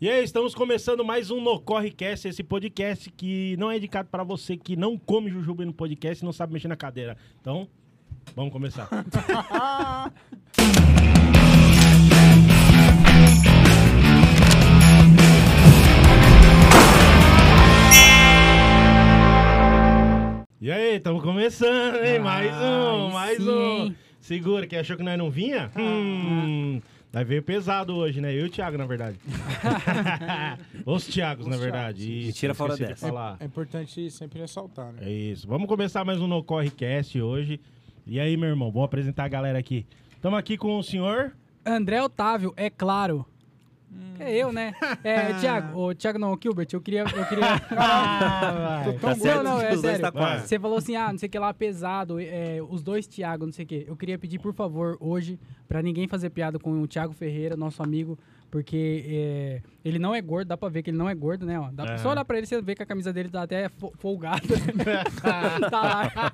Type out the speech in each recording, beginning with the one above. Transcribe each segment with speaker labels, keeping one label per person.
Speaker 1: E aí, estamos começando mais um No Correcast, esse podcast que não é indicado para você que não come jujuba no podcast e não sabe mexer na cadeira. Então, vamos começar. e aí, estamos começando, hein? Mais um,
Speaker 2: Ai,
Speaker 1: mais um.
Speaker 2: sim. Ah.
Speaker 1: Segura, que achou que nós não vinha? Hum, nós veio pesado hoje, né? Eu e o Thiago, na verdade. Os Thiagos, na verdade. Isso,
Speaker 3: Tira fora
Speaker 1: esqueci de
Speaker 3: dessa.
Speaker 1: falar.
Speaker 4: É importante sempre ressaltar, né?
Speaker 1: É isso. Vamos começar mais um No Correcast hoje. E aí, meu irmão, vou apresentar a galera aqui. Estamos aqui com o senhor.
Speaker 2: André Otávio, é claro. É eu, né? É, Thiago, ô, Thiago não, Gilbert, eu queria. Eu queria...
Speaker 3: Tá
Speaker 2: bom.
Speaker 3: certo
Speaker 2: Não, não,
Speaker 3: que
Speaker 2: é
Speaker 3: os dois
Speaker 2: sério.
Speaker 3: tá quase.
Speaker 2: Você falou assim, ah, não sei o que lá, pesado, é, os dois Thiago, não sei o que. Eu queria pedir, por favor, hoje, pra ninguém fazer piada com o Thiago Ferreira, nosso amigo, porque é, ele não é gordo, dá pra ver que ele não é gordo, né? Ó, Dá-
Speaker 1: Aham.
Speaker 2: Só olhar pra ele, você vê que a camisa dele tá até fo- folgada. tá lá.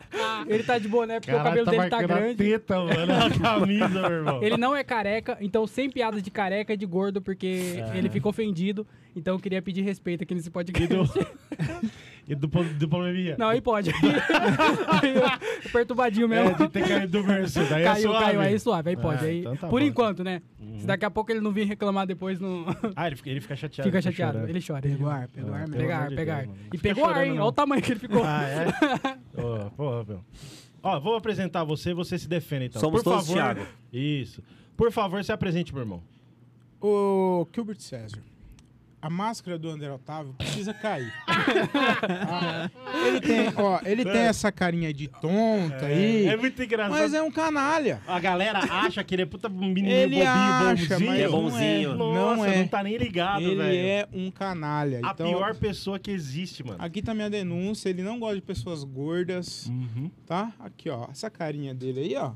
Speaker 2: Ele tá de boné porque o cabelo dele tá
Speaker 1: marcando a
Speaker 2: grande.
Speaker 1: Teta, mano, na camisa, meu irmão.
Speaker 2: Ele não é careca, então sem piadas de careca e de gordo, porque
Speaker 1: É.
Speaker 2: ele fica ofendido. Então eu queria pedir respeito aqui nesse podcast.
Speaker 1: Então- E do, po- do é probleminha.
Speaker 2: Não, aí pode. Aí, Perturbadinho
Speaker 1: é,
Speaker 2: mesmo.
Speaker 1: de ter caído do berço. Daí é
Speaker 2: caiu,
Speaker 1: suave.
Speaker 2: caiu, aí suave, aí pode.
Speaker 1: Ah,
Speaker 2: aí,
Speaker 1: então tá
Speaker 2: por
Speaker 1: bom. Uhum.
Speaker 2: enquanto, né? Se daqui a pouco ele não vir reclamar depois, não.
Speaker 1: Ah, ele fica, ele fica chateado.
Speaker 2: fica chateado.
Speaker 1: chorando.
Speaker 2: Ele chora. Ele
Speaker 4: Pegou
Speaker 2: chora.
Speaker 4: ar, pegou ar mesmo.
Speaker 2: Pegar,
Speaker 1: amor de
Speaker 2: pegar.
Speaker 1: Deus, mano.
Speaker 2: E
Speaker 1: Fica
Speaker 2: pegou ar,
Speaker 1: chorando,
Speaker 2: hein?
Speaker 1: não.
Speaker 2: Olha o tamanho que ele ficou.
Speaker 1: Ah, é? Ô, porra, meu. Ó, vou apresentar você, você se defende então.
Speaker 3: Somos
Speaker 1: Por
Speaker 3: todos
Speaker 1: favor.
Speaker 3: Thiago.
Speaker 1: Isso. Por favor, se apresente, meu irmão.
Speaker 4: O Gilbert César. A máscara do André Otávio precisa cair. Ah, ele tem, ó, ele tem essa carinha de tonta aí.
Speaker 1: É, muito engraçado.
Speaker 4: mas é um canalha.
Speaker 1: A galera acha que ele é puta menino
Speaker 4: Ele
Speaker 1: bobinho,
Speaker 4: acha,
Speaker 1: bonzinho.
Speaker 4: mas
Speaker 3: É bonzinho.
Speaker 4: não é.
Speaker 1: Nossa,
Speaker 4: não é.
Speaker 1: tá nem ligado,
Speaker 4: ele
Speaker 1: velho.
Speaker 4: é um canalha.
Speaker 1: A
Speaker 4: então,
Speaker 1: pior pessoa que existe, mano.
Speaker 4: aqui tá minha denúncia. Ele não gosta de pessoas gordas,
Speaker 1: Uhum.
Speaker 4: tá? Aqui, ó. Essa carinha dele aí, ó.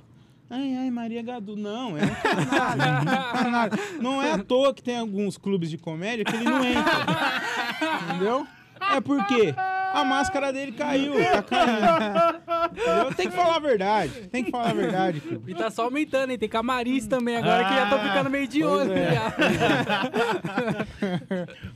Speaker 4: Ai, ai, Maria Gadu. Não, é um canalha. um canalha. Não é à toa que tem alguns clubes de comédia que ele não entra. Entendeu? É porque a máscara dele caiu, tá caindo. Entendeu? Tem que falar a verdade. Tem que falar a verdade, filho.
Speaker 2: E tá só aumentando, hein? Tem camarins também agora que já tô
Speaker 1: Ah, é.
Speaker 2: ficando meio de olho.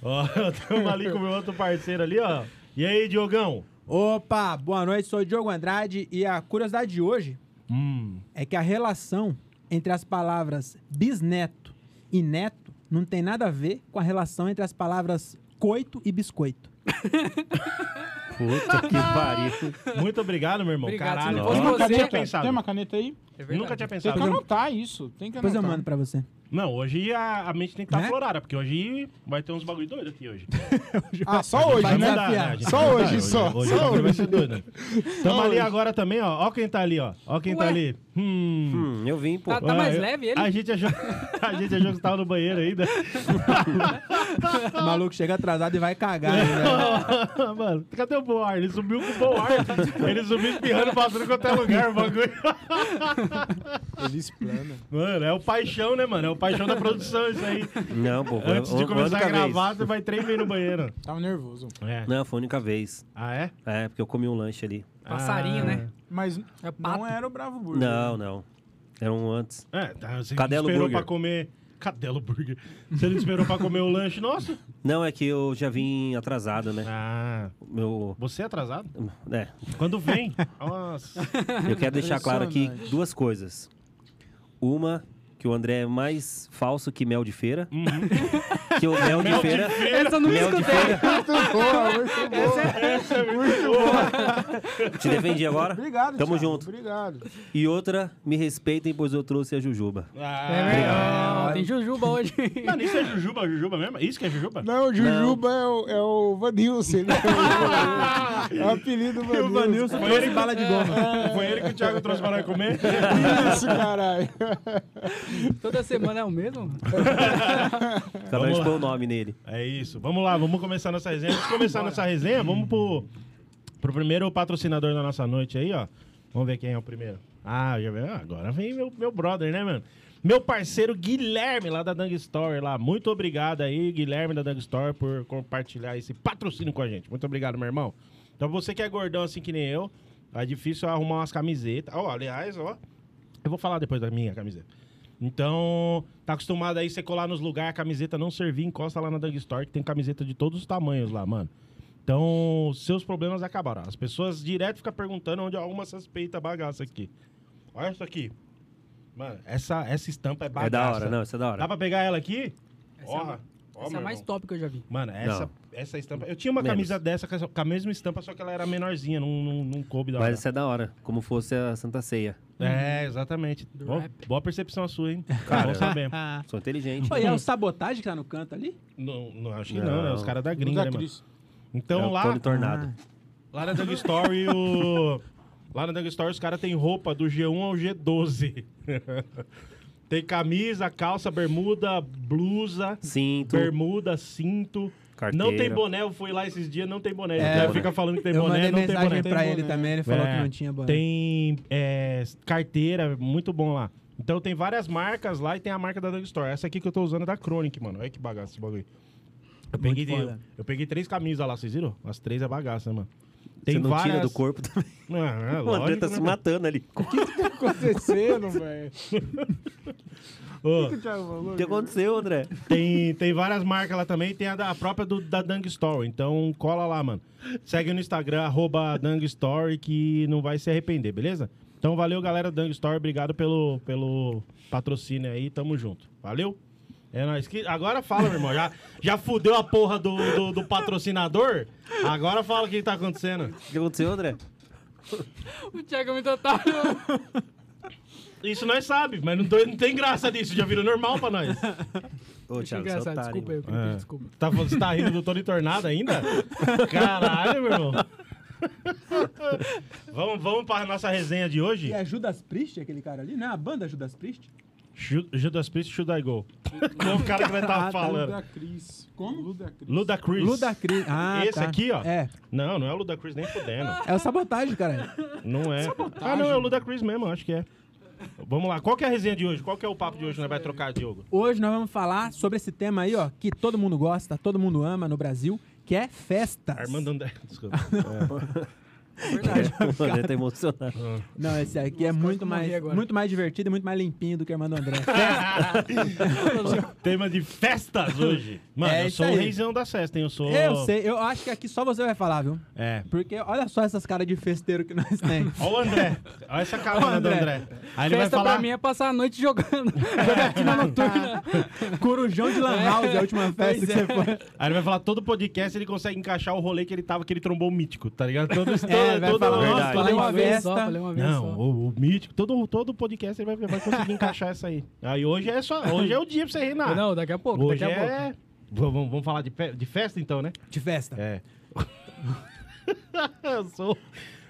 Speaker 1: Ó, tamo ali com o meu outro parceiro ali, ó. E aí, Diogão?
Speaker 5: Opa, boa noite, sou o Diogo Andrade e a curiosidade de hoje
Speaker 1: Hum.
Speaker 5: é que a relação entre as palavras bisneto e neto não tem nada a ver com a relação entre as palavras coito e biscoito.
Speaker 3: Puta que pariu.
Speaker 1: Muito obrigado, meu irmão.
Speaker 2: Obrigado,
Speaker 1: Caralho,
Speaker 2: se não
Speaker 1: eu
Speaker 2: fosse
Speaker 1: nunca
Speaker 2: você-
Speaker 1: tinha
Speaker 4: Tem
Speaker 1: pensado.
Speaker 4: uma caneta aí? Tá
Speaker 1: Nunca tinha
Speaker 4: Tem que
Speaker 1: pensado.
Speaker 4: anotar isso. Tem que anotar.
Speaker 1: tá.
Speaker 5: Depois eu mando pra você.
Speaker 1: Não, hoje a, a mente tem que estar
Speaker 5: Né?
Speaker 1: florada, porque hoje vai ter uns bagulho doido aqui hoje.
Speaker 4: Ah, só hoje,
Speaker 5: Vai
Speaker 4: né?
Speaker 5: desafiar.
Speaker 1: gente?
Speaker 4: Só
Speaker 1: Vai,
Speaker 4: hoje, só.
Speaker 1: Hoje
Speaker 4: Só
Speaker 1: o bagulho vai
Speaker 4: hoje.
Speaker 1: ser doido. Tamo
Speaker 4: Só
Speaker 1: ali
Speaker 4: hoje.
Speaker 1: agora também, ó. Ó quem tá ali, ó. Ó quem tá
Speaker 2: Ué.
Speaker 1: ali. Hum.
Speaker 3: Hum, eu vim, pô.
Speaker 2: Tá- tá mais
Speaker 1: eu-
Speaker 2: leve ele?
Speaker 1: A gente achou, a gente achou que você tava no banheiro ainda.
Speaker 5: O maluco chega atrasado e vai cagar. né?
Speaker 1: Mano, cadê o bom ar? Ele subiu com o bom ar. Ele subiu espirrando, passando em qualquer lugar, o bagulho.
Speaker 4: Ele explana.
Speaker 1: Mano, é o paixão, né, mano? É o paixão da produção isso aí.
Speaker 3: Não, pô. foi
Speaker 1: Antes
Speaker 3: a-
Speaker 1: de
Speaker 3: foi a
Speaker 1: começar a
Speaker 3: única
Speaker 1: gravar, né?
Speaker 3: vez.
Speaker 1: você vai três vezes no banheiro.
Speaker 4: Tava nervoso.
Speaker 1: É.
Speaker 3: Não, foi a única vez.
Speaker 1: Ah, é?
Speaker 3: É, porque eu comi um lanche ali.
Speaker 2: Passarinho,
Speaker 1: Ah.
Speaker 2: né?
Speaker 4: Mas
Speaker 2: É pato.
Speaker 4: não era o Bravo Burger.
Speaker 3: Não, não. Era um antes.
Speaker 1: É, tá, você
Speaker 3: Cadelo
Speaker 1: não esperou
Speaker 3: Burger.
Speaker 1: pra comer... Cadelo Burger. Você não esperou pra comer o lanche nosso?
Speaker 3: Não, é que eu já vim atrasado, né?
Speaker 1: Ah,
Speaker 3: Meu.
Speaker 1: você é atrasado?
Speaker 3: É.
Speaker 1: Quando vem? Nossa.
Speaker 3: Eu quero deixar claro aqui
Speaker 4: Impressionante.
Speaker 3: duas coisas. Uma, que o André é mais falso que mel de feira.
Speaker 1: Uhum.
Speaker 3: Que o mel de feira.
Speaker 2: Essa eu não
Speaker 3: Mel de
Speaker 2: escutei.
Speaker 3: feira.
Speaker 4: Muito boa, muito boa.
Speaker 1: Essa é muito boa.
Speaker 3: Te defendi agora.
Speaker 4: Obrigado,
Speaker 3: Tamo
Speaker 4: Thiago.
Speaker 3: junto.
Speaker 4: Obrigado.
Speaker 3: E outra, me respeitem, pois eu trouxe a Jujuba.
Speaker 2: É verdade. Tem Jujuba hoje.
Speaker 1: Ah. Mano, isso é jujuba, jujuba mesmo? Isso que é jujuba?
Speaker 4: Não, o Jujuba é o, é o Vanilson. né? é o apelido do Vanilson.
Speaker 1: Foi ele, que... Bala de goma. Foi ele que o Thiago trouxe pra nós comer.
Speaker 4: É Isso, caralho.
Speaker 2: Toda semana é o mesmo?
Speaker 3: Acabei
Speaker 1: É. Vamos
Speaker 3: de
Speaker 1: lá.
Speaker 3: pôr o nome nele.
Speaker 1: É isso. Vamos lá, vamos começar nossa resenha. Antes de começar nossa resenha, vamos pro, pro primeiro patrocinador da nossa noite aí, ó. Vamos ver quem é o primeiro. Ah, já veio. Ah, agora vem meu, meu brother, né, mano? Meu parceiro Guilherme, lá da Dung Store, lá. Muito obrigado aí, Guilherme da Dung Store, por compartilhar esse patrocínio com a gente. Muito obrigado, meu irmão. Então, você que é gordão assim que nem eu, tá é difícil arrumar umas camisetas. Ó, aliás, ó. Eu vou falar depois da minha camiseta. Então, tá acostumado aí você colar nos lugares, a camiseta não servir, encosta lá na Dang Store, que tem camiseta de todos os tamanhos lá, mano. Então, seus problemas acabaram. As pessoas direto ficam perguntando onde alguma suspeita bagaça aqui. Olha isso aqui. Mano, essa, essa estampa é bagaça.
Speaker 3: É da hora, não, isso é da hora.
Speaker 1: Dá pra pegar ela aqui?
Speaker 2: Essa é
Speaker 1: Porra.
Speaker 2: a-
Speaker 1: Ó,
Speaker 2: Essa é
Speaker 1: meu
Speaker 2: a mais
Speaker 1: irmão.
Speaker 2: top que eu já vi.
Speaker 1: Mano, essa,
Speaker 3: Não.
Speaker 1: essa estampa. Eu tinha uma
Speaker 3: Menos.
Speaker 1: camisa dessa com essa- com a mesma estampa, só que ela era menorzinha, não, não, não coube da hora.
Speaker 3: Mas isso é da hora, como fosse a Santa Ceia.
Speaker 1: É, exatamente.
Speaker 2: Hum. Do
Speaker 1: Boa,
Speaker 2: rap. Ah.
Speaker 1: boa percepção a sua, hein?
Speaker 3: Cara.
Speaker 1: Bom saber.
Speaker 3: Sou inteligente.
Speaker 5: Pô, e é o sabotagem que tá no canto ali?
Speaker 1: Não, não acho que não, né? Os
Speaker 3: Não.
Speaker 1: caras da gringa, né, mano? Então
Speaker 3: é o
Speaker 1: lá, Ah.
Speaker 3: Tony Tornado.
Speaker 1: lá na Dug Story, o... lá na Dug Story os caras têm roupa do G1 ao G12. tem camisa, calça, bermuda, blusa,
Speaker 3: Cinto,
Speaker 1: bermuda, cinto.
Speaker 3: carteira.
Speaker 1: Não tem boné, eu fui lá esses dias, não tem boné.
Speaker 5: É,
Speaker 1: o cara
Speaker 3: boné.
Speaker 1: fica falando que tem
Speaker 5: eu
Speaker 1: boné,
Speaker 5: mandei
Speaker 1: não tem boné.
Speaker 5: mensagem pra
Speaker 4: Tem
Speaker 5: ele
Speaker 4: boné.
Speaker 5: também, ele falou
Speaker 1: É,
Speaker 5: que não tinha boné.
Speaker 1: Tem é, carteira, muito bom lá. Então tem várias marcas lá e tem a marca da Dog Store. Essa aqui que eu tô usando é da Chronic, mano. Olha que bagaço esse bagulho. Eu peguei, eu,
Speaker 5: foda.
Speaker 1: peguei três camisas lá, vocês viram? As três é bagaça, né, mano. Tem
Speaker 3: Você não
Speaker 1: várias...
Speaker 3: tira do corpo também.
Speaker 1: Ah, é
Speaker 3: o André
Speaker 1: lógico,
Speaker 3: tá
Speaker 1: né,
Speaker 3: se
Speaker 1: mano?
Speaker 3: matando ali. O que,
Speaker 4: tá acontecendo, velho?
Speaker 1: Ô,
Speaker 3: que aconteceu, André?
Speaker 1: tem, tem várias marcas lá também. Tem a, da, a própria do, da Dung Story. Então cola lá, mano. Segue no Instagram, arroba Dung Story, que não vai se arrepender, beleza? Então valeu, galera da Dung Story. Obrigado pelo, pelo patrocínio aí. Tamo junto. Valeu? É nóis. Que- Agora fala, meu irmão. Já, já fudeu a porra do, do, do patrocinador? Agora fala o que tá acontecendo.
Speaker 3: O que aconteceu, André?
Speaker 2: O Thiago é muito otário.
Speaker 1: Isso nós sabe, mas não, tô- não tem graça nisso. Já virou normal pra nós.
Speaker 3: Ô,
Speaker 2: Achei
Speaker 3: Thiago, você é
Speaker 2: engraçado,
Speaker 3: otário,
Speaker 2: desculpa,
Speaker 3: hein?
Speaker 2: eu queria pedir
Speaker 1: É.
Speaker 2: desculpa.
Speaker 1: Tá, falando- você tá rindo do Tony Tornado ainda? Caralho, meu irmão. vamos, vamos para a nossa resenha de hoje?
Speaker 5: E é Judas Priest, aquele cara ali? Não é a banda Judas Priest?
Speaker 1: Ju- Judas Priest, Should I Go? Qual o cara que vai estar falando?
Speaker 4: é Ludacris.
Speaker 5: Como?
Speaker 4: Ludacris.
Speaker 1: Ludacris.
Speaker 5: Ludacris. Ah,
Speaker 1: Esse
Speaker 5: tá.
Speaker 1: aqui, ó.
Speaker 5: É.
Speaker 1: Não, não é o Ludacris nem fudendo.
Speaker 5: É o sabotagem, cara.
Speaker 1: Não é. Ah, não, é o Ludacris mesmo, acho que é. Vamos lá, qual que é a resenha de hoje? Qual que é o papo de hoje que nós vai trocar, Diogo?
Speaker 5: Hoje nós vamos falar sobre esse tema aí, ó, que todo mundo gosta, todo mundo ama no Brasil, que é festas.
Speaker 1: Armando André. Desculpa.
Speaker 3: É, o André tá emocionado.
Speaker 5: Não, esse aqui é
Speaker 2: Nossa,
Speaker 5: muito
Speaker 2: quase morri
Speaker 5: mais,
Speaker 2: agora.
Speaker 5: muito mais divertido e muito mais limpinho do que Armando André. Festa.
Speaker 1: Tema de festas hoje. Mano,
Speaker 5: É
Speaker 1: eu
Speaker 5: isso
Speaker 1: sou o
Speaker 5: aí.
Speaker 1: reizão da festa, hein? Eu sou.
Speaker 5: eu sei, eu acho que aqui só você vai falar, viu?
Speaker 1: É,
Speaker 5: Porque olha só essas caras de festeiro que nós temos.
Speaker 1: Olha o André. Olha essa
Speaker 5: Ó
Speaker 1: cara
Speaker 5: o
Speaker 1: do
Speaker 5: André.
Speaker 1: André. Aí ele vai
Speaker 2: Festa
Speaker 1: falar.
Speaker 2: pra mim é passar a noite jogando. Jogatina noturna.
Speaker 5: Corujão de Lan House, a última festa que
Speaker 2: Pois é.
Speaker 5: você foi.
Speaker 1: Aí ele vai falar todo podcast, ele consegue encaixar o rolê que ele tava, que ele trombou o mítico, tá ligado? Todo, todo,
Speaker 5: É, vai
Speaker 1: todo-
Speaker 5: falar,
Speaker 1: Nossa,
Speaker 5: nossa,
Speaker 2: Falei
Speaker 5: falei
Speaker 2: uma
Speaker 5: uma
Speaker 2: vez só,
Speaker 5: festa.
Speaker 2: falei uma vez
Speaker 1: Não,
Speaker 2: só.
Speaker 1: o, o mítico, todo, todo podcast ele vai, vai conseguir encaixar essa aí. Aí hoje é só. Hoje é o dia pra você reinar.
Speaker 2: Ah, Não, daqui a pouco,
Speaker 1: hoje
Speaker 2: daqui a pouco.
Speaker 1: é. Vamos, vamos- vamos falar de, fe- de festa então, né?
Speaker 5: De festa.
Speaker 1: É. eu sou.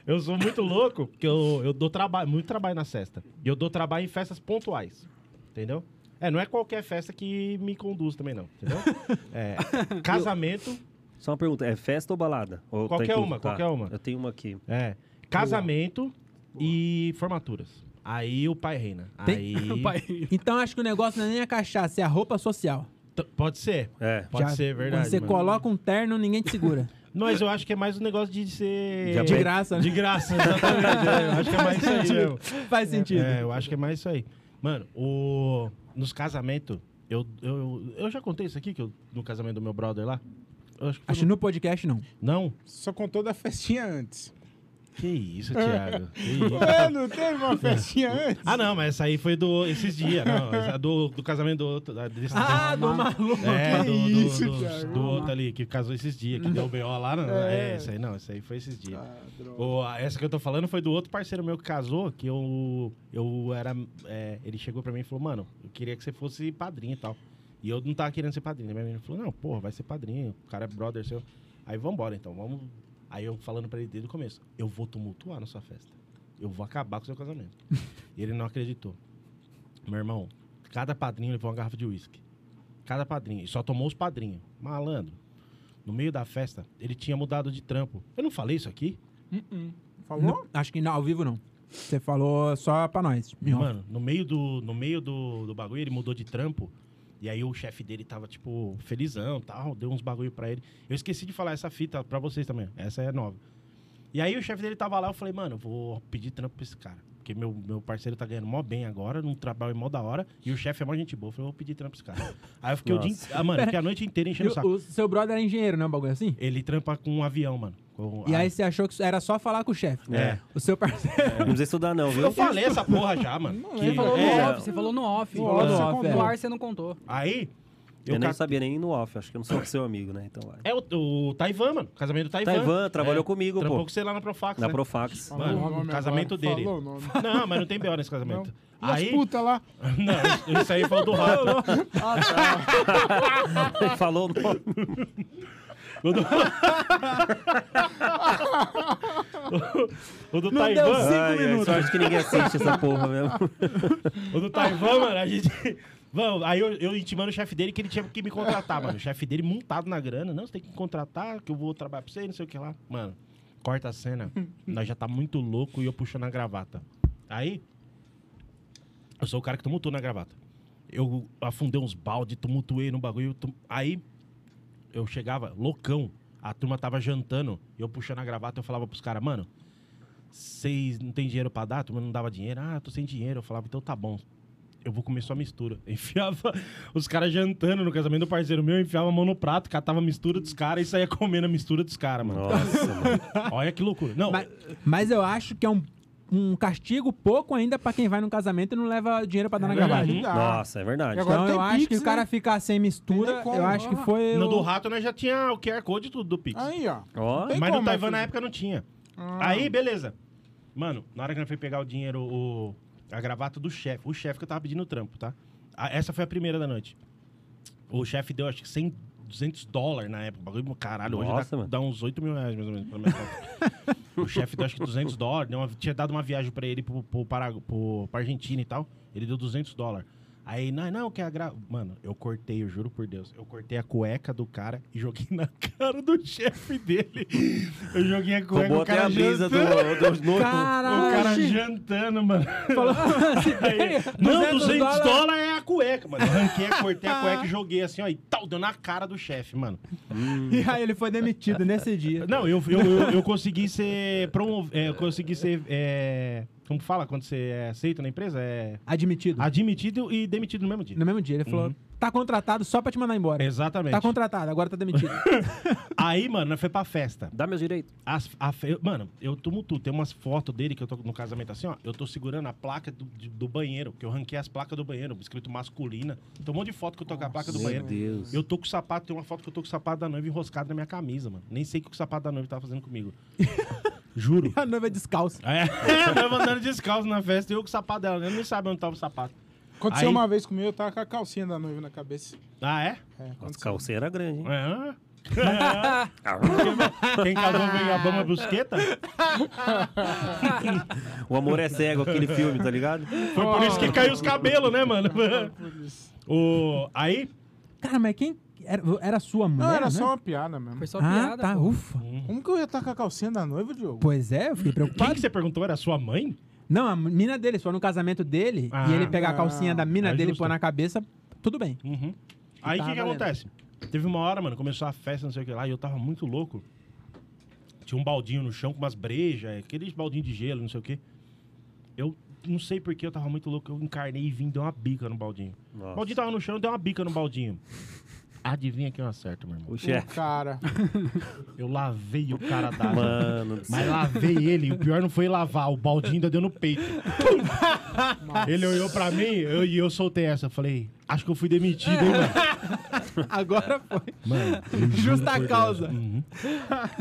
Speaker 1: Eu sou muito louco, porque eu, eu dou trabalho, muito trabalho na festa. E eu dou trabalho em festas pontuais. Entendeu? É, não é qualquer festa que me conduz também, não. Entendeu? É, casamento.
Speaker 3: Só uma pergunta, é festa ou balada? Ou tá
Speaker 1: Qualquer
Speaker 3: incluso?
Speaker 1: uma,
Speaker 3: Tá,
Speaker 1: qualquer uma.
Speaker 3: Eu tenho uma aqui.
Speaker 1: É. Casamento e formaturas. Aí o pai reina.
Speaker 5: Tem-
Speaker 1: Aí.
Speaker 2: Pai,
Speaker 5: Então acho que o negócio não é nem a cachaça, é a roupa social.
Speaker 1: T- Pode ser.
Speaker 3: É.
Speaker 1: Pode
Speaker 5: Já-
Speaker 1: ser, é verdade.
Speaker 5: Quando você
Speaker 1: mano.
Speaker 5: coloca um terno, ninguém te segura.
Speaker 1: Mas eu acho que é mais um negócio de ser.
Speaker 3: De
Speaker 5: De graça, né?
Speaker 1: De graça, exatamente. é, eu acho que é mais isso aí. mesmo.
Speaker 5: Faz sentido.
Speaker 1: É, eu acho que é mais isso aí. Mano, o... nos casamentos, eu, eu, eu já contei isso aqui, que eu, no casamento do meu brother lá? Eu acho que foi
Speaker 5: Acho que no podcast não.
Speaker 1: no- Não?
Speaker 4: Só contou da festinha antes.
Speaker 1: Que isso, Thiago. Que isso.
Speaker 4: Ué, não teve uma festinha antes?
Speaker 1: Ah, não, mas essa aí foi do esses dias, não. essa do, do casamento do outro. da- Desse,
Speaker 5: Ah, do maluco.
Speaker 1: é,
Speaker 4: que
Speaker 1: do, do-
Speaker 4: isso,
Speaker 1: do-
Speaker 4: Thiago.
Speaker 1: do outro ali, que casou esses dias, que deu o BO lá. Não, é. isso aí não, isso aí foi esses dias.
Speaker 4: Ah, droga.
Speaker 1: Ô, a- essa que eu tô falando foi do outro parceiro meu que casou, que eu, eu era. é, ele chegou pra mim e falou, mano, eu queria que você fosse padrinho e tal. E eu não tava querendo ser padrinho. né, Minha menina falou, não, porra, vai ser padrinho, o cara é brother seu. Aí vambora então, vamos. Aí eu falando pra ele desde o começo, eu vou tumultuar na sua festa. Eu vou acabar com o seu casamento. e ele não acreditou. Meu irmão, cada padrinho levou uma garrafa de uísque. Cada padrinho. E só tomou os padrinhos. Malandro. No meio da festa, ele tinha mudado de trampo. Eu não falei isso aqui?
Speaker 5: Não, acho que não, ao vivo não. Você falou só pra nós. em off.
Speaker 1: Mano, no meio, do, no meio do, do bagulho, ele mudou de trampo. E aí o chefe dele tava, tipo, felizão tal, deu uns bagulho pra ele. Eu esqueci de falar essa fita pra vocês também. Essa é nova. E aí o chefe dele tava lá, eu falei, mano, eu vou pedir trampo pra esse cara. Porque meu, meu parceiro tá ganhando mó bem agora, num trabalho mó da hora, e o chefe é mó gente boa. Eu falei, vou pedir trampo pra esse cara. Aí eu fiquei o dia.
Speaker 3: Nossa.
Speaker 1: in- Ah, mano, eu fiquei a noite inteira
Speaker 5: E
Speaker 1: enchendo o
Speaker 5: o,
Speaker 1: saco.
Speaker 5: o seu brother era engenheiro, não é um bagulho assim?
Speaker 1: Ele trampa com um avião, mano. Com-
Speaker 5: E
Speaker 1: ah,
Speaker 5: aí você achou que era só falar com o chefe.
Speaker 1: É.
Speaker 5: O seu parceiro.
Speaker 3: Não precisa estudar, não, viu?
Speaker 1: Eu falei essa porra já, mano.
Speaker 2: Você
Speaker 1: Que-
Speaker 2: falou no
Speaker 1: é,
Speaker 2: off, você falou no off.
Speaker 5: No off,
Speaker 2: No
Speaker 5: você
Speaker 2: no
Speaker 5: contou.
Speaker 2: ar você não contou.
Speaker 1: Aí.
Speaker 3: Eu,
Speaker 1: Eu
Speaker 3: nem
Speaker 1: ca-
Speaker 3: sabia nem no off, acho que eu não sou seu amigo, né? Então vai.
Speaker 1: É o, o Taivan, mano. Casamento do Taivan.
Speaker 3: Taiwan trabalhou
Speaker 1: é,
Speaker 3: comigo,
Speaker 1: Trampou
Speaker 3: pô.
Speaker 1: com você lá na Profax.
Speaker 3: Na
Speaker 1: né?
Speaker 3: Profax.
Speaker 4: Falou
Speaker 1: Mano,
Speaker 4: o nome
Speaker 1: casamento
Speaker 4: agora.
Speaker 1: dele.
Speaker 4: Falou o nome.
Speaker 1: Não, mas não tem B.O. nesse
Speaker 4: Não.
Speaker 1: casamento.
Speaker 4: E as
Speaker 1: Aí.
Speaker 4: putas lá?
Speaker 1: Não, isso aí foi o do rato.
Speaker 3: Ele falou o nome.
Speaker 1: O do
Speaker 5: Não deu
Speaker 1: Taiwan.
Speaker 5: Cinco
Speaker 3: Ai, ai,
Speaker 5: minutos.
Speaker 3: sorte que ninguém assiste essa porra mesmo.
Speaker 1: O do Taiwan, mano, a gente. Vamos, aí eu, eu intimando o chefe dele que ele tinha que me contratar, mano. O chefe dele montado na grana. Não, você tem que me contratar, que eu vou trabalhar pra você, não sei o que lá. Mano, corta a cena. Nós já tá muito louco e eu puxando a gravata. Aí, eu sou o cara que tumultuou na gravata. Eu afundei uns balde, tumultuei no bagulho. tum- Aí, eu chegava loucão. A turma tava jantando. Eu puxando a gravata, eu falava pros caras, mano, vocês não tem dinheiro pra dar? A turma não dava dinheiro. Ah, tô sem dinheiro. Eu falava, então tá bom. Eu vou comer só mistura. Enfiava os caras jantando no casamento do parceiro meu, enfiava a mão no prato, catava a mistura dos caras e saía comendo a mistura dos caras, mano.
Speaker 3: Nossa, mano.
Speaker 1: Olha que loucura. Não,
Speaker 5: Mas, mas eu acho que é um, um castigo pouco ainda pra quem vai num casamento e não leva dinheiro pra dar na
Speaker 4: verdade.
Speaker 5: gravagem.
Speaker 4: Ah.
Speaker 3: Nossa, é verdade.
Speaker 4: E agora-
Speaker 5: Então eu
Speaker 4: tem
Speaker 5: acho
Speaker 4: Pix,
Speaker 5: que o
Speaker 4: né?
Speaker 5: cara ficar sem
Speaker 4: Tem
Speaker 5: mistura,
Speaker 4: nem como,
Speaker 5: eu acho que
Speaker 4: ah.
Speaker 5: foi.
Speaker 1: no
Speaker 5: o-
Speaker 1: do rato nós já tinha o QR Code tudo do Pix.
Speaker 4: Aí, ó.
Speaker 3: Ó,
Speaker 4: Tem
Speaker 1: Mas no
Speaker 4: como,
Speaker 1: Taiwan
Speaker 4: né,
Speaker 1: na
Speaker 4: filho?
Speaker 1: época não tinha.
Speaker 4: Ah.
Speaker 1: Aí, beleza. Mano, na hora que nós foi pegar o dinheiro, o, a gravata do chefe, o chefe que eu tava pedindo trampo, tá? A- essa foi a primeira da noite. O chefe deu, acho que 100, 200 dólares na época. Bagulho, caralho, hoje
Speaker 3: Nossa,
Speaker 1: dá,
Speaker 3: mano.
Speaker 1: dá uns 8 mil reais, mais ou menos, pela minha conta. o chefe deu, acho que 200 dólares. deu uma- tinha dado uma viagem pra ele pro, pro, Paragu- pro- pra Argentina e tal. Ele deu 200 dólares. Aí, não, não, que é a gra... Mano, eu cortei, eu juro por Deus. Eu cortei a cueca do cara e joguei na cara do chefe dele. Eu joguei a cueca,
Speaker 3: roubou
Speaker 1: o
Speaker 3: até a
Speaker 1: cara
Speaker 3: brisa do,
Speaker 1: jantando.
Speaker 3: dos noivos.
Speaker 1: O cara
Speaker 5: Caralho!
Speaker 1: jantando, mano. Aí, não,
Speaker 5: 200
Speaker 1: 200 dólares
Speaker 5: assim, dólares
Speaker 1: é a cueca, mano. Eu Arranquei, cortei a cueca e joguei assim, ó. E tal, deu na cara do chefe, mano.
Speaker 5: E aí ele foi demitido nesse dia.
Speaker 1: Não, eu, eu, eu, eu consegui ser promovido. eu consegui ser. é, como fala quando você é aceito na empresa? É
Speaker 5: Admitido.
Speaker 1: admitido e demitido no mesmo dia.
Speaker 5: No mesmo dia, ele
Speaker 4: Uhum.
Speaker 5: falou: tá contratado só pra te mandar embora.
Speaker 1: Exatamente.
Speaker 5: Tá contratado, agora tá demitido.
Speaker 1: Aí, mano, nós foi pra festa.
Speaker 3: Dá meus direitos.
Speaker 1: As, a fe- Mano, eu tumultuo. Tem umas fotos dele que eu tô no casamento assim, ó. Eu tô segurando a placa do, de- do banheiro, porque eu ranquei as placas do banheiro, escrito masculina. Tem um monte de foto que eu tô com a placa do banheiro.
Speaker 3: Deus.
Speaker 1: Eu tô com o sapato, tem uma foto que eu tô com o sapato da noiva enroscado na minha camisa, mano. Nem sei o que o sapato da noiva tava fazendo comigo. Juro.
Speaker 5: a noiva descalça.
Speaker 1: É, a noiva andando descalço na festa e eu com o sapato dela. Eu nem sabia onde tava o sapato.
Speaker 4: Aconteceu
Speaker 1: Aí-
Speaker 4: uma vez comigo, eu tava com a calcinha da noiva na cabeça.
Speaker 1: Ah, é?
Speaker 4: É,
Speaker 3: Nossa,
Speaker 4: aconteceu.
Speaker 3: calcinha era grande, hein?
Speaker 1: É. Quem casou com a Bama Brusqueta?
Speaker 3: O amor é cego, aquele filme, tá ligado?
Speaker 1: Foi por isso que caiu os cabelos, né, mano?
Speaker 4: Por isso.
Speaker 1: o... Aí,
Speaker 5: Cara, mas quem. Era, era sua mulher?
Speaker 4: Não, era
Speaker 5: né?
Speaker 4: só uma piada mesmo.
Speaker 2: Foi só
Speaker 5: Ah,
Speaker 2: piada.
Speaker 5: tá,
Speaker 2: pô.
Speaker 5: ufa.
Speaker 4: Como que eu ia estar com a calcinha da noiva, Diogo?
Speaker 5: Pois é, eu
Speaker 1: Quem
Speaker 5: fiquei preocupado.
Speaker 1: que você perguntou? Era sua mãe?
Speaker 5: Não, a mina dele, se for no casamento dele
Speaker 1: Ah.
Speaker 5: e ele pegar a
Speaker 4: Ah,
Speaker 5: calcinha da mina
Speaker 1: é
Speaker 5: dele e
Speaker 1: justo.
Speaker 5: pôr na cabeça, tudo bem.
Speaker 1: Uhum. Aí o que,
Speaker 5: tava
Speaker 1: que
Speaker 5: valendo.
Speaker 1: acontece? Teve uma hora, mano, começou a festa, não sei o que lá, e eu tava muito louco. Tinha um baldinho no chão com umas brejas, aqueles baldinhos de gelo, não sei o que. Eu não sei porque eu tava muito louco, eu encarnei e vim, deu uma bica no baldinho. O baldinho
Speaker 3: Nossa.
Speaker 1: tava no chão, deu uma bica no baldinho. Adivinha quem eu acerto, meu irmão?
Speaker 3: O chefe.
Speaker 4: Ô, Cara,
Speaker 1: Eu lavei o cara da
Speaker 3: Mano do
Speaker 1: Mas
Speaker 3: céu.
Speaker 1: lavei ele, o pior não foi lavar, o baldinho ainda deu no peito. ele olhou pra mim eu- e eu, soltei essa. Eu falei, acho que eu fui demitido, hein, mano?
Speaker 5: Agora foi.
Speaker 1: Mano,
Speaker 5: Justa causa.
Speaker 1: Uhum.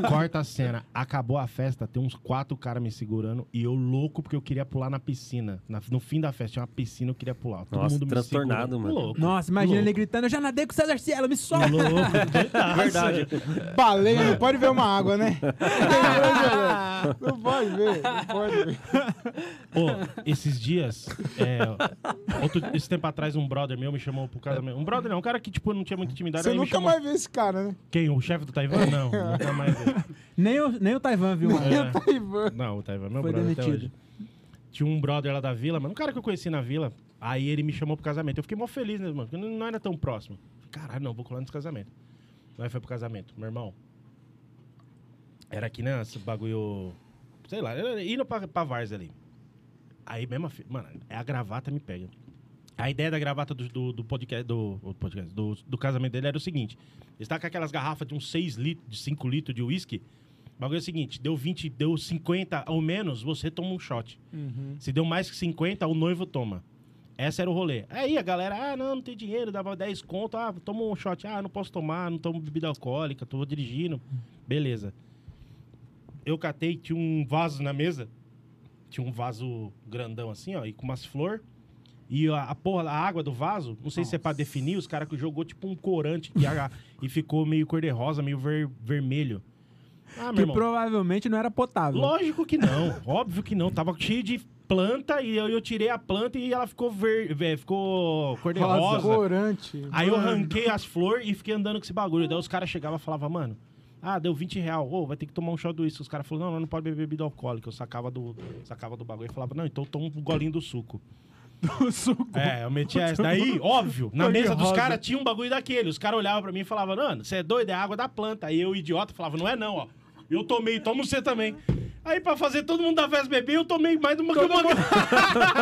Speaker 1: Corta a cena. Acabou a festa, tem uns quatro caras me segurando e eu louco porque eu queria pular na piscina. Na- no fim da festa tinha uma piscina, eu queria pular. Todo
Speaker 3: Nossa,
Speaker 1: mundo me
Speaker 3: transtornado,
Speaker 1: segurando.
Speaker 3: mano.
Speaker 1: Louco.
Speaker 5: Nossa, imagina
Speaker 1: Louco.
Speaker 5: ele gritando: Eu já nadei com o César Cielo, me solta.
Speaker 3: Verdade.
Speaker 4: baleia, não pode ver uma água, né? Não pode ver, não pode ver.
Speaker 1: Ô, esses dias, é, outro- esse tempo atrás, um brother meu me chamou pro casamento. Um brother não, um cara que, tipo, não tinha muita intimidade.
Speaker 4: Você
Speaker 1: aí me
Speaker 4: nunca
Speaker 1: chamou.
Speaker 4: mais vê esse cara, né?
Speaker 1: Quem? O chefe do Taiwan? Não, nunca mais.
Speaker 5: Nem o, nem o Taiwan viu. mano.
Speaker 1: É.
Speaker 4: Tá, Ivan?
Speaker 1: Não, o Taiwan é meu
Speaker 5: Foi
Speaker 1: brother até
Speaker 5: demitido.
Speaker 1: hoje. Tinha um brother lá da vila, mano, um cara que eu conheci na vila. Aí ele me chamou pro casamento. Eu fiquei mó feliz, né, mano? Porque não não era tão próximo. Caralho, não, vou colar nesse casamento. Aí foi pro casamento, meu irmão. Era aqui, né? Esse bagulho. Sei lá, era indo pra, pra Vars ali. Aí mesmo, a fi- mano, é a gravata me pega. A ideia da gravata do, do, do podcast, do, do podcast do, do casamento dele era o seguinte: ele tava com aquelas garrafas de uns 6 litros, de 5 litros de uísque. O bagulho é o seguinte: deu 20, deu 50 ou menos, você toma um shot. Se deu mais que 50, o noivo toma. Essa era o rolê. Aí a galera, ah, não, não tem dinheiro, dava 10 conto, ah, toma um shot, ah, não posso tomar, não tomo bebida alcoólica, tô dirigindo. Beleza. Eu catei, tinha um vaso na mesa, tinha um vaso grandão assim, ó, e com umas flor. E a, a porra, a água do vaso, não sei se é pra definir, os caras que jogou tipo um corante que a- e ficou meio cor-de-rosa, meio ver- vermelho. Ah, meu
Speaker 5: Que
Speaker 1: irmão.
Speaker 5: provavelmente não era potável.
Speaker 1: Lógico que não, óbvio que não. Tava cheio de planta e eu, eu tirei a planta e ela ficou ver, vé, ficou cor de rosa.
Speaker 4: Corante.
Speaker 1: Aí eu
Speaker 4: mano.
Speaker 1: arranquei as flores e fiquei andando com esse bagulho. Daí os caras chegavam e falavam, mano, ah, deu 20 real, ô, vai ter que tomar um shot do isso. Os caras falaram, não, não pode beber bebida alcoólica. Eu sacava do, sacava do bagulho e falava, não, então toma um golinho do suco.
Speaker 4: O suco.
Speaker 1: É, eu meti essa. Daí, óbvio, na
Speaker 4: Cor de
Speaker 1: mesa dos
Speaker 4: rosa.
Speaker 1: caras tinha um bagulho daquele. Os caras olhavam pra mim e falavam, mano, você é doido, é água da planta. Aí eu, idiota, falava, não é não, ó. Eu tomei, toma você também. Aí pra fazer todo mundo da festa beber, eu tomei mais do que eu mandei.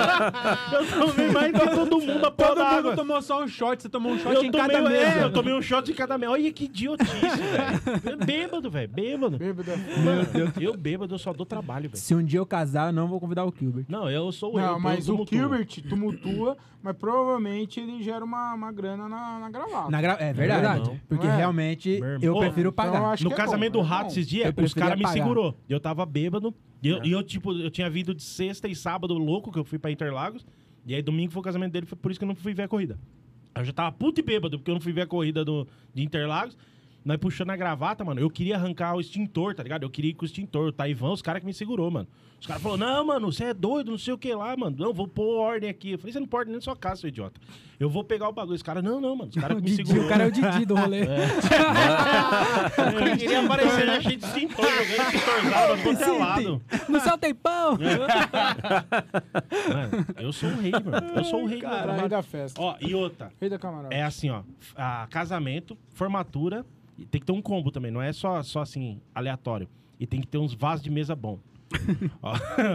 Speaker 1: eu tomei mais do que todo mundo a porra
Speaker 5: Todo
Speaker 1: da
Speaker 5: mundo
Speaker 1: água.
Speaker 5: tomou só um shot, você tomou um shot
Speaker 1: Eu
Speaker 5: em
Speaker 1: tomei,
Speaker 5: cada mesa.
Speaker 1: é, eu tomei um shot de cada mesa. Olha que idiotice, velho. Bêbado, velho. Bêbado.
Speaker 4: Bêbado.
Speaker 1: Mano, eu bêbado, eu só dou trabalho, velho.
Speaker 5: Se um dia eu casar, eu não vou convidar o Kilbert.
Speaker 1: Não, eu sou eu.
Speaker 4: Não,
Speaker 1: eu
Speaker 4: mas o
Speaker 1: tumultuo.
Speaker 4: Gilbert tumultua, mas provavelmente ele gera uma, uma grana na, na gravata.
Speaker 5: Na gra- É verdade.
Speaker 3: Não.
Speaker 5: Porque
Speaker 4: Não é?
Speaker 5: realmente
Speaker 1: Meu irmão.
Speaker 5: eu
Speaker 1: Ô,
Speaker 5: prefiro
Speaker 4: então eu
Speaker 5: pagar.
Speaker 4: acho
Speaker 1: no
Speaker 4: que é
Speaker 1: casamento
Speaker 4: bom,
Speaker 1: do
Speaker 4: é
Speaker 1: rato
Speaker 4: bom. É.
Speaker 1: esses dias,
Speaker 5: Eu
Speaker 1: os caras me
Speaker 5: preferia pagar.
Speaker 1: segurou. Eu tava bêbado. E eu, e eu, tipo, eu tinha vindo de sexta e sábado louco, que eu fui pra Interlagos. E aí domingo foi o casamento dele, foi por isso que eu não fui ver a corrida. Eu já tava puto e bêbado, porque eu não fui ver a corrida do, de Interlagos. Nós puxando a gravata, mano, eu queria arrancar o extintor, tá ligado? Eu queria ir com o extintor. O Taivan, os caras que me segurou, mano. Os caras falaram, não, mano, você é doido, não sei o que lá, mano. Não, vou pôr ordem aqui. Eu falei, você não pode nem na sua casa, seu idiota. Eu vou pegar o bagulho. Os caras, não, não, mano. Os caras que me
Speaker 2: Didi,
Speaker 1: segurou.
Speaker 2: o cara é o Didi do rolê.
Speaker 1: Eu queria aparecer na gente de extintor, jogando extintorzada do outro lado.
Speaker 2: No seu tempão!
Speaker 1: Mano, eu sou o rei, mano. Eu sou o rei do meu
Speaker 4: Cara, rei
Speaker 1: trabalho.
Speaker 4: da festa.
Speaker 1: Ó, e outra.
Speaker 4: Rei da camarada.
Speaker 1: É assim, ó. a- casamento, formatura. e Tem que ter um combo também. Não é só, só assim, aleatório. E tem que ter uns vasos de mesa bom. Ó,
Speaker 5: Tem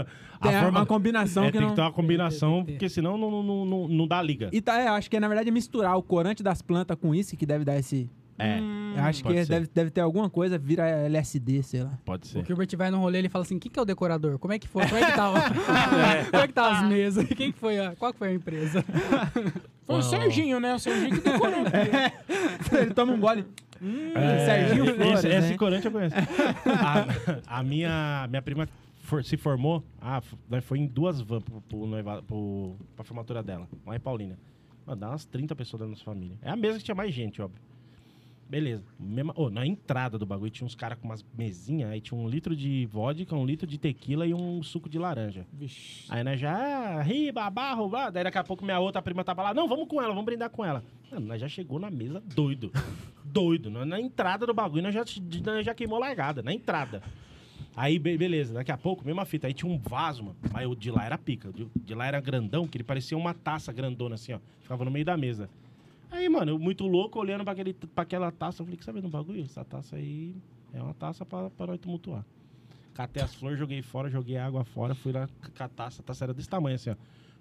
Speaker 1: a
Speaker 5: uma
Speaker 1: forma-
Speaker 5: combinação
Speaker 1: é,
Speaker 5: que
Speaker 1: tem
Speaker 5: não...
Speaker 1: que ter uma combinação,
Speaker 2: Tem, tem, tem.
Speaker 1: porque senão não, não, não, não dá liga.
Speaker 5: E tá, é, eu acho que na verdade é misturar o corante das plantas com isso que deve dar esse...
Speaker 1: É,
Speaker 3: Hum.
Speaker 5: eu acho
Speaker 1: pode
Speaker 5: que
Speaker 1: ser.
Speaker 5: deve, deve ter alguma coisa, vira LSD, sei lá.
Speaker 1: pode
Speaker 2: O
Speaker 1: ser.
Speaker 2: Gilbert vai no rolê e ele fala assim: quem que é o decorador? Como é que foi? Como é que tá, o- Como é que tá as mesas? Quem que foi? A... Qual que foi a empresa?
Speaker 1: Ah.
Speaker 4: Foi o Serginho, né? O Serginho que decorou.
Speaker 5: Ele toma um gole.
Speaker 1: É,
Speaker 5: Hum, Serginho
Speaker 1: esse-
Speaker 5: Flores,
Speaker 1: Esse,
Speaker 5: né?
Speaker 1: corante eu conheço. a, a minha, minha prima for- se formou, ah, f- nós foi em duas vans pro, pro, noiva- pro, pra formatura dela, lá em Paulina. Mano, dá umas 30 pessoas da nossa família. É a mesma que tinha mais gente, óbvio. Beleza. Mesma, ô, na entrada do bagulho tinha uns caras com umas mesinhas, aí tinha um litro de vodka, um litro de tequila e um suco de laranja.
Speaker 4: Vixe.
Speaker 1: Aí nós já, ah, riba, barro, blá. Daí daqui a pouco minha outra prima tava lá, não, vamos com ela, vamos brindar com ela. Mano, nós já chegou na mesa doido. doido. Nós, na entrada do bagulho, nós já, nós já queimou largada, na entrada. Aí, be- beleza, daqui a pouco, mesma fita. Aí tinha um vaso, mano. Mas o de lá era pica. o De, de lá era grandão, que ele parecia uma taça grandona, assim, ó. Ficava no meio da mesa. Aí, mano, eu muito louco, olhando pra, aquele, pra aquela taça, eu falei, que sabe de um bagulho? Essa taça aí é uma taça pra, pra nós tumultuar. Catei as flores, joguei fora, joguei a água fora, fui lá c- catar essa taça era desse tamanho assim, ó.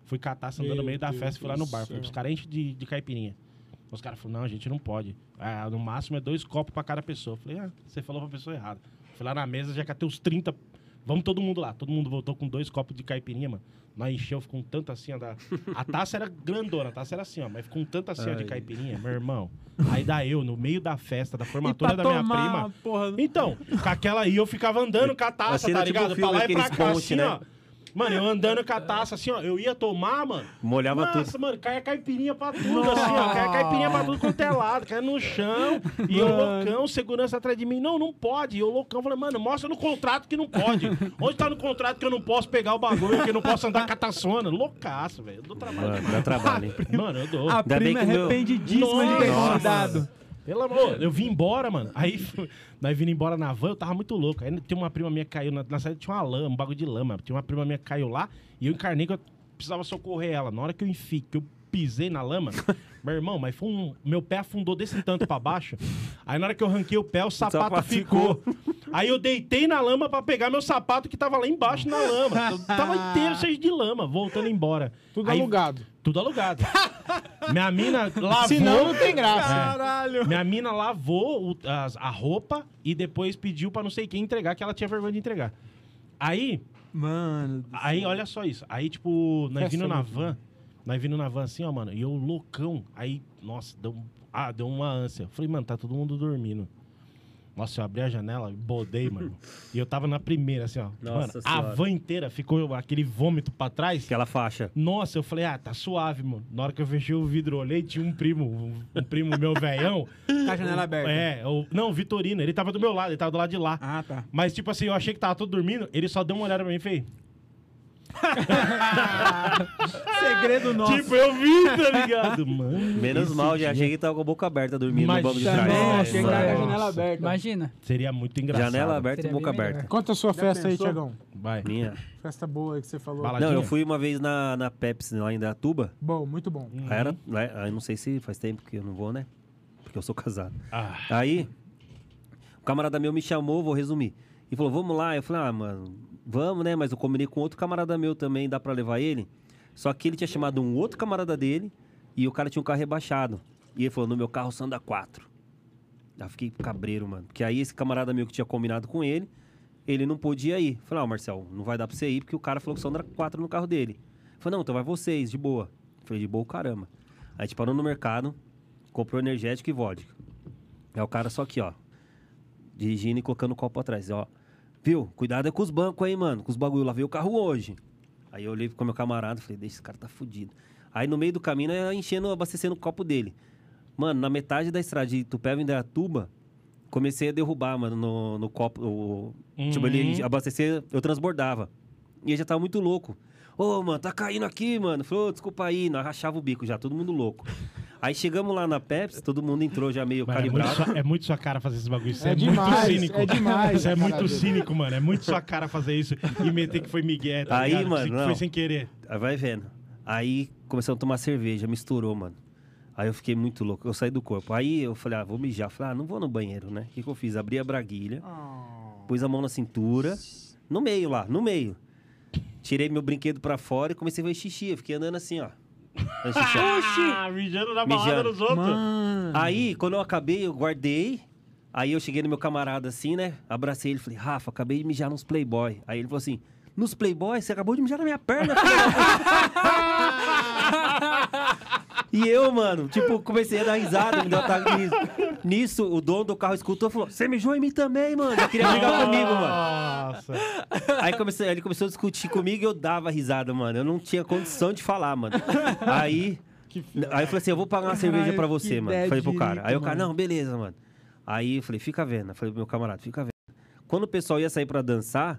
Speaker 1: Fui catar essa andando no
Speaker 4: Meu
Speaker 1: meio da
Speaker 4: Deus
Speaker 1: festa, fui lá
Speaker 4: do
Speaker 1: no bar. Falei,
Speaker 4: céu.
Speaker 1: os caras enchem de, de caipirinha. Os caras falaram, não, a gente não pode. Ah, no máximo é dois copos pra cada pessoa. Falei, ah, você falou pra pessoa errada. Fui lá na mesa, já catei uns 30. Vamos todo mundo lá. Todo mundo voltou com dois copos de caipirinha, mano. Nós encheu, ficou um tanto assim, ó. Da... A taça era grandona, a taça era assim, ó. Mas ficou um tanto assim, ó, de
Speaker 3: Ai.
Speaker 1: caipirinha, meu irmão. Aí daí eu, no meio da festa, da
Speaker 5: E
Speaker 1: formatura
Speaker 5: pra
Speaker 1: da minha
Speaker 5: tomar
Speaker 1: prima.
Speaker 5: uma porra...
Speaker 1: Então, com aquela aí eu ficava andando com a taça,
Speaker 3: Assim,
Speaker 1: tá
Speaker 3: era tipo
Speaker 1: ligado? pra
Speaker 3: um filme
Speaker 1: lá e pra
Speaker 3: daqueles
Speaker 1: cá,
Speaker 3: ponte,
Speaker 1: assim,
Speaker 3: né?
Speaker 1: ó. Mano, eu andando com a taça, assim, ó. Eu ia tomar, mano.
Speaker 3: Molhava
Speaker 1: Nossa,
Speaker 3: tudo.
Speaker 1: mano, cai a caipirinha pra tudo, assim, ó. Cai a caipirinha pra tudo quanto é lado, cai no chão. E eu loucão, segurança atrás de mim. Não, não pode. E eu loucão, falei, mano, mostra no contrato que não pode. Onde tá no contrato que eu não posso pegar o bagulho, que eu não posso andar com a taçona? Loucaço, velho. Eu dou trabalho
Speaker 3: Mano,
Speaker 1: demais.
Speaker 3: dá trabalho, hein?
Speaker 1: Mano, eu dou.
Speaker 5: A
Speaker 3: Ainda bem
Speaker 5: prima é
Speaker 3: que meu-
Speaker 5: arrependidíssima de ter
Speaker 1: Nossa.
Speaker 5: convidado.
Speaker 1: Pelo amor, eu vim embora, mano. Aí, nós vindo embora na van, eu tava muito louco. Aí tem uma prima minha que caiu na, na saída, tinha uma lama, um bagulho de lama. Tinha uma prima minha que caiu lá e eu encarnei que eu precisava socorrer ela. Na hora que eu enfi, que eu pisei na lama, meu irmão, mas foi um. Meu pé afundou desse tanto pra baixo. Aí na hora que eu ranquei o pé, o sapato,
Speaker 3: sapato
Speaker 1: ficou. Aí eu deitei na lama pra pegar meu sapato que tava lá embaixo na lama. Eu tava inteiro cheio de lama, voltando embora.
Speaker 4: Tudo
Speaker 1: Aí-
Speaker 4: alugado.
Speaker 1: Tudo alugado. Minha mina lavou.
Speaker 4: Senão não tem graça.
Speaker 5: Caralho.
Speaker 1: Minha mina lavou o- as- a roupa e depois pediu pra não sei quem entregar, que ela tinha vergonha de entregar. Aí,
Speaker 5: Mano. do
Speaker 1: aí olha só isso. Aí, tipo, nós
Speaker 4: Festa
Speaker 1: vindo na
Speaker 4: é muito,
Speaker 1: van, nós vindo na van assim, ó, mano, e eu loucão. Aí, nossa, deu, um- ah, deu uma ânsia. Eu Falei, mano, tá todo mundo dormindo. Nossa, eu abri a janela e bodei, mano. e eu tava na primeira, assim, ó. mano,
Speaker 3: Nossa
Speaker 1: a
Speaker 3: Senhora.
Speaker 1: van inteira ficou aquele vômito pra trás.
Speaker 3: Aquela faixa.
Speaker 1: Nossa, eu falei, ah, tá suave, mano. Na hora que eu fechei o vidro, eu olhei, tinha um primo, um, um primo meu velhão.
Speaker 5: céu. Com a janela aberta.
Speaker 1: É, eu- não, o Vitorino, ele tava do meu lado, ele tava do lado de lá.
Speaker 5: Ah, tá.
Speaker 1: Mas, tipo assim, eu achei que tava todo dormindo, ele só deu uma olhada pra mim e fez.
Speaker 5: Segredo nosso.
Speaker 1: Ah, Tipo, eu vi, tá ligado? Mano.
Speaker 3: Menos
Speaker 1: esse
Speaker 3: mal, já
Speaker 1: dia
Speaker 3: achei que tava com a boca aberta dormindo
Speaker 1: Mas
Speaker 3: no banco de
Speaker 1: já
Speaker 3: trás.
Speaker 1: não,
Speaker 5: Nossa,
Speaker 1: achei
Speaker 5: achei
Speaker 1: que
Speaker 5: que
Speaker 1: era
Speaker 5: era
Speaker 1: com a
Speaker 5: janela
Speaker 1: janela
Speaker 4: É.
Speaker 5: aberta.
Speaker 2: Imagina.
Speaker 1: Seria muito engraçado.
Speaker 3: Janela aberta e
Speaker 2: Seria
Speaker 3: boca
Speaker 2: bem
Speaker 3: aberta.
Speaker 2: melhor.
Speaker 4: Conta a sua
Speaker 5: Já
Speaker 4: festa aí,
Speaker 5: pensou?
Speaker 4: Tiagão.
Speaker 1: Vai.
Speaker 3: Minha.
Speaker 4: Festa boa aí que você falou.
Speaker 1: Baladinha.
Speaker 3: Não, eu fui uma vez na, na Pepsi, lá em Datuba.
Speaker 4: Bom, muito bom.
Speaker 3: Aí era, lá- aí não sei se faz tempo que eu não vou, né? Porque eu sou casado.
Speaker 1: Ah,
Speaker 3: Aí, o camarada meu me chamou, vou resumir. E falou, vamos lá. Eu falei, ah, mano, vamos, né? Mas eu combinei com outro camarada meu também, dá pra levar ele? Só que ele tinha chamado um outro camarada dele e o cara tinha um carro rebaixado. E ele falou, no meu carro só anda quatro. Aí eu fiquei cabreiro, mano. Porque aí esse camarada meu que tinha combinado com ele, ele não podia ir. Eu falei, ah, Marcel, não vai dar pra você ir porque o cara falou que só anda quatro no carro dele. Eu falei, não, então vai vocês, de boa. Eu falei, de boa, caramba. Aí a gente parou no mercado, comprou energético e vodka. É o cara só aqui, ó. Dirigindo e colocando o copo atrás, ó. Viu? Cuidado é com os bancos aí, mano. Com os bagulho. Lá veio o carro hoje. Aí eu olhei pro meu camarada e falei, deixa, esse cara tá fudido. Aí no meio do caminho, né, enchendo, abastecendo o copo dele. Mano, na metade da estrada de Tupéva em Indaiatuba, comecei a derrubar, mano, no, no copo. o- Tipo, ele
Speaker 1: Uhum.
Speaker 3: abastecer, eu transbordava. E ele já tava muito louco. Ô, mano, tá caindo aqui, mano. Falou, "Ô, desculpa aí. Nós rachava o bico já, todo mundo louco. Aí chegamos lá na Pepsi, todo mundo entrou já meio
Speaker 1: mano, é, muito
Speaker 3: calibrado.
Speaker 1: sua, é muito sua cara fazer esses bagulho. Isso é,
Speaker 4: É demais,
Speaker 1: muito cínico.
Speaker 4: é demais
Speaker 1: Isso é
Speaker 4: a cara
Speaker 1: muito
Speaker 4: dele.
Speaker 1: cínico, mano. É muito sua cara fazer isso e meter que foi Miguel. Tá
Speaker 3: Aí,
Speaker 1: ligado?
Speaker 3: mano,
Speaker 1: Que Foi
Speaker 3: não.
Speaker 1: sem querer.
Speaker 3: Aí vai vendo. Aí começamos a tomar cerveja, misturou, mano. Aí eu fiquei muito louco, eu saí do corpo. Aí eu falei, ah, vou mijar. Falei, ah, não vou no banheiro, né? O que, que eu fiz? Abri a braguilha, pus a mão na cintura, no meio lá, no meio. Tirei meu brinquedo pra fora e comecei a fazer xixi. Eu fiquei andando assim, ó. Fazendo xixi.
Speaker 1: Ah, mijando na balada
Speaker 3: Mijando.
Speaker 1: dos outros.
Speaker 5: Mano.
Speaker 3: Aí, quando eu acabei, eu guardei. Aí eu cheguei no meu camarada assim, né? Abracei ele, falei, Rafa, acabei de mijar nos Playboy. Aí ele falou assim, nos Playboy? Você acabou de mijar na minha perna, filho." E eu, mano, tipo, comecei a dar risada, me deu um ataque de riso. Nisso, o dono do carro escutou e falou, você mijou em mim também, mano. Eu queria brigar comigo, mano.
Speaker 1: Nossa.
Speaker 3: Aí comecei- ele começou a discutir comigo e eu dava risada, mano. Eu não tinha condição de falar, mano. Aí, aí eu falei assim, eu vou pagar uma cerveja pra você,
Speaker 5: que
Speaker 3: mano.
Speaker 5: ideia
Speaker 3: Falei pro cara.
Speaker 5: direita,
Speaker 3: Aí o cara,
Speaker 5: mano.
Speaker 3: não, beleza, mano. Aí eu falei, fica vendo. Eu Falei pro meu camarada, fica vendo. Quando o pessoal ia sair pra dançar,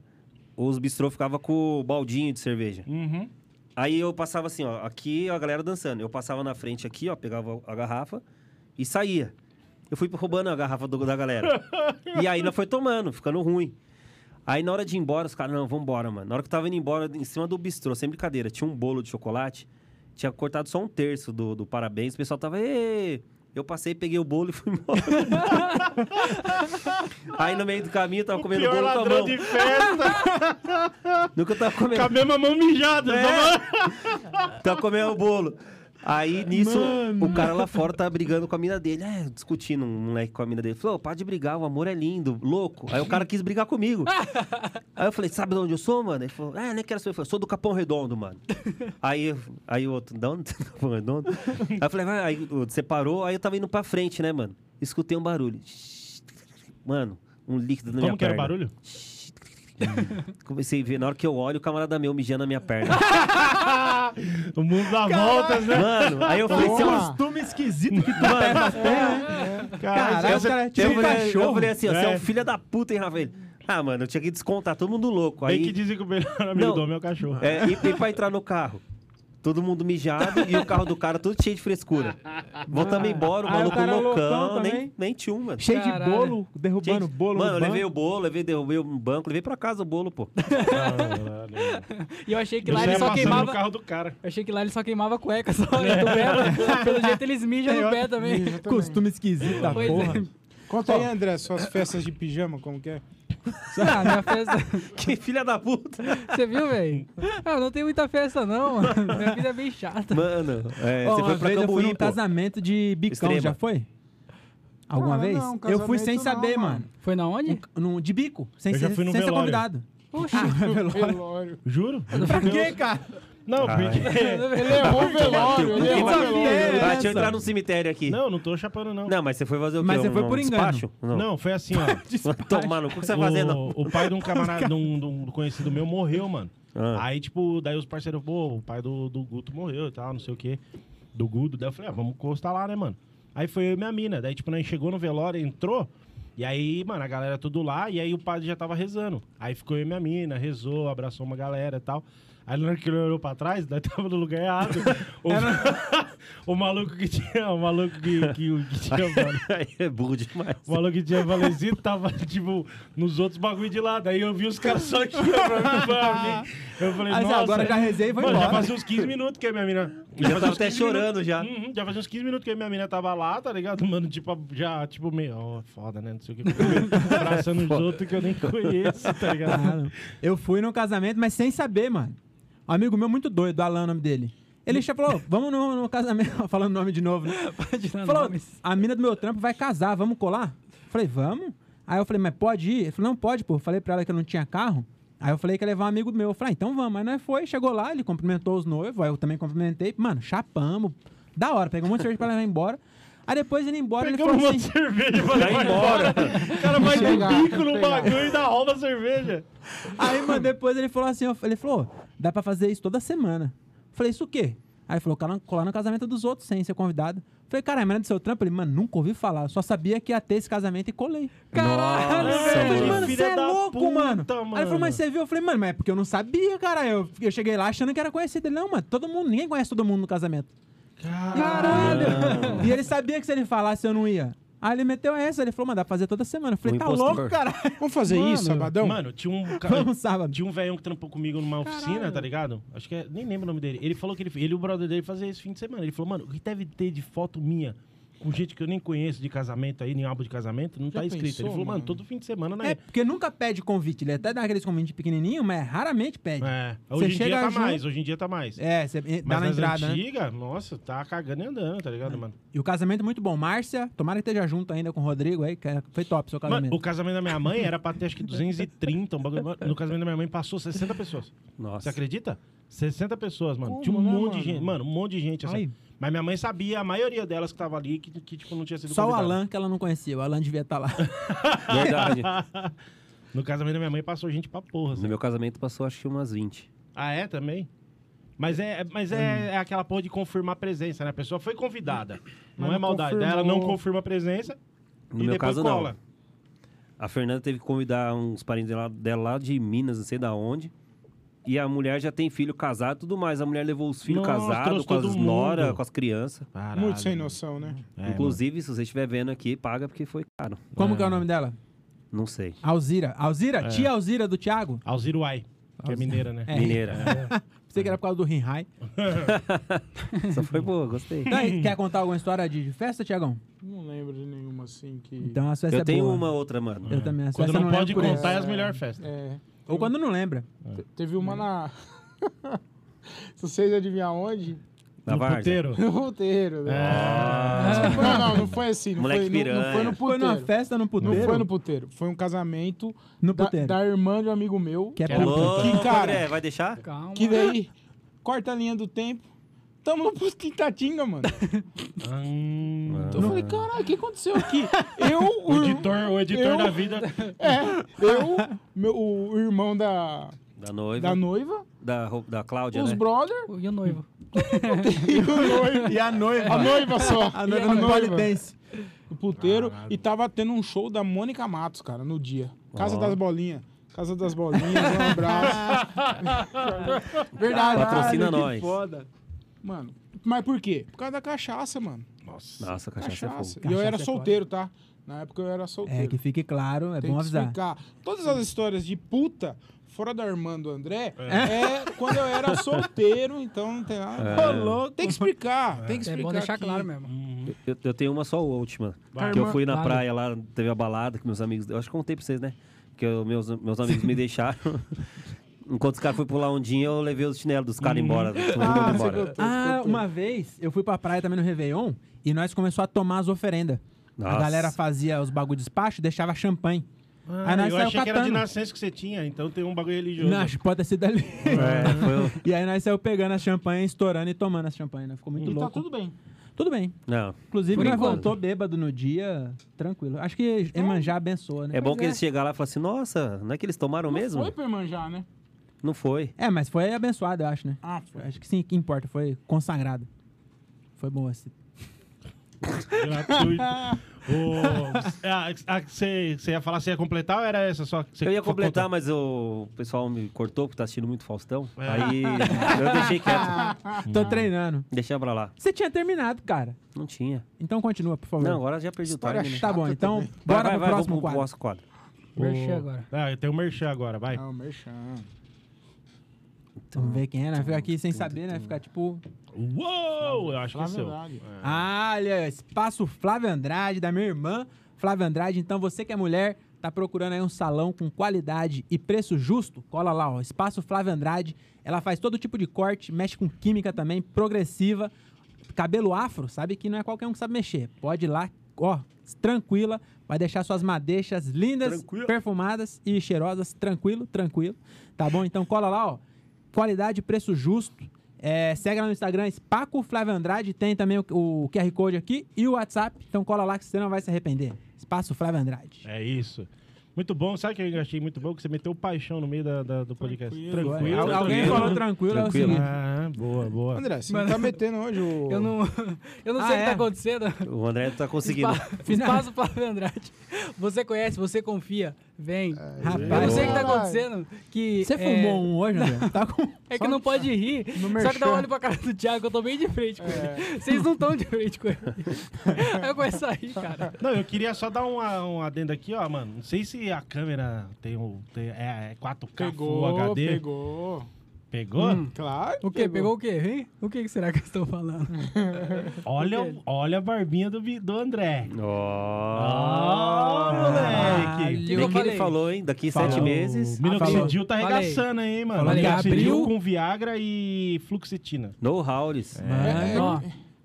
Speaker 3: os bistrô ficava com o baldinho de cerveja.
Speaker 1: Uhum.
Speaker 3: Aí eu passava assim, ó, aqui a galera dançando. Eu passava na frente aqui, ó, pegava a garrafa e saía. Eu fui roubando a garrafa do- da galera. e aí ainda foi tomando, ficando ruim. Aí na hora de ir embora, os caras, não, vambora, mano. Na hora que eu tava indo embora, em cima do bistrô, sem brincadeira, tinha um bolo de chocolate, tinha cortado só um terço do, do parabéns, o pessoal tava, ê! Eu passei, peguei o bolo e fui embora. aí no meio do caminho, eu tava comendo
Speaker 1: Pior
Speaker 3: bolo com a
Speaker 1: ladrão
Speaker 3: mão.
Speaker 1: de festa,
Speaker 3: No que eu tava comendo.
Speaker 1: com a mesma mão mijada.
Speaker 3: É.
Speaker 1: só uma-
Speaker 3: Tá comendo o bolo. Aí, nisso, o cara lá fora tá brigando com a mina dele. É, discutindo um moleque com a mina dele. Falou, para de brigar, o amor é lindo, louco. Aí o cara quis brigar comigo. aí eu falei, sabe de onde eu sou, mano? Ele falou, é, nem quero saber. Eu falei, sou do Capão Redondo, mano. aí, eu- aí o outro, da onde do Capão Redondo? Aí eu falei, vai, aí o outro separou. Aí eu tava indo pra frente, né, mano? Escutei um barulho. Mano, um líquido na minha
Speaker 1: Como que era o
Speaker 3: perna.
Speaker 1: barulho?
Speaker 3: Comecei a ver, na hora que eu olho, o camarada meu mijando na minha perna.
Speaker 1: O mundo dá voltas, né?
Speaker 3: mano, aí eu falei, seu
Speaker 5: Costume esquisito que
Speaker 3: Mano,
Speaker 5: Caralho,
Speaker 1: essa-
Speaker 5: os caras
Speaker 3: eu,
Speaker 5: tiram um
Speaker 3: falei, eu
Speaker 5: cachorro.
Speaker 3: falei assim, ó, você é
Speaker 1: É.
Speaker 3: um filho da puta, hein, Rafael? Ah, mano, eu tinha que descontar todo mundo louco.
Speaker 1: Tem
Speaker 3: Aí,
Speaker 1: que dizer que o melhor amigo
Speaker 3: Não.
Speaker 1: do homem é o cachorro.
Speaker 3: é, e, e pra entrar no carro? Todo mundo mijado e o carro do cara todo cheio de frescura. Voltamos embora, o
Speaker 5: Ah, o
Speaker 3: maluco
Speaker 5: cara
Speaker 3: loucão,
Speaker 5: loucão também?
Speaker 3: nem, nem tinha um, mano.
Speaker 5: Cheio de
Speaker 2: Caralho.
Speaker 5: bolo, derrubando
Speaker 3: Gente,
Speaker 5: bolo.
Speaker 3: Mano,
Speaker 5: no
Speaker 3: eu levei
Speaker 5: banco.
Speaker 3: o bolo, levei, derrubei um banco, levei pra casa o bolo, pô.
Speaker 2: E eu achei que
Speaker 1: Eu
Speaker 2: lá
Speaker 1: saía
Speaker 2: ele só
Speaker 1: passando
Speaker 2: queimava.
Speaker 1: no carro do cara.
Speaker 2: Eu achei que lá ele só né? queimava cueca, só do pé. Pelo jeito eles mijam no pé também.
Speaker 5: Costume esquisito da
Speaker 2: Pois
Speaker 5: porra.
Speaker 2: é.
Speaker 4: Conta aí, André, suas festas de pijama, como que é?
Speaker 2: Ah, minha festa.
Speaker 3: Que filha da puta.
Speaker 2: Você viu, velho? Ah, não tem muita festa, não. Minha vida é bem chata.
Speaker 3: Mano, é,
Speaker 5: Ó,
Speaker 3: você
Speaker 5: uma
Speaker 3: foi pra
Speaker 5: vez eu fui
Speaker 3: Cambuí,
Speaker 5: num
Speaker 3: pô.
Speaker 5: casamento de bicão,
Speaker 3: Extrema.
Speaker 5: já foi? Alguma
Speaker 4: Cara,
Speaker 5: vez?
Speaker 4: Ah, não,
Speaker 5: eu fui
Speaker 4: casamento
Speaker 5: sem
Speaker 4: não,
Speaker 5: saber,
Speaker 4: mano.
Speaker 5: mano.
Speaker 2: Foi na onde?
Speaker 5: Um- num- de bico, sem,
Speaker 1: Eu já
Speaker 5: ser-
Speaker 1: fui no
Speaker 5: sem ser
Speaker 1: velório.
Speaker 5: convidado.
Speaker 2: Oxi.
Speaker 5: Ah,
Speaker 4: Velório.
Speaker 1: Juro?
Speaker 5: Pra quê, cara?
Speaker 1: Não, porque.
Speaker 4: Ele errou o velório, ele
Speaker 3: Ninguém
Speaker 4: errou o
Speaker 3: vai-
Speaker 4: velório.
Speaker 5: velório.
Speaker 3: Vai
Speaker 5: Essa.
Speaker 3: te entrar no cemitério aqui. é. Não,
Speaker 1: Não, não tô chapando, não.
Speaker 3: mas você foi fazer o quê?
Speaker 5: Mas você
Speaker 3: um,
Speaker 5: foi por
Speaker 3: um
Speaker 5: engano.
Speaker 3: despacho? Não.
Speaker 1: Não, foi assim, ó.
Speaker 3: Tomar no cu, o que você tá fazendo?
Speaker 1: O, o pai de um camarada, de um, de um conhecido meu, morreu, mano.
Speaker 3: Ah.
Speaker 1: Aí, tipo, daí os parceiros, pô, o pai do, do Guto morreu e tal, não sei o quê. Do Gudo. Daí eu falei, ah, vamos encostar lá, né, mano? Aí foi eu e minha mina. Daí, tipo, nós chegou no velório, entrou. E aí, mano, a galera tudo lá. E aí o padre já tava rezando. Aí ficou eu e minha mina, rezou, abraçou uma galera e tal. Aí na hora que ele olhou pra trás, daí tava no lugar errado. O, o maluco que tinha, o maluco que, que, que tinha, mano.
Speaker 3: Aí é burro demais.
Speaker 1: O maluco que tinha falecido tava, tipo, nos outros bagulho de lá. Daí eu vi os caras só aqui, ó, pra mim, pra mim. Eu falei,
Speaker 5: Mas ah,
Speaker 1: nossa.
Speaker 5: agora já rezei e vou
Speaker 1: Mano, já
Speaker 5: embora.
Speaker 1: fazia uns 15 minutos que a minha mina...
Speaker 3: Já
Speaker 1: fazia
Speaker 3: tava
Speaker 1: uns
Speaker 3: até
Speaker 1: 15
Speaker 3: chorando já.
Speaker 1: minutos- Uhum, já fazia uns 15 minutos que a minha mina tava lá, tá ligado? Mano, tipo, já, tipo, meio... ó, foda, né? Não sei o que. Abraçando os outros que eu nem conheço, tá ligado?
Speaker 5: Caralho. Eu fui num casamento, mas sem saber, mano. Um amigo meu muito doido, Alan, é o nome dele.
Speaker 1: Hum.
Speaker 5: Ele já falou, "Ô, vamos no, no casamento, falando nome de novo, né?
Speaker 2: Imaginando
Speaker 5: Falou,
Speaker 2: nomes.
Speaker 5: a mina do meu trampo vai casar, vamos colar? Falei, vamos. Aí eu falei, mas pode ir? Ele falou, não pode, pô. Falei pra ela que eu não tinha carro. Aí eu falei que ia levar um amigo meu. Eu falei, ah, então vamos. Aí nós foi, chegou lá, ele cumprimentou os noivos, aí eu também cumprimentei. Mano, chapamos. Da hora, pegou um monte de cerveja pra levar embora. Aí depois ele embora,
Speaker 1: Pegamos um
Speaker 5: ele
Speaker 1: uma
Speaker 5: falou assim...
Speaker 1: cerveja pra
Speaker 3: Vai
Speaker 1: levar
Speaker 3: embora.
Speaker 1: O cara vai de
Speaker 4: Chegar,
Speaker 1: bico no
Speaker 4: pegar.
Speaker 1: bagulho e dá rola a cerveja.
Speaker 5: Aí, mano, depois ele falou assim, eu- ele falou, "Ô, dá pra fazer isso toda semana. Eu Falei, isso o quê? Aí ele falou, "Colar- colar no casamento dos outros sem ser convidado. Eu Falei, cara, a mina do seu trampo? Ele, mano, nunca ouvi falar. Eu Só sabia que ia ter esse casamento e colei.
Speaker 2: Caralho,
Speaker 3: Nossa,
Speaker 5: Eu falei,
Speaker 1: mano.
Speaker 5: mano,
Speaker 1: Filha
Speaker 5: você é
Speaker 1: da
Speaker 5: louco,
Speaker 1: puta,
Speaker 5: mano. Aí ele
Speaker 1: mano.
Speaker 5: falou, mas você viu? Eu falei, mano, mas é porque eu não sabia, cara. Eu, eu cheguei lá achando que era conhecido. Ele, não, mano, todo mundo, ninguém conhece todo mundo no casamento. Caralho! E ele sabia que se ele falasse, eu não ia. Aí ele meteu essa, ele falou, mano, dá pra fazer toda semana. Eu falei,
Speaker 3: Um
Speaker 5: tá
Speaker 3: impostor.
Speaker 5: louco, cara?
Speaker 4: Vamos fazer
Speaker 5: Mano.
Speaker 4: isso, sabadão?
Speaker 1: Mano, tinha um... ca-
Speaker 5: Então, Vamos sábado.
Speaker 1: Tinha um velhão que trampou comigo numa oficina, tá ligado? Acho que é, nem lembro o nome dele. Ele falou que ele, ele e o brother dele faziam esse fim de semana. Ele falou, mano, o que deve ter de foto minha com gente que eu nem conheço de casamento aí, nem álbum de casamento, não
Speaker 4: Já
Speaker 1: tá escrito.
Speaker 4: pensou,
Speaker 1: ele falou, mano,
Speaker 4: mano?
Speaker 1: todo fim de semana, né?
Speaker 5: É, porque nunca pede convite. Ele até dá aqueles convites pequenininhos, mas raramente pede.
Speaker 1: É. Hoje
Speaker 5: Você
Speaker 1: em dia
Speaker 5: chega
Speaker 1: tá
Speaker 5: junto-
Speaker 1: mais, hoje em dia tá mais.
Speaker 5: É, você dá
Speaker 1: Mas
Speaker 5: na
Speaker 1: nas
Speaker 5: entrada, né?
Speaker 1: antigas, nossa, tá cagando e andando, tá ligado, mano?
Speaker 5: E o casamento é muito bom. Márcia, tomara que esteja junto ainda com o Rodrigo aí, que é, foi top seu
Speaker 1: Mano,
Speaker 5: casamento.
Speaker 1: o casamento da minha mãe era pra ter acho que 230, um bagulho. Mano, No casamento da minha mãe passou 60 pessoas. Você
Speaker 3: Nossa.
Speaker 1: acredita? 60 pessoas, mano.
Speaker 4: Como,
Speaker 1: Tinha um
Speaker 4: né,
Speaker 1: monte
Speaker 4: mano?
Speaker 1: de gente. Mano, um monte de gente. Assim.
Speaker 5: Aí.
Speaker 1: Mas minha mãe sabia, a maioria delas que tava ali, que, que tipo, não tinha sido
Speaker 5: Só o
Speaker 1: convidada.
Speaker 5: Alan que ela não conhecia. O Alan devia estar lá.
Speaker 3: Verdade.
Speaker 1: No casamento da minha mãe passou gente pra porra. assim.
Speaker 3: No meu casamento passou acho que umas 20.
Speaker 1: Ah, é também? Mas é, mas é, é aquela porra de confirmar a presença, né? A pessoa foi convidada. Não
Speaker 4: Mas
Speaker 1: é
Speaker 4: não
Speaker 1: maldade. Daí
Speaker 4: confirmou.
Speaker 1: ela não confirma a presença
Speaker 3: No
Speaker 1: e
Speaker 3: meu
Speaker 1: depois
Speaker 3: caso,
Speaker 1: cola.
Speaker 3: não. A Fernanda teve que convidar uns parentes dela, dela lá de Minas, não sei da onde. E a mulher já tem filho casado e tudo mais. A mulher levou os filhos
Speaker 1: Nossa,
Speaker 3: casados,
Speaker 1: trouxe
Speaker 3: com
Speaker 1: todo
Speaker 3: as
Speaker 1: mundo.
Speaker 3: noras, com as crianças.
Speaker 4: Muito sem noção, né?
Speaker 1: É,
Speaker 3: Inclusive, se você estiver vendo aqui, paga porque foi caro.
Speaker 5: Como que é o nome dela?
Speaker 3: Não sei.
Speaker 5: Alzira. Alzira?
Speaker 1: É.
Speaker 5: Tia Alzira do Thiago?
Speaker 1: Alziruai, que é mineira, né?
Speaker 5: É.
Speaker 3: Mineira.
Speaker 5: Pensei que era por causa do Rinhai.
Speaker 3: Só foi boa, gostei.
Speaker 5: Então, aí, quer contar alguma história de de festa, Tiagão?
Speaker 4: Não lembro de nenhuma assim que.
Speaker 5: Então a festa
Speaker 3: Eu
Speaker 5: é
Speaker 3: tenho
Speaker 5: boa.
Speaker 3: uma outra, mano.
Speaker 5: Eu também. As
Speaker 1: Quando
Speaker 5: festas
Speaker 1: não
Speaker 5: lembro
Speaker 1: pode
Speaker 5: por isso.
Speaker 1: contar, é as melhores festas.
Speaker 4: É.
Speaker 5: Ou quando não lembra.
Speaker 4: Te- Teve
Speaker 5: Hum.
Speaker 4: uma na. Se vocês adivinhar onde,
Speaker 3: Na
Speaker 1: No
Speaker 3: Várzea.
Speaker 1: puteiro.
Speaker 4: no roteiro.
Speaker 5: É.
Speaker 4: Né?
Speaker 3: Ah,
Speaker 4: Não, foi- não, não foi assim. Não
Speaker 3: Moleque
Speaker 4: foi, não- não, foi
Speaker 3: piranha.
Speaker 4: no
Speaker 5: Foi numa
Speaker 4: puteiro.
Speaker 5: festa no
Speaker 4: Não
Speaker 5: puteiro?
Speaker 4: foi no puteiro. Foi um casamento
Speaker 5: No
Speaker 4: da,
Speaker 5: puteiro.
Speaker 4: da irmã de um amigo meu.
Speaker 5: Que é pra
Speaker 3: Alô,
Speaker 4: Que cara?
Speaker 3: André, vai deixar?
Speaker 2: Calma.
Speaker 4: Que daí, corta a linha do tempo. Tamo no posto de Itatinga, mano.
Speaker 1: Hum.
Speaker 4: Eu falei, caralho, o que aconteceu aqui? Eu, o,
Speaker 1: O
Speaker 4: ir-
Speaker 1: editor, o editor
Speaker 4: Eu-
Speaker 1: da vida.
Speaker 4: É, eu, meu, o irmão da,
Speaker 3: Da noiva.
Speaker 4: da noiva,
Speaker 3: Da, ro- da Cláudia,
Speaker 4: os
Speaker 3: né?
Speaker 4: brother
Speaker 2: E o noivo? É
Speaker 4: e o noivo.
Speaker 5: E a noiva?
Speaker 4: A noiva é só.
Speaker 5: A noiva no polidense.
Speaker 4: O puteiro. E tava tendo um show da Mônica Matos, cara, no dia. Casa
Speaker 3: Ó.
Speaker 4: das Bolinhas. Casa das Bolinhas, um abraço. Verdade.
Speaker 3: Patrocina
Speaker 4: que
Speaker 3: nós.
Speaker 4: foda. Mano, mas por quê? Por causa da cachaça, mano.
Speaker 1: Nossa.
Speaker 3: Nossa, cachaça,
Speaker 4: Cachaça.
Speaker 3: é
Speaker 4: E eu
Speaker 5: Cachaça
Speaker 4: era
Speaker 5: é
Speaker 4: solteiro, tá? Na época eu era
Speaker 5: É,
Speaker 4: solteiro.
Speaker 5: que fique claro, é
Speaker 4: Tem
Speaker 5: bom
Speaker 4: que
Speaker 5: avisar.
Speaker 4: explicar. Todas as histórias de puta, fora da irmã do André, é, quando eu era solteiro, então não tem nada.
Speaker 5: Ô, louco.
Speaker 4: Tem que explicar, tem que
Speaker 2: É
Speaker 4: explicar.
Speaker 2: bom deixar
Speaker 4: aqui.
Speaker 2: claro mesmo.
Speaker 5: Hum.
Speaker 1: Uhum.
Speaker 3: Eu, eu tenho uma só a última.
Speaker 2: Vai.
Speaker 3: Que eu
Speaker 2: Irmã-
Speaker 3: fui na
Speaker 2: Vale.
Speaker 3: praia lá, teve a balada que meus amigos. Eu acho que contei pra vocês, né? Que eu- meus, meus amigos me deixaram. Enquanto os caras foram pular ondinha, eu levei os chinelos dos caras embora. todo mundo
Speaker 4: Ah, você
Speaker 3: embora.
Speaker 4: contou.
Speaker 5: Ah, uma vez eu fui pra praia também no Réveillon e nós começou a tomar as oferendas. A
Speaker 3: Nossa.
Speaker 5: galera fazia os bagulho de despacho e deixava champanhe.
Speaker 1: Ah,
Speaker 5: Aí nós
Speaker 1: eu
Speaker 5: saiu
Speaker 1: achei que era de
Speaker 5: catando.
Speaker 1: nascença que você tinha, então tem um bagulho religioso.
Speaker 5: Não, acho que pode ter sido ali.
Speaker 3: É, foi o-
Speaker 5: E aí nós saiu pegando as champanhe, estourando e tomando as champanhe, né? Ficou muito
Speaker 1: Um
Speaker 4: E tá
Speaker 5: louco.
Speaker 4: tudo bem.
Speaker 5: Tudo bem.
Speaker 3: Não.
Speaker 5: Inclusive,
Speaker 2: Por
Speaker 5: nós
Speaker 2: enquanto.
Speaker 5: voltou bêbado no dia, tranquilo. Acho que Emanjá abençoa, né?
Speaker 3: É bom
Speaker 4: Pois
Speaker 3: que
Speaker 4: é.
Speaker 3: eles chegaram lá e falaram assim: nossa, não é que eles tomaram mesmo?
Speaker 4: Foi pra manjar, né?
Speaker 3: Não foi.
Speaker 5: É, mas foi abençoado, eu acho, né?
Speaker 4: Ah, foi.
Speaker 5: Acho que sim, que importa. Foi consagrado. Foi bom esse.
Speaker 1: Gratuito. Ô, é, a- a- Você você ia falar se ia completar ou era essa só? que você
Speaker 3: Eu ia
Speaker 1: foi
Speaker 3: completar,
Speaker 1: contar?
Speaker 3: mas o pessoal me cortou porque tá assistindo muito Faustão.
Speaker 1: É.
Speaker 3: Aí eu deixei quieto.
Speaker 5: Tô treinando.
Speaker 3: Deixei pra lá.
Speaker 5: Você tinha terminado, cara.
Speaker 3: Não tinha.
Speaker 5: Então continua, por favor.
Speaker 3: Não, agora já perdi
Speaker 4: Tá História
Speaker 3: o time. né?
Speaker 5: Tá bom, então bora pro próximo
Speaker 3: vamos
Speaker 5: quadro.
Speaker 3: próximo quadro.
Speaker 2: Merchan agora.
Speaker 1: Ah, eu tenho o merchan agora, vai.
Speaker 4: Ah, o merchan.
Speaker 3: então.
Speaker 5: Vamos ver quem é, né? Fica aqui sem saber,
Speaker 3: um.
Speaker 5: né? Fica tipo.
Speaker 1: Uou! Eu acho que é
Speaker 4: Fala a
Speaker 1: seu.
Speaker 4: verdade.
Speaker 5: Ah, olha, espaço Flávia Andrade, da minha irmã Flávia Andrade. Então, você que é mulher, tá procurando aí um salão com qualidade e preço justo? Cola lá, ó. Espaço Flávia Andrade. Ela faz todo tipo de corte, mexe com química também, progressiva. Cabelo afro, sabe que não é qualquer um que sabe mexer. Pode ir lá, ó, tranquila. Vai deixar suas madeixas lindas,
Speaker 3: Tranquilo.
Speaker 5: perfumadas e cheirosas. Tranquilo, tranquilo. Tá bom? Então, cola lá, ó. Qualidade, preço justo. É, segue lá no Instagram, Spaco Flávio Andrade. Tem também o, o QR Code aqui e o WhatsApp. Então cola lá que você não vai se arrepender. Espaço Flávio Andrade.
Speaker 1: É isso. Muito bom. Sabe o que eu achei muito bom? Que você meteu paixão no meio da, da- do podcast.
Speaker 4: Tranquilo.
Speaker 5: Al- Alguém
Speaker 3: tranquilo.
Speaker 5: falou tranquilo,
Speaker 3: Tranquilo.
Speaker 5: é o seguinte.
Speaker 1: Ah, boa, boa.
Speaker 4: André, você não tá metendo hoje o...
Speaker 2: Eu não, eu não
Speaker 5: Ah,
Speaker 2: sei o que
Speaker 5: é?
Speaker 2: tá acontecendo.
Speaker 3: O André tá conseguindo.
Speaker 2: Espa- Espaço Flávio Andrade. Você conhece, você confia. Vem. Eu não
Speaker 5: Rapaz,
Speaker 2: sei o que tá
Speaker 4: Caralho.
Speaker 2: acontecendo. Que,
Speaker 5: Ah, você
Speaker 2: é,
Speaker 5: fumou um hoje, André? Tá com...
Speaker 2: É que não pode rir. Só que dá um olho pra cara do Thiago, eu tô bem de frente com ele. Vocês não estão de frente com ele. Aí eu começo a rir, cara.
Speaker 1: Não, eu queria só dar um, um adendo aqui, ó, mano. Não sei se a câmera tem o. tem- é, é 4K
Speaker 4: Pegou,
Speaker 1: Full HD.
Speaker 4: pegou.
Speaker 1: Pegou?
Speaker 2: Hum,
Speaker 4: Claro.
Speaker 2: O quê? Pegou o quê? Hein? O que que será que eu estou falando?
Speaker 1: Olha, o- olha a barbinha do, vi- do André. Ah,
Speaker 3: Ó,
Speaker 1: moleque!
Speaker 2: Caralho.
Speaker 3: Bem que ele
Speaker 2: falei.
Speaker 3: falou, hein? Daqui
Speaker 1: Falou.
Speaker 3: sete meses.
Speaker 1: Minoxidil tá
Speaker 2: Falei.
Speaker 1: arregaçando aí, hein, mano.
Speaker 2: Falei.
Speaker 1: Minoxidil
Speaker 2: Abriu.
Speaker 1: com Viagra e fluoxetina.
Speaker 3: No Howlis.
Speaker 1: É.
Speaker 5: Mano,
Speaker 2: Ó,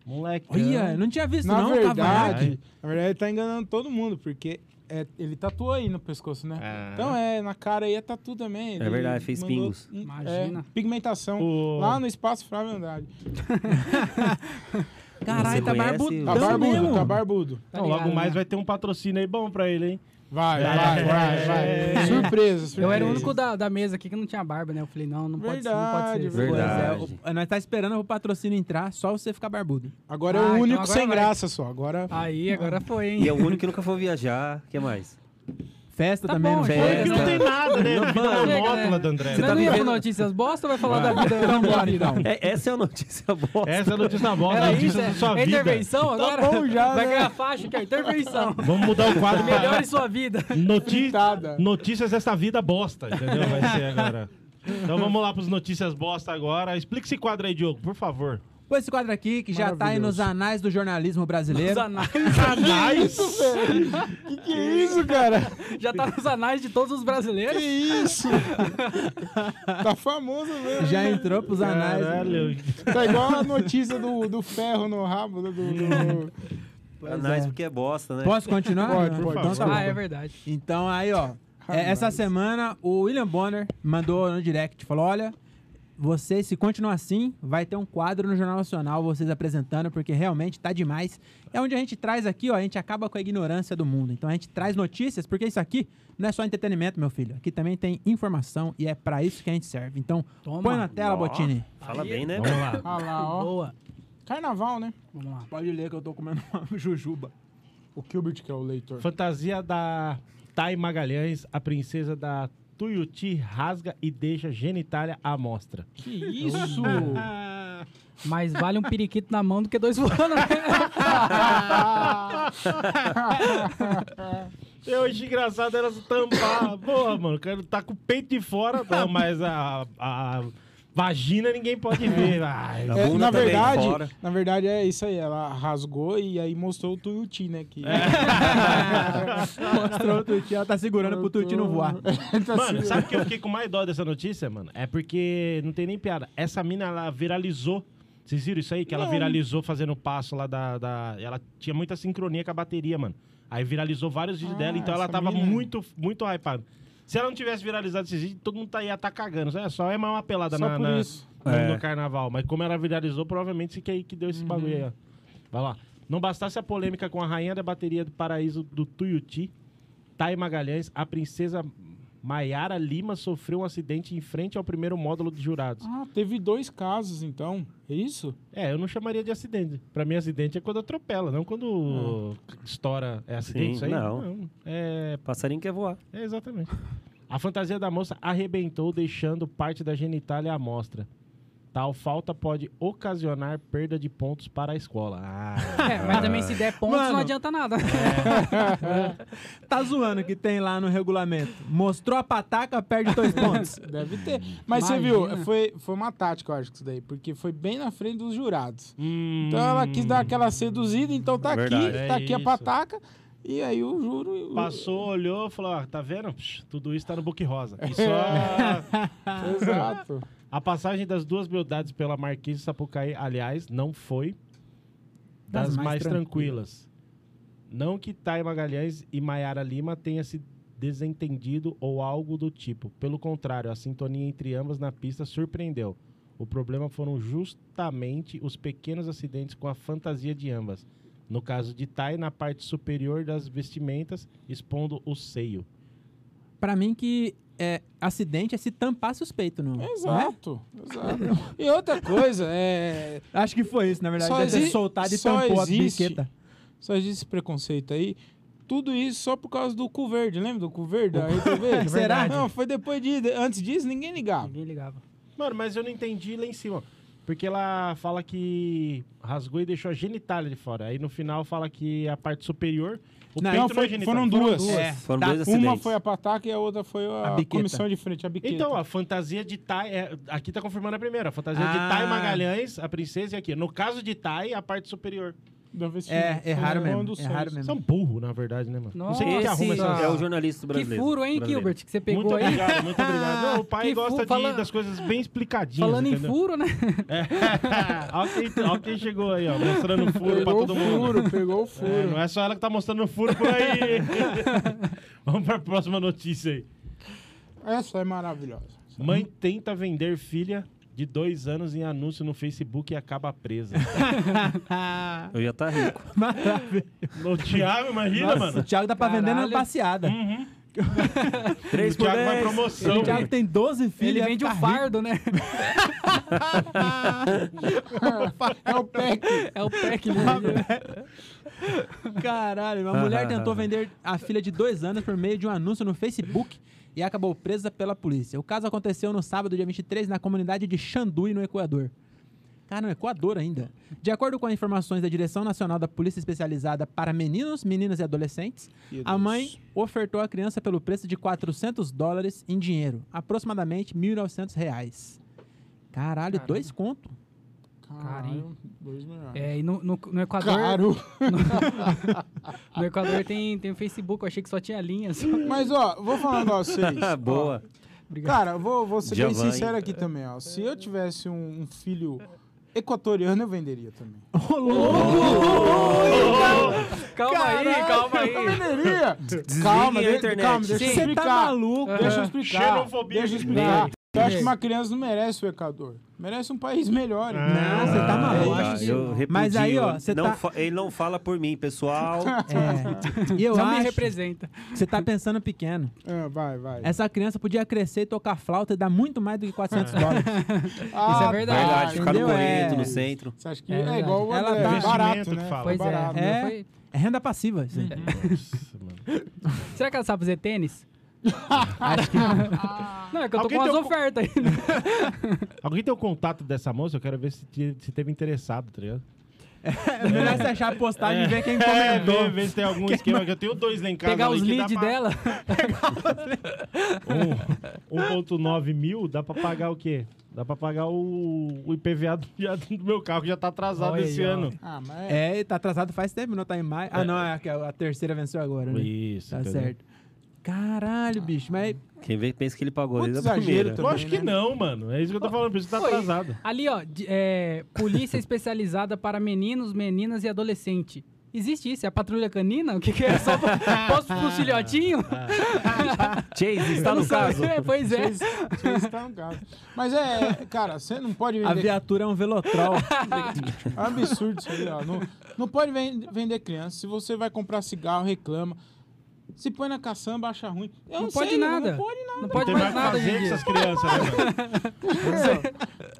Speaker 1: Moleque.
Speaker 5: olha, não tinha visto
Speaker 4: Na
Speaker 5: não, tá tava errado.
Speaker 4: verdade, na verdade, ele tá enganando todo mundo, porque é, ele tatuou aí no pescoço, né?
Speaker 1: É.
Speaker 4: Então é, na cara aí é tatu também. ele
Speaker 3: verdade, fez
Speaker 4: mandou
Speaker 3: pingos.
Speaker 4: um-
Speaker 2: Imagina.
Speaker 4: é, pigmentação.
Speaker 1: O-
Speaker 4: Lá no Espaço Flávio Andrade.
Speaker 5: Caralho,
Speaker 3: Você
Speaker 5: tá
Speaker 3: conhece
Speaker 5: barbudão
Speaker 3: o-
Speaker 4: Tá
Speaker 3: Então
Speaker 4: barbudo,
Speaker 5: mesmo.
Speaker 4: tá barbudo.
Speaker 2: tá
Speaker 1: Então, logo
Speaker 2: ligado,
Speaker 1: mais
Speaker 2: né?
Speaker 1: vai ter um patrocínio aí bom pra ele, hein?
Speaker 4: Vai,
Speaker 1: É.
Speaker 4: vai, vai,
Speaker 1: É.
Speaker 4: vai. Surpresa, surpresa.
Speaker 2: Eu era o único da, da mesa aqui que não tinha barba, né? Eu falei, não, não pode ser, não pode ser.
Speaker 4: Verdade,
Speaker 5: Pois é,
Speaker 3: Verdade.
Speaker 5: o- nós tá esperando o patrocínio entrar, só você ficar barbudo.
Speaker 4: Agora
Speaker 2: Ah,
Speaker 4: é o
Speaker 2: então
Speaker 4: único
Speaker 2: agora
Speaker 4: sem
Speaker 2: vai. Ah.
Speaker 4: graça só. Agora.
Speaker 2: Aí, agora foi, hein?
Speaker 3: E é o único que nunca foi viajar. O que mais?
Speaker 5: Festa
Speaker 2: Tá
Speaker 5: também
Speaker 2: bom,
Speaker 5: não
Speaker 2: gente.
Speaker 5: foi?
Speaker 1: É que não tem nada, né? Vida
Speaker 2: Chega, né?
Speaker 1: monótona do André.
Speaker 2: Você
Speaker 1: né?
Speaker 2: não ia com notícias bosta ou vai falar da vida?
Speaker 5: Então bora, então.
Speaker 3: É, essa é a notícia boa.
Speaker 1: Essa é a notícia boa,
Speaker 2: Era
Speaker 1: a
Speaker 2: isso?
Speaker 1: notícia da sua
Speaker 2: É
Speaker 1: vida.
Speaker 2: intervenção agora?
Speaker 4: bom já,
Speaker 2: Vai
Speaker 4: né?
Speaker 2: ganhar faixa que é intervenção.
Speaker 1: Vamos mudar o quadro pra
Speaker 2: Melhore sua vida.
Speaker 1: noti
Speaker 4: Fritada.
Speaker 1: notícias dessa vida bosta, entendeu? Vai ser agora. Então vamos lá pros notícias bosta agora. Explica esse quadro aí, Diogo, por favor.
Speaker 5: Com esse quadro aqui, que já tá aí nos anais do jornalismo brasileiro.
Speaker 2: Os anais.
Speaker 1: Canais!
Speaker 4: Que isso, cara?
Speaker 2: Já tá nos anais de todos os
Speaker 4: Que
Speaker 2: brasileiros.
Speaker 4: isso? tá famoso mesmo.
Speaker 5: Já entrou pros anais. né?
Speaker 1: Caralho.
Speaker 4: Tá igual a notícia do, do ferro no rabo né, do. do- do-
Speaker 3: Anais porque é bosta, né?
Speaker 5: Posso continuar?
Speaker 4: Pode, por
Speaker 5: então, tá
Speaker 4: favor.
Speaker 5: bom.
Speaker 2: Ah, é verdade.
Speaker 5: Então aí, ó. é, essa semana, o William Bonner mandou no direct, falou, olha, vocês, se continuar assim, vai ter um quadro no Jornal Nacional, vocês apresentando, porque realmente tá demais. É onde a gente traz aqui, ó, a gente acaba com a ignorância do mundo. Então a gente traz notícias, porque isso aqui não é só entretenimento, meu filho. Aqui também tem informação e é pra isso que a gente serve. Então,
Speaker 2: Toma.
Speaker 5: põe na tela,
Speaker 3: Ó,
Speaker 5: Botini.
Speaker 3: Fala bem, né?
Speaker 1: Vamos lá.
Speaker 4: Ah lá, ó.
Speaker 2: Boa.
Speaker 4: Carnaval, né?
Speaker 2: Vamos lá.
Speaker 5: Pode ler que eu tô comendo uma jujuba.
Speaker 4: O Gilbert que é o leitor.
Speaker 1: Fantasia da Thay Magalhães, a princesa da Tuiuti rasga e deixa genitália à mostra.
Speaker 4: Que isso?
Speaker 1: É,
Speaker 2: Mais Então, vale um periquito na mão do que dois voando, né?
Speaker 1: Eu acho engraçado era se tampar. Porra, mano, o cara tá com o peito de fora, não, mas a, a Vagina ninguém pode ver. Ai,
Speaker 3: A
Speaker 4: É,
Speaker 3: bunda
Speaker 4: na
Speaker 3: também,
Speaker 4: verdade,
Speaker 3: fora.
Speaker 4: na verdade é isso aí. Ela rasgou e aí mostrou o Tuiuti, né? Que...
Speaker 5: Mostrou o Tuti, ela tá segurando pro Tuti não voar.
Speaker 4: Tá
Speaker 1: Mano,
Speaker 4: assim,
Speaker 1: sabe o
Speaker 4: né?
Speaker 1: que eu fiquei com mais dó dessa notícia, mano? É porque não tem nem piada. Essa mina, ela viralizou. Vocês viram isso aí? Que ela viralizou fazendo o passo lá da, da- Ela tinha muita sincronia com a bateria, mano. Aí viralizou vários vídeos
Speaker 4: Ah,
Speaker 1: dela, então ela
Speaker 4: essa
Speaker 1: tava
Speaker 4: mina.
Speaker 1: muito, muito hypada. Se ela não tivesse viralizado esses vídeos, todo mundo tá, ia estar cagando. É só é mais uma pelada
Speaker 4: Só
Speaker 1: na,
Speaker 4: por
Speaker 1: na-
Speaker 4: isso.
Speaker 1: no,
Speaker 3: É.
Speaker 1: no carnaval. Mas como ela viralizou, provavelmente isso que é aí que deu
Speaker 4: Uhum.
Speaker 1: esse bagulho aí, ó. Vai lá. Não bastasse a polêmica com a rainha da bateria do paraíso do Tuiuti, Thay Magalhães, a princesa Maiara Lima sofreu um acidente em frente ao primeiro módulo de jurados.
Speaker 4: Ah, teve dois casos então. É isso?
Speaker 1: É, eu não chamaria de acidente. Pra mim, acidente é quando atropela, não quando estoura. É acidente
Speaker 3: Ah.
Speaker 1: isso
Speaker 3: Sim,
Speaker 1: aí?
Speaker 3: não.
Speaker 1: É,
Speaker 3: Passarinho quer voar.
Speaker 1: é exatamente. A fantasia da moça arrebentou, deixando parte da genitália à mostra. Tal falta pode ocasionar perda de pontos para a escola. Ah,
Speaker 2: É, mas também se der pontos,
Speaker 5: Mano.
Speaker 2: não adianta nada.
Speaker 5: Tá zoando que tem lá no regulamento. Mostrou a pataca, perde dois pontos.
Speaker 4: Deve ter. Mas você
Speaker 2: Imagina.
Speaker 4: viu, foi, foi uma tática, eu acho, que isso daí. Porque foi bem na frente dos jurados.
Speaker 1: Hum.
Speaker 4: Então ela quis dar aquela seduzida, então tá
Speaker 3: Verdade.
Speaker 4: aqui,
Speaker 1: É
Speaker 4: tá aqui a
Speaker 1: isso.
Speaker 4: pataca. E aí o juro.
Speaker 1: Passou, olhou, falou: ah, tá vendo? Psh, tudo isso tá no book rosa. E só
Speaker 4: Exato.
Speaker 1: a passagem das duas beldades pela Marquise de Sapucaí, aliás, não foi das, mais, tranquilas. Não que Thay Magalhães e Maiara Lima tenham se desentendido ou algo do tipo. Pelo contrário, a sintonia entre ambas na pista surpreendeu. O problema foram justamente os pequenos acidentes com a fantasia de ambas. No caso de Thay, na parte superior das vestimentas, expondo o seio.
Speaker 5: Pra mim que é, acidente é se tampar suspeito, não não é?
Speaker 4: Exato. Exato. E outra coisa, é.
Speaker 5: Acho que foi isso, na verdade.
Speaker 4: Só
Speaker 5: Deve ter
Speaker 4: exi-
Speaker 5: soltado e
Speaker 4: só
Speaker 5: tampou
Speaker 4: existe-
Speaker 5: a biqueta.
Speaker 4: Só existe esse preconceito aí. Tudo isso só por causa do cu verde, lembra do cu verde? da RTV?
Speaker 5: Será?
Speaker 4: Não, foi depois de. Antes disso, ninguém ligava.
Speaker 2: Ninguém ligava.
Speaker 1: Mano, mas eu não entendi lá em cima. Porque ela fala que rasgou e deixou a genitália de fora. Aí no final fala que a parte superior. O
Speaker 5: Não,
Speaker 1: peito não,
Speaker 5: então
Speaker 4: não, foi-
Speaker 1: é genitália.
Speaker 4: foram duas.
Speaker 5: É,
Speaker 3: Foram
Speaker 5: tá-
Speaker 3: dois acidentes.
Speaker 4: Uma foi a pataca e a outra foi
Speaker 5: A
Speaker 4: a,
Speaker 5: biqueta.
Speaker 4: comissão de frente, a biqueta.
Speaker 1: Então, a fantasia de Thay. é, aqui tá confirmando a primeira. A fantasia de
Speaker 5: Ah.
Speaker 1: Thay Magalhães, a princesa, e aqui. No caso de Thay, a parte superior.
Speaker 4: Da vestimenta.
Speaker 5: É, é raro
Speaker 4: Foi um
Speaker 5: mesmo.
Speaker 4: dos
Speaker 5: É raro
Speaker 4: sonhos.
Speaker 5: mesmo.
Speaker 1: São burro, na verdade, né, mano? Não sei quem que
Speaker 2: Nossa. Ah.
Speaker 1: arruma essas.
Speaker 3: É o jornalista brasileiro.
Speaker 2: que furo, hein,
Speaker 3: brasileiro.
Speaker 2: Gilbert, que você pegou
Speaker 1: Muito
Speaker 2: aí. Ah,
Speaker 1: obrigado, muito obrigado. Não, o pai
Speaker 2: Que
Speaker 1: gosta
Speaker 2: fu-
Speaker 1: de-
Speaker 2: fala-
Speaker 1: das coisas bem explicadinhas.
Speaker 2: Falando em
Speaker 1: entendeu?
Speaker 2: furo, né?
Speaker 1: Olha quem, ó quem chegou aí, ó, mostrando furo pra
Speaker 4: Pegou o
Speaker 1: todo mundo.
Speaker 4: furo, pegou o
Speaker 1: É,
Speaker 4: furo.
Speaker 1: não é só ela que tá mostrando furo por aí. Vamos pra próxima notícia aí.
Speaker 4: Essa é maravilhosa.
Speaker 1: Mãe
Speaker 2: Hum?
Speaker 1: tenta vender filha de dois anos em anúncio no Facebook e acaba presa.
Speaker 3: Eu já tá rico.
Speaker 1: o Thiago, imagina,
Speaker 5: O
Speaker 1: mano.
Speaker 5: Thiago dá pra vender na
Speaker 2: Caralho.
Speaker 5: passeada.
Speaker 1: O
Speaker 3: Três por
Speaker 1: Thiago vai
Speaker 3: dez.
Speaker 1: promoção.
Speaker 5: o Thiago tem 12 filhos.
Speaker 2: Ele
Speaker 5: vai
Speaker 2: vende o
Speaker 4: um
Speaker 5: ficar
Speaker 2: fardo, né?
Speaker 4: É o PEC.
Speaker 2: É o pack.
Speaker 5: rico. Caralho, uma mulher tentou vender a filha de dois anos por meio de um anúncio no Facebook e acabou presa pela polícia. O caso aconteceu no sábado, dia 23, na comunidade de Xandui, no Equador. Cara, no Equador ainda. De acordo com informações da Direção Nacional da Polícia Especializada para Meninos, Meninas e Adolescentes, a mãe ofertou a criança pelo preço de 400 dólares em dinheiro, aproximadamente 1.900 reais. Caralho,
Speaker 2: Caramba.
Speaker 5: dois conto.
Speaker 4: Caralho, dois milhões.
Speaker 2: É, e no, no, no Equador,
Speaker 4: Caro.
Speaker 2: no Equador tem, tem o Facebook, eu achei que só tinha linhas.
Speaker 4: Mas, ó, vou falar um negócio pra vocês.
Speaker 3: Ah, boa.
Speaker 2: Obrigado.
Speaker 4: Cara, eu vou, vou ser bem
Speaker 3: Giovanni.
Speaker 4: sincero aqui também, ó. Se eu tivesse um, um filho equatoriano, eu venderia também.
Speaker 5: Ô, louco!
Speaker 2: calma Tá aí, calma aí.
Speaker 4: Eu venderia!
Speaker 3: a
Speaker 4: calma, de-
Speaker 3: internet.
Speaker 4: calma, deixa eu
Speaker 2: Sim.
Speaker 5: Você
Speaker 4: explicar.
Speaker 5: tá maluco?
Speaker 4: Deixa eu explicar.
Speaker 1: Xenofobia.
Speaker 4: Deixa eu explicar. Eu acho que uma criança não merece o Equador. Merece um país melhor.
Speaker 5: Não, você tá maluco.
Speaker 3: Ah, eu repudio.
Speaker 5: Mas aí, ó, você
Speaker 3: Não
Speaker 5: tá-
Speaker 3: fa- Ele não fala por mim, pessoal.
Speaker 5: É. E eu
Speaker 2: Não me
Speaker 5: acho que
Speaker 2: representa.
Speaker 5: você tá pensando pequeno.
Speaker 4: Ah, vai, vai.
Speaker 5: Essa criança podia crescer e tocar flauta e dar muito mais do que
Speaker 1: É.
Speaker 5: 400 dólares.
Speaker 4: Ah,
Speaker 2: isso é
Speaker 4: tá.
Speaker 2: verdade.
Speaker 3: Verdade, ficar no
Speaker 5: entendeu? É.
Speaker 3: Coreto, no centro.
Speaker 4: Você acha que
Speaker 2: É
Speaker 4: é,
Speaker 2: verdade.
Speaker 4: igual o
Speaker 5: Ela
Speaker 4: André,
Speaker 5: dá-
Speaker 1: Investimento
Speaker 4: barato,
Speaker 1: que
Speaker 4: né?
Speaker 1: fala.
Speaker 2: Pois é,
Speaker 4: barato.
Speaker 2: meu,
Speaker 5: É.
Speaker 2: foi-
Speaker 5: É renda passiva. Isso aí.
Speaker 1: Uhum. Nossa, mano.
Speaker 2: Será que ela sabe fazer tênis?
Speaker 5: Acho que
Speaker 2: Não, é que eu tô
Speaker 1: Alguém
Speaker 2: com
Speaker 1: tem
Speaker 2: umas
Speaker 1: um-
Speaker 2: ofertas aí. né?
Speaker 1: Alguém tem o contato dessa moça? Eu quero ver se, te- se teve interessado, tá ligado?
Speaker 5: é melhor você achar a postagem e ver quem
Speaker 1: É,
Speaker 5: comentou.
Speaker 1: ver, ver se tem algum esquema. Que eu tenho dois lá em casa.
Speaker 2: Pegar os
Speaker 1: ali que dá
Speaker 2: leads
Speaker 1: pra-
Speaker 2: dela.
Speaker 1: Um- 1.9 mil, dá pra pagar o quê? Dá pra pagar o, o IPVA do, já- do meu carro, que já tá atrasado
Speaker 2: Olha aí,
Speaker 1: esse
Speaker 2: ó.
Speaker 1: ano.
Speaker 4: Ah, mas
Speaker 5: É, e tá atrasado faz tempo, não tá em maio. Ah, não, é que a a terceira venceu agora, né?
Speaker 1: Isso,
Speaker 5: Tá
Speaker 1: entendeu?
Speaker 5: certo. Caralho, bicho, mas
Speaker 3: Quem vê pensa que ele pagou
Speaker 4: Puta
Speaker 3: ele na
Speaker 4: exagero
Speaker 3: primeira.
Speaker 4: também.
Speaker 1: Lógico que
Speaker 4: né?
Speaker 1: não, mano. É isso que eu tô falando, por isso que tá
Speaker 2: Foi.
Speaker 1: atrasado.
Speaker 2: Ali, ó, de- é, polícia especializada para meninos, meninas e adolescente. Existe isso? É a patrulha canina? O que, que é? Só pra- posso pro filhotinho? Tá
Speaker 3: Chase,
Speaker 5: Tá
Speaker 3: está
Speaker 2: Eu não
Speaker 3: no
Speaker 2: sei.
Speaker 3: caso.
Speaker 2: É, pois é.
Speaker 4: vocês estão calmos. Mas é, cara, você não pode
Speaker 5: a
Speaker 4: vender.
Speaker 5: viatura é um velotrol.
Speaker 4: É um absurdo isso aí, ó. Não, não pode ven- vender criança. Se você vai comprar cigarro, reclama. Se põe na caçamba, acha ruim. Eu
Speaker 2: Não
Speaker 4: não,
Speaker 2: pode
Speaker 4: sei, mano,
Speaker 2: nada.
Speaker 4: Não pode nada.
Speaker 2: Não pode
Speaker 1: Tem mais
Speaker 2: mais
Speaker 1: o que
Speaker 2: nada hoje
Speaker 1: fazer
Speaker 2: em
Speaker 1: com
Speaker 2: dia.
Speaker 1: essas crianças, né, mano?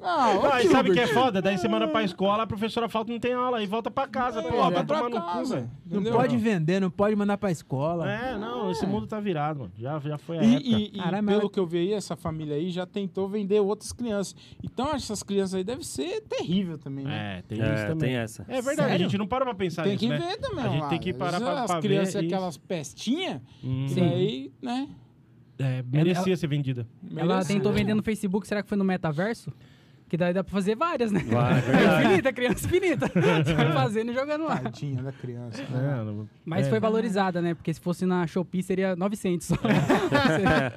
Speaker 4: Ah, ô,
Speaker 1: Não, aí sabe o que é
Speaker 4: Gilbert.
Speaker 1: foda? Daí você manda pra escola, a professora falta, não tem aula, aí volta pra casa,
Speaker 4: É,
Speaker 1: pô, vai
Speaker 4: vai pra
Speaker 1: tomar no cu,
Speaker 4: casa,
Speaker 1: velho.
Speaker 5: Não
Speaker 4: entendeu?
Speaker 5: pode vender, não pode mandar pra escola.
Speaker 1: É, não, esse mundo tá virado, mano. Já, já foi a época.
Speaker 4: E, e- e
Speaker 5: Caralho, mas-
Speaker 4: pelo que eu vi aí, essa família aí já tentou vender outras crianças. Então essas crianças aí devem ser terrível também, né?
Speaker 1: É, tem isso
Speaker 3: É,
Speaker 1: também.
Speaker 3: tem essa.
Speaker 1: É verdade, a gente não para pra pensar
Speaker 4: Tem
Speaker 1: nisso,
Speaker 4: que
Speaker 1: né?
Speaker 4: ver também,
Speaker 1: A gente
Speaker 4: lá.
Speaker 1: tem que parar
Speaker 4: Às vezes
Speaker 1: pra-
Speaker 4: As
Speaker 1: pra ver
Speaker 4: crianças,
Speaker 1: isso.
Speaker 4: aquelas pestinhas,
Speaker 1: Hum,
Speaker 4: isso
Speaker 2: Sim.
Speaker 4: aí, né?
Speaker 1: é, merecia ser vendida.
Speaker 2: Ela
Speaker 4: merecia.
Speaker 2: tentou vender no Facebook, será que foi no metaverso? Que daí dá pra fazer várias, né?
Speaker 3: Vai,
Speaker 2: É infinita, criança infinita. Você vai fazendo e jogando lá.
Speaker 4: Tadinha da criança. né?
Speaker 1: É, não-
Speaker 2: Mas
Speaker 1: é,
Speaker 2: foi valorizada, né? Porque se fosse na Shopee seria 900 só.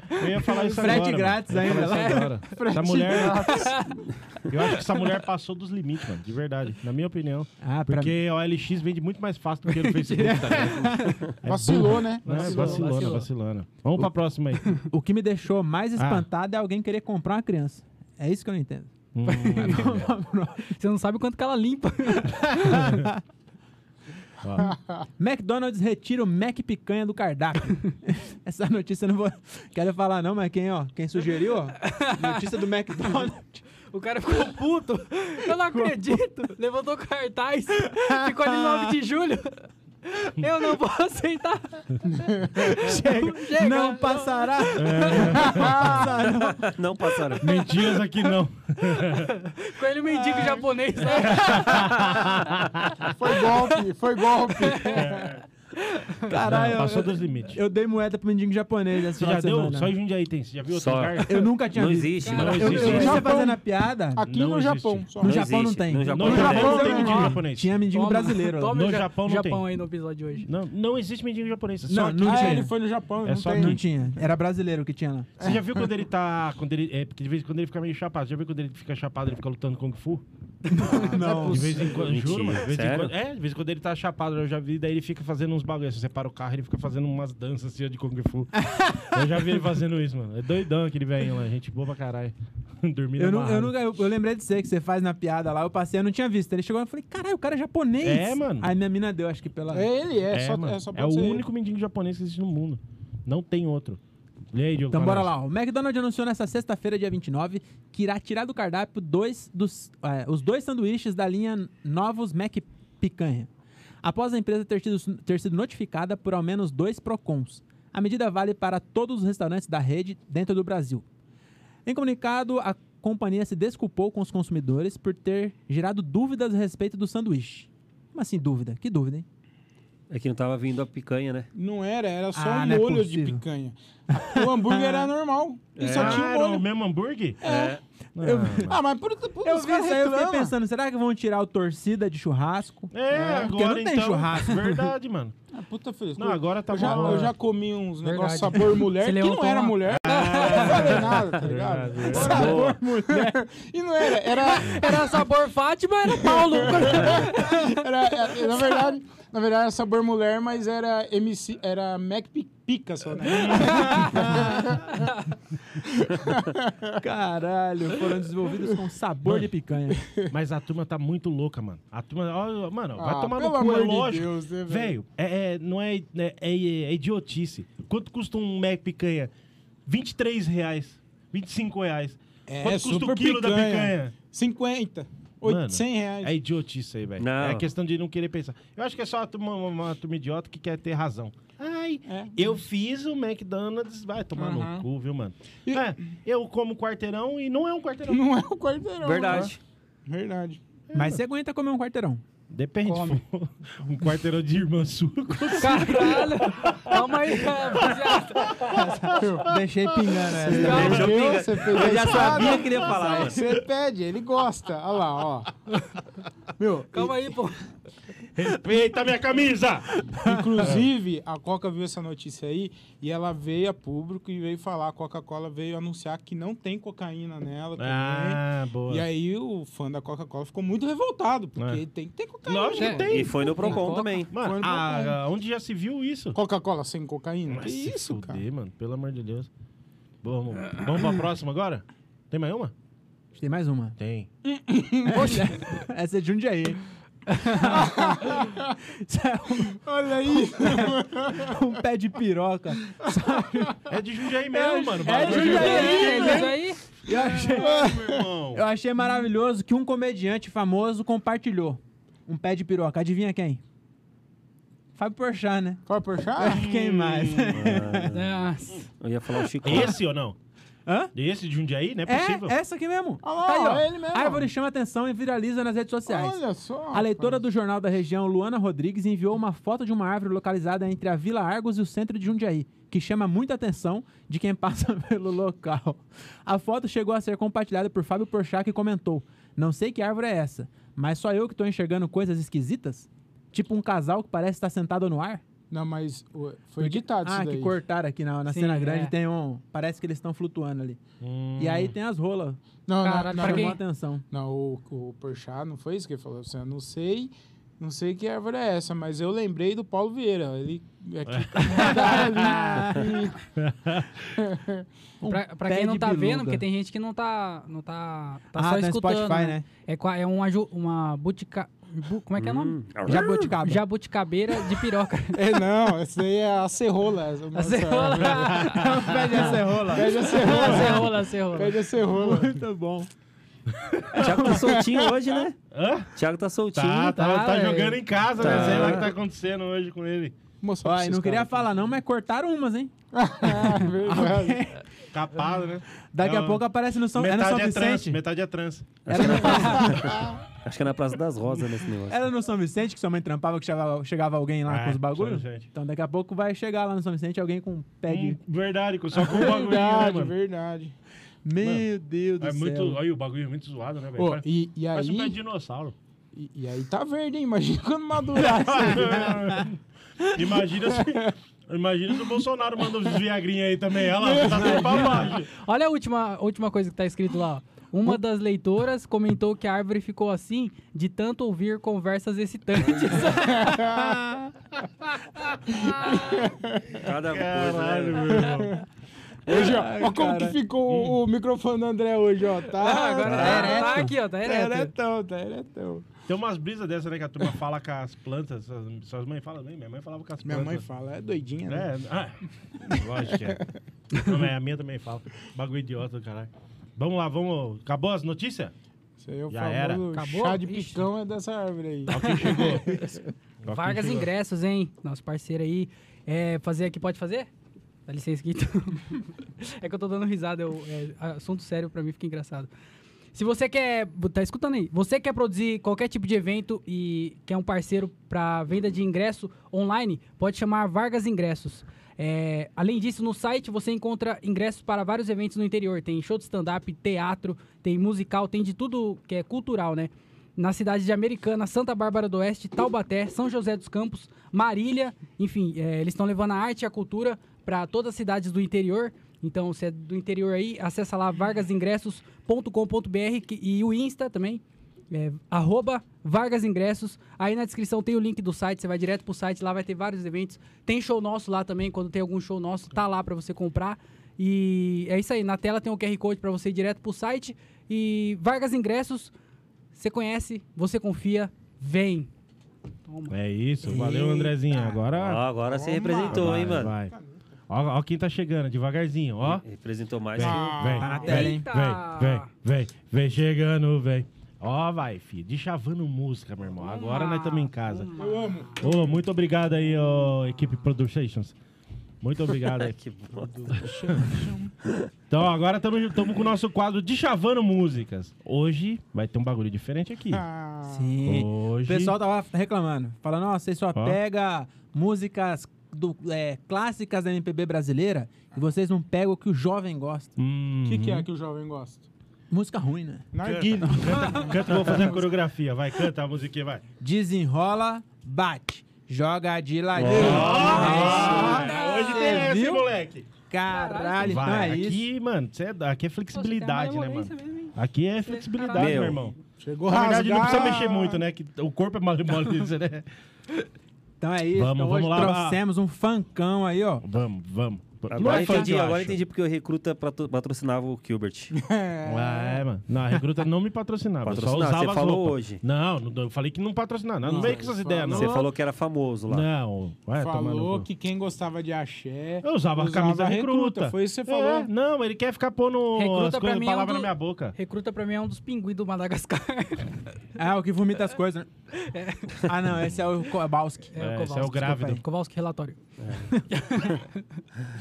Speaker 1: Eu ia falar isso
Speaker 5: Frete
Speaker 1: agora. mano.
Speaker 5: grátis
Speaker 1: Eu ia
Speaker 5: ainda,
Speaker 1: falar
Speaker 5: lá.
Speaker 1: isso agora. Essa mulher. Eu acho que essa mulher passou dos limites, mano. De verdade. Na minha opinião.
Speaker 5: Ah, pra mim.
Speaker 1: Porque a OLX vende muito mais fácil do que no Facebook, tá ligado?
Speaker 5: É
Speaker 4: Vacilou, né?
Speaker 1: Né?
Speaker 2: Vacilou,
Speaker 1: Vacilona,
Speaker 2: vacilou.
Speaker 1: vacilona. Vamos pra próxima aí.
Speaker 5: O que me deixou mais
Speaker 1: Ah.
Speaker 5: espantado é alguém querer comprar uma criança. É isso que eu não entendo.
Speaker 1: Hum,
Speaker 2: Você não sabe o quanto que ela limpa.
Speaker 1: ó.
Speaker 5: McDonald's retira o Mac Picanha do cardápio. Essa notícia eu não vou. Quero falar, não, mas quem, ó, quem sugeriu, ó? Notícia do McDonald's.
Speaker 2: O cara ficou puto. Eu não acredito. Levantou cartaz. Ficou ali 9 de julho. Eu não vou aceitar. Chega. Chega.
Speaker 5: não passará! Não passará.
Speaker 3: Não passaram.
Speaker 1: Mentiras aqui não.
Speaker 2: Com ele o mendigo japonês né?
Speaker 1: É,
Speaker 2: lá.
Speaker 4: Foi golpe, foi golpe.
Speaker 5: Caralho,
Speaker 1: Não, passou
Speaker 5: eu,
Speaker 1: dos limites.
Speaker 5: eu dei moeda pro mendigo japonês essa
Speaker 1: Você já deu?
Speaker 5: semana.
Speaker 1: Só em Jundiaí tem. Você já viu outro
Speaker 3: Só.
Speaker 1: lugar?
Speaker 5: Eu nunca tinha
Speaker 3: Não
Speaker 5: visto.
Speaker 3: existe,
Speaker 1: Cara,
Speaker 3: não
Speaker 1: eu-
Speaker 5: Eu, eu,
Speaker 1: Existe.
Speaker 5: vi
Speaker 4: No
Speaker 5: você
Speaker 4: Japão.
Speaker 5: fazendo a piada.
Speaker 4: Aqui
Speaker 1: Não
Speaker 4: no
Speaker 1: existe.
Speaker 4: Japão. Só.
Speaker 5: No Japão não
Speaker 3: existe.
Speaker 5: tem.
Speaker 3: No Japão
Speaker 1: No
Speaker 5: tem.
Speaker 1: Japão
Speaker 4: Japão
Speaker 1: não tem
Speaker 4: não.
Speaker 1: mendigo japonês.
Speaker 5: Tinha mendigo
Speaker 2: Toma.
Speaker 5: brasileiro. lá.
Speaker 2: Toma
Speaker 1: No
Speaker 2: o ja-
Speaker 1: Japão não
Speaker 2: Japão
Speaker 1: tem.
Speaker 2: aí no episódio de hoje.
Speaker 1: Não, não existe mendigo japonês. é só
Speaker 5: Não,
Speaker 1: aqui.
Speaker 5: não
Speaker 4: Ah,
Speaker 5: tinha.
Speaker 4: ele foi no Japão,
Speaker 1: É
Speaker 4: não
Speaker 1: só
Speaker 4: tem.
Speaker 1: aqui.
Speaker 5: Não tinha. Era brasileiro que tinha lá.
Speaker 1: Você já viu quando ele tá. Quando ele, é, porque de vez em quando ele fica meio chapado. Você já viu quando ele fica chapado, ele fica lutando Kung Fu?
Speaker 4: é
Speaker 5: Não.
Speaker 1: De vez em quando,
Speaker 3: Mentira,
Speaker 1: juro, mano. De vez em
Speaker 3: sério?
Speaker 1: quando, é, de vez em quando ele tá chapado, eu já vi, daí ele fica fazendo uns bagulhos. Você para o carro, ele fica fazendo umas danças assim ó, de Kung Fu. eu já vi ele fazendo isso, mano. É doidão aquele velhinho lá, gente boa pra caralho. Dormindo
Speaker 5: Eu, não, eu,
Speaker 1: amarrado.
Speaker 5: nunca, eu, eu lembrei de você que você faz na piada lá. Eu passei, eu não tinha visto. Ele chegou e falei, caralho, o cara é japonês.
Speaker 1: É, mano.
Speaker 5: Aí minha mina deu, acho que pela.
Speaker 4: É ele, é.
Speaker 1: É,
Speaker 4: só,
Speaker 1: mano,
Speaker 4: é, só
Speaker 1: é
Speaker 4: pode
Speaker 1: o
Speaker 4: ser ele.
Speaker 1: único mendigo japonês que existe no mundo. Não tem outro. Lê aí, Diogo. é
Speaker 5: Então bora
Speaker 1: fala
Speaker 5: lá. ó. O McDonald's anunciou nessa sexta-feira, dia 29, que irá tirar do cardápio dois dos, é, os dois sanduíches da linha Novos Mac Picanha. Após a empresa ter, tido- ter sido notificada por ao menos dois PROCONs. A medida vale para todos os restaurantes da rede dentro do Brasil. Em comunicado, a companhia se desculpou com os consumidores por ter gerado dúvidas a respeito do sanduíche. Como assim dúvida? Que dúvida, hein?
Speaker 3: É que não tava vindo a picanha, né?
Speaker 4: Não era, era só
Speaker 5: Ah,
Speaker 4: um
Speaker 5: não é
Speaker 4: molho de
Speaker 5: possível.
Speaker 4: picanha. O hambúrguer era normal. E só
Speaker 1: aí.
Speaker 4: tinha
Speaker 1: Ah,
Speaker 4: um
Speaker 1: era o
Speaker 4: molho.
Speaker 1: mesmo hambúrguer?
Speaker 3: É.
Speaker 1: Não,
Speaker 5: Eu-
Speaker 1: mano.
Speaker 4: Ah, mas puta, puta,
Speaker 5: Eu
Speaker 4: os
Speaker 5: vi isso
Speaker 4: caras
Speaker 5: aí, eu fiquei
Speaker 4: reclamam.
Speaker 5: pensando, será que vão tirar o torcida de churrasco?
Speaker 1: É,
Speaker 5: porque
Speaker 1: agora
Speaker 5: não tem
Speaker 1: então,
Speaker 5: churrasco.
Speaker 1: Verdade, mano.
Speaker 4: Ah, puta feliz.
Speaker 1: Não, agora tá
Speaker 4: eu, já,
Speaker 1: bom.
Speaker 4: eu já comi uns
Speaker 2: Verdade.
Speaker 4: negócios sabor mulher
Speaker 2: Você
Speaker 4: que não
Speaker 2: levantou
Speaker 4: era
Speaker 2: uma-
Speaker 4: mulher. Eu não falei nada, tá ligado?
Speaker 1: Verdade, verdade.
Speaker 4: Sabor mulher. E não era, era,
Speaker 2: Era sabor Fátima, era Paulo.
Speaker 4: Era- era- na verdade, na verdade era sabor mulher, mas era MC, era Mac Pi- Pica só, né?
Speaker 5: Caralho, foram desenvolvidos com sabor de picanha.
Speaker 1: Mas a turma tá muito louca, mano. A turma, ó, mano, vai
Speaker 4: Ah,
Speaker 1: tomar no
Speaker 4: pelo
Speaker 1: cu, é
Speaker 4: amor de
Speaker 1: lógico.
Speaker 4: Deus, né,
Speaker 1: velho,
Speaker 4: velho?
Speaker 1: é, é- não é, é, é- é idiotice. Quanto custa um Mac picanha? 23 reais, 25 reais.
Speaker 4: É,
Speaker 1: Quanto custa o quilo da picanha?
Speaker 4: 50, oito-
Speaker 1: Mano,
Speaker 4: 100 reais.
Speaker 1: É idiotice aí, velho.
Speaker 3: Não.
Speaker 1: É questão de não querer pensar. Eu acho que é só uma turma, uma, uma turma idiota que quer ter razão. Ai,
Speaker 4: É.
Speaker 1: eu fiz o McDonald's. Vai tomar no
Speaker 4: Aham.
Speaker 1: cu, viu, mano?
Speaker 4: E-
Speaker 1: É, eu como quarteirão e não é um quarteirão.
Speaker 4: Não é o quarteirão.
Speaker 3: Verdade.
Speaker 4: né? Verdade.
Speaker 5: Mas você aguenta comer um quarteirão.
Speaker 1: Depende.
Speaker 2: Come.
Speaker 1: se for Um quarteirão de irmã sua.
Speaker 2: Caralho! Calma aí, rapaziada.
Speaker 5: Deixei pingando essa.
Speaker 2: Calma.
Speaker 3: Deixa eu
Speaker 4: Meu,
Speaker 3: pingar.
Speaker 4: você fez
Speaker 3: Eu já
Speaker 4: isso.
Speaker 3: sabia que ele ia falar. mano.
Speaker 4: Você pede, ele gosta. Olha lá, ó. Meu,
Speaker 2: Calma aí,
Speaker 1: É
Speaker 2: pô.
Speaker 1: Respeita minha camisa!
Speaker 4: Inclusive, a Coca viu essa notícia aí e ela veio a público e veio falar. A Coca-Cola veio anunciar que não tem cocaína nela também.
Speaker 1: Ah, boa.
Speaker 4: E aí o fã da Coca-Cola ficou muito revoltado, porque
Speaker 1: É.
Speaker 4: tem que ter cocaína.
Speaker 1: Lógico
Speaker 2: É.
Speaker 1: que tem.
Speaker 3: E foi no Procon
Speaker 2: Coca.
Speaker 3: também.
Speaker 1: Mano,
Speaker 4: Foi no
Speaker 1: ah, onde já se viu isso?
Speaker 4: Coca-Cola sem cocaína?
Speaker 1: Mas
Speaker 4: que
Speaker 1: se
Speaker 4: isso,
Speaker 1: fuder,
Speaker 4: cara?
Speaker 1: mano. Pelo amor de Deus. Boa, vamos, vamos pra próxima agora? Tem mais uma?
Speaker 5: Tem mais uma.
Speaker 1: Tem.
Speaker 5: Essa é de um dia aí.
Speaker 4: Olha aí!
Speaker 5: é um pé de piroca.
Speaker 1: É de Jundiaí mesmo, mano.
Speaker 5: é
Speaker 1: Bagulho.
Speaker 5: de Jundiaí.
Speaker 1: né?
Speaker 2: Eles aí.
Speaker 5: Eu achei,
Speaker 1: Irmão.
Speaker 5: eu achei maravilhoso que um comediante famoso compartilhou um pé de piroca. Adivinha quem? Fábio Porchat, né?
Speaker 4: Qual puxar?
Speaker 5: Quem mais?
Speaker 2: É. Nossa.
Speaker 3: Eu ia falar o Chico.
Speaker 1: Esse ou não?
Speaker 5: Hã?
Speaker 1: Esse de Jundiaí? Não é possível?
Speaker 5: É, essa aqui mesmo.
Speaker 4: É Olha lá,
Speaker 5: Tá aí, ó.
Speaker 4: é ele mesmo.
Speaker 5: Árvore chama atenção e viraliza nas redes sociais.
Speaker 4: Olha só.
Speaker 5: A leitora do jornal da região, Luana Rodrigues, enviou uma foto de uma árvore localizada entre a Vila Argos e o centro de Jundiaí, que chama muita atenção de quem passa pelo local. A foto chegou a ser compartilhada por Fábio Porchat, que comentou: Não sei que árvore é essa, mas só eu que estou enxergando coisas esquisitas? Tipo um casal que parece estar sentado no ar?
Speaker 4: Não, mas o- foi
Speaker 5: Porque-
Speaker 4: editado
Speaker 5: Ah,
Speaker 4: isso daí.
Speaker 5: que cortaram aqui na, na
Speaker 2: Sim,
Speaker 5: cena grande,
Speaker 2: é.
Speaker 5: tem um. Parece que eles estão flutuando ali.
Speaker 1: Hum.
Speaker 5: E aí tem as rolas.
Speaker 4: Não, não,
Speaker 2: Caralho,
Speaker 4: não,
Speaker 2: pra
Speaker 5: Chamou
Speaker 2: quem-
Speaker 5: a atenção.
Speaker 4: Não, o, o Porchat não foi isso que ele falou. Assim, eu não sei, não sei que árvore é essa, mas eu lembrei do Paulo Vieira. Ele é que
Speaker 2: Pra, pra
Speaker 5: pé
Speaker 2: quem não
Speaker 5: de
Speaker 2: tá
Speaker 5: biluga.
Speaker 2: vendo, porque tem gente que não tá. Não tá. Tá
Speaker 5: Ah,
Speaker 2: só
Speaker 5: tá no
Speaker 2: escutando.
Speaker 5: Spotify, né?
Speaker 2: É, qua- é uma, ju- uma butica. bu- como é que é o nome?
Speaker 3: Hum.
Speaker 5: Hum. Jabuticaba.
Speaker 2: Jabuticabeira de piroca.
Speaker 4: é, não, essa daí é a Cerrola. essa
Speaker 2: A
Speaker 4: nossa-
Speaker 2: cerrola.
Speaker 5: Pede essa é rola.
Speaker 4: Pede a
Speaker 2: A
Speaker 4: Cerrola.
Speaker 2: cerrola, a cerrola.
Speaker 4: Pede a
Speaker 1: é
Speaker 4: Cerrola.
Speaker 5: Muito bom.
Speaker 3: Thiago tá soltinho hoje, né?
Speaker 1: Hã?
Speaker 3: Thiago tá soltinho.
Speaker 1: Tá, tá,
Speaker 2: tá,
Speaker 1: tá
Speaker 2: é.
Speaker 1: jogando em casa,
Speaker 3: Tá.
Speaker 1: né? Sei lá o que tá acontecendo hoje com ele.
Speaker 4: Mostrar
Speaker 5: Ó,
Speaker 4: pra
Speaker 5: e
Speaker 4: vocês,
Speaker 5: não queria
Speaker 4: cara.
Speaker 5: falar não, mas cortaram umas, hein?
Speaker 4: Ah, verdade.
Speaker 1: Capado, né?
Speaker 5: Daqui a
Speaker 1: Não.
Speaker 5: pouco aparece no São, é no São
Speaker 1: metade é trans,
Speaker 5: Vicente.
Speaker 1: metade é trans.
Speaker 3: Acho que, é na Praça... Acho que é na Praça das Rosas nesse negócio.
Speaker 5: Era no São Vicente que sua mãe trampava, que chegava, chegava alguém lá
Speaker 1: É,
Speaker 5: com os bagulhos?
Speaker 1: São Vicente.
Speaker 5: Então daqui a pouco vai chegar lá no São Vicente alguém com um pé de...
Speaker 1: Hum, verdade, com- só com o bagulho, né,
Speaker 4: Verdade,
Speaker 1: mano?
Speaker 4: verdade.
Speaker 5: Meu Deus do
Speaker 1: É
Speaker 5: céu.
Speaker 1: muito, olha, o bagulho é muito zoado, né, velho?
Speaker 4: Ô,
Speaker 1: Parece-
Speaker 4: e, e
Speaker 1: Parece um pé de
Speaker 4: aí,
Speaker 1: dinossauro.
Speaker 4: e, e aí tá verde, hein? Imagina quando madurar.
Speaker 1: imagina se... Imagina se o Bolsonaro manda os viagrinhos aí também. Olha lá, tá tudo pra baixo.
Speaker 2: Olha a última, a última coisa que tá escrito lá. ó.
Speaker 5: Hum?
Speaker 2: Uma das leitoras comentou que a árvore ficou assim de tanto ouvir conversas excitantes.
Speaker 3: Cada
Speaker 4: é.
Speaker 1: Caralho,
Speaker 3: coisa. né?
Speaker 1: meu irmão.
Speaker 4: Hoje, ó, ó como que ficou o- o microfone do André hoje, ó. Tá,
Speaker 2: Agora
Speaker 4: tá,
Speaker 2: tá, tá aqui, ó, tá
Speaker 4: tá
Speaker 2: ereto.
Speaker 4: eretão, tá eretão.
Speaker 1: Tem umas brisas dessa, né? Que a turma fala com as plantas. Suas, suas mães falam bem? Minha mãe falava com as
Speaker 4: Minha
Speaker 1: plantas.
Speaker 4: mãe fala, é doidinha, né?
Speaker 1: Uhum. É, ah, lógico que é. Não, mas a minha também fala. Bagulho idiota do caralho. Vamos lá, vamos. Acabou as notícias?
Speaker 4: Isso aí é o
Speaker 1: Já
Speaker 4: famoso
Speaker 1: era.
Speaker 2: Acabou?
Speaker 4: chá de
Speaker 2: Ixi.
Speaker 4: picão é dessa árvore aí.
Speaker 1: Quem chegou? Ó, quem
Speaker 2: Vargas
Speaker 1: chegou.
Speaker 2: Ingressos, hein? Nosso parceiro aí. É, fazer aqui, pode fazer? Dá licença aqui. então. é que eu tô dando risada. eu- é, assunto sério pra mim fica engraçado. Se você quer. Tá escutando aí? Você quer produzir qualquer tipo de evento e quer um parceiro para venda de ingresso online, pode chamar Vargas Ingressos. É, além disso, no site você encontra ingressos para vários eventos no interior. Tem show de stand-up, teatro, tem musical, tem de tudo que é cultural, né? Na cidade de Americana, Santa Bárbara do Oeste, Taubaté, São José dos Campos, Marília, enfim, é, eles estão levando a arte e a cultura para todas as cidades do interior. Então, se é do interior aí, acessa lá vargasingressos.com.br que- e o Insta também, é, arroba vargasingressos. Aí na descrição tem o link do site, você vai direto pro site, lá vai ter vários eventos. Tem show nosso lá também, quando tem algum show nosso, tá lá para você comprar. E é isso aí, na tela tem o QR Code para você ir direto pro site. E Vargas Ingressos, você conhece, você confia, vem. Toma.
Speaker 1: É isso, valeu, Andrezinho.
Speaker 3: Ó,
Speaker 1: Agora.
Speaker 3: agora você representou, hein, mano?
Speaker 1: Vai. Ó, ó quem tá chegando, devagarzinho, ó.
Speaker 3: Representou mais
Speaker 1: Vem,
Speaker 3: que
Speaker 1: vem,
Speaker 5: tá na
Speaker 1: vem,
Speaker 5: tela,
Speaker 1: vem,
Speaker 2: hein?
Speaker 1: vem, vem, vem chegando, vem. Ó, vai, filho, deixavando música, meu irmão. Agora nós estamos em casa.
Speaker 4: Eu amo.
Speaker 1: Ô, muito obrigado aí, ó, equipe Productions. Muito obrigado aí.
Speaker 3: Que bom.
Speaker 1: Então agora estamos com o nosso quadro de Chavando Músicas. Hoje vai ter um bagulho diferente aqui.
Speaker 4: Ah,
Speaker 5: Sim. O
Speaker 1: Hoje.
Speaker 5: pessoal tava reclamando, falando, ó, vocês só
Speaker 1: Ó.
Speaker 5: pega músicas do, é, clássicas da MPB brasileira e vocês não pegam o que o jovem gosta.
Speaker 1: Uhum.
Speaker 4: O que, que é que o jovem gosta?
Speaker 5: Música ruim, né?
Speaker 4: Narguilha.
Speaker 1: Canta, canta, vou fazer a coreografia. Vai, canta a musiquinha, vai.
Speaker 5: Desenrola, bate, joga de ladinho.
Speaker 1: Ah, hoje tem essa, hein,
Speaker 5: viu?
Speaker 1: moleque.
Speaker 5: Caralho, então
Speaker 1: Vai,
Speaker 5: é isso.
Speaker 1: aqui, mano, cê, é- aqui é flexibilidade, né, mano? Aqui é flexibilidade,
Speaker 3: Meu.
Speaker 1: meu irmão.
Speaker 4: Chegou
Speaker 1: Na verdade, não
Speaker 4: rasgar-
Speaker 1: precisa mexer muito, né? Que o corpo é mole, mole né?
Speaker 5: Então é isso.
Speaker 1: Vamos,
Speaker 5: então hoje
Speaker 1: vamos lá.
Speaker 5: trouxemos um fancão aí, ó.
Speaker 1: Vamos, vamos. Não
Speaker 3: Agora
Speaker 1: é funk,
Speaker 3: entendi,
Speaker 1: eu
Speaker 3: agora
Speaker 1: acho.
Speaker 3: entendi porque o Recruta patro- patrocinava o Gilbert.
Speaker 1: Ah, é, mano. Não, a Recruta não me patrocinava. eu Só
Speaker 3: Patrocinar,
Speaker 1: usava
Speaker 3: você
Speaker 1: as
Speaker 3: falou
Speaker 1: roupas.
Speaker 3: hoje.
Speaker 1: Não, não, eu falei que não patrocinava. Não, não veio com essas ideias, não.
Speaker 3: Você falou que era famoso lá.
Speaker 1: Não, vai tomar no
Speaker 4: Falou
Speaker 1: né, cu.
Speaker 4: que quem gostava de axé.
Speaker 1: Eu usava a camisa recruta.
Speaker 4: Foi isso que você
Speaker 1: É,
Speaker 4: falou.
Speaker 1: não, ele quer ficar pondo
Speaker 2: Recruta
Speaker 1: as
Speaker 2: pra
Speaker 1: coisas,
Speaker 2: mim é um
Speaker 1: palavra
Speaker 2: do-
Speaker 1: na minha boca.
Speaker 2: Recruta pra mim é um dos pinguins do Madagascar.
Speaker 5: É o que vomita as coisas. né? Ah, não, esse é o Kowalski.
Speaker 1: É, esse é o grávido.
Speaker 2: desculpa aí. Kowalski, relatório.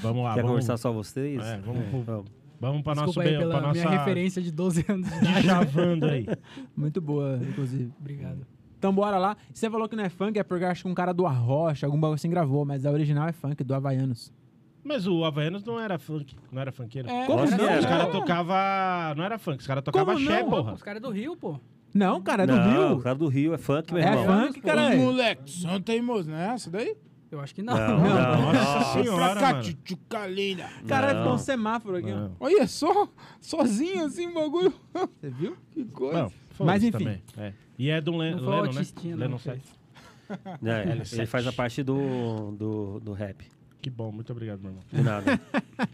Speaker 1: Vamos lá,
Speaker 3: Quer
Speaker 1: vamos,
Speaker 3: conversar só vocês?
Speaker 1: É, vamos pro-
Speaker 3: Vamos.
Speaker 1: vamos pra, É nosso,
Speaker 2: Desculpa
Speaker 1: bem-
Speaker 2: aí pela
Speaker 1: pra nossa...
Speaker 2: minha referência de 12 anos. de idade.
Speaker 1: de javando aí.
Speaker 5: Muito boa, inclusive.
Speaker 2: Obrigado.
Speaker 5: Então bora lá. Você falou que não é funk, é porque eu acho que um cara do Arrocha, algum bagulho assim gravou, mas a original é funk, do Havaianos.
Speaker 1: Mas o Havaianos não era funk, não era funkeiro.
Speaker 5: Como
Speaker 3: Nossa,
Speaker 5: não?
Speaker 3: é.
Speaker 1: Os caras tocavam... Não era funk, os caras tocavam axé,
Speaker 2: Não,
Speaker 1: porra.
Speaker 2: Os caras é do Rio, pô.
Speaker 5: Não, cara, é do
Speaker 3: não,
Speaker 5: Rio.
Speaker 3: o cara do Rio é funk, meu
Speaker 5: É
Speaker 3: irmão.
Speaker 4: Ah,
Speaker 5: funk, cara.
Speaker 4: Os moleques são teimosos, não é essa daí?
Speaker 2: Eu acho que não.
Speaker 3: Não, não.
Speaker 1: Nossa
Speaker 3: Nossa.
Speaker 1: senhora,
Speaker 4: pra cá,
Speaker 1: mano.
Speaker 4: tchutchuca linda.
Speaker 5: Caralho,
Speaker 3: Não.
Speaker 5: ficou um semáforo aqui. ó.
Speaker 1: Não.
Speaker 4: Olha só, sozinho assim, o bagulho.
Speaker 5: Você viu?
Speaker 4: Que coisa.
Speaker 1: Não, tá foi
Speaker 5: Mas
Speaker 1: isso
Speaker 5: enfim.
Speaker 1: também, é. E é do Len,
Speaker 2: Não foi
Speaker 1: Lennon,
Speaker 2: autistinha,
Speaker 1: né? Lennon
Speaker 2: não, fez.
Speaker 1: Sai.
Speaker 3: É, ele, ele faz a parte do, do, do rap.
Speaker 1: Que bom, muito obrigado, meu irmão.
Speaker 3: De nada.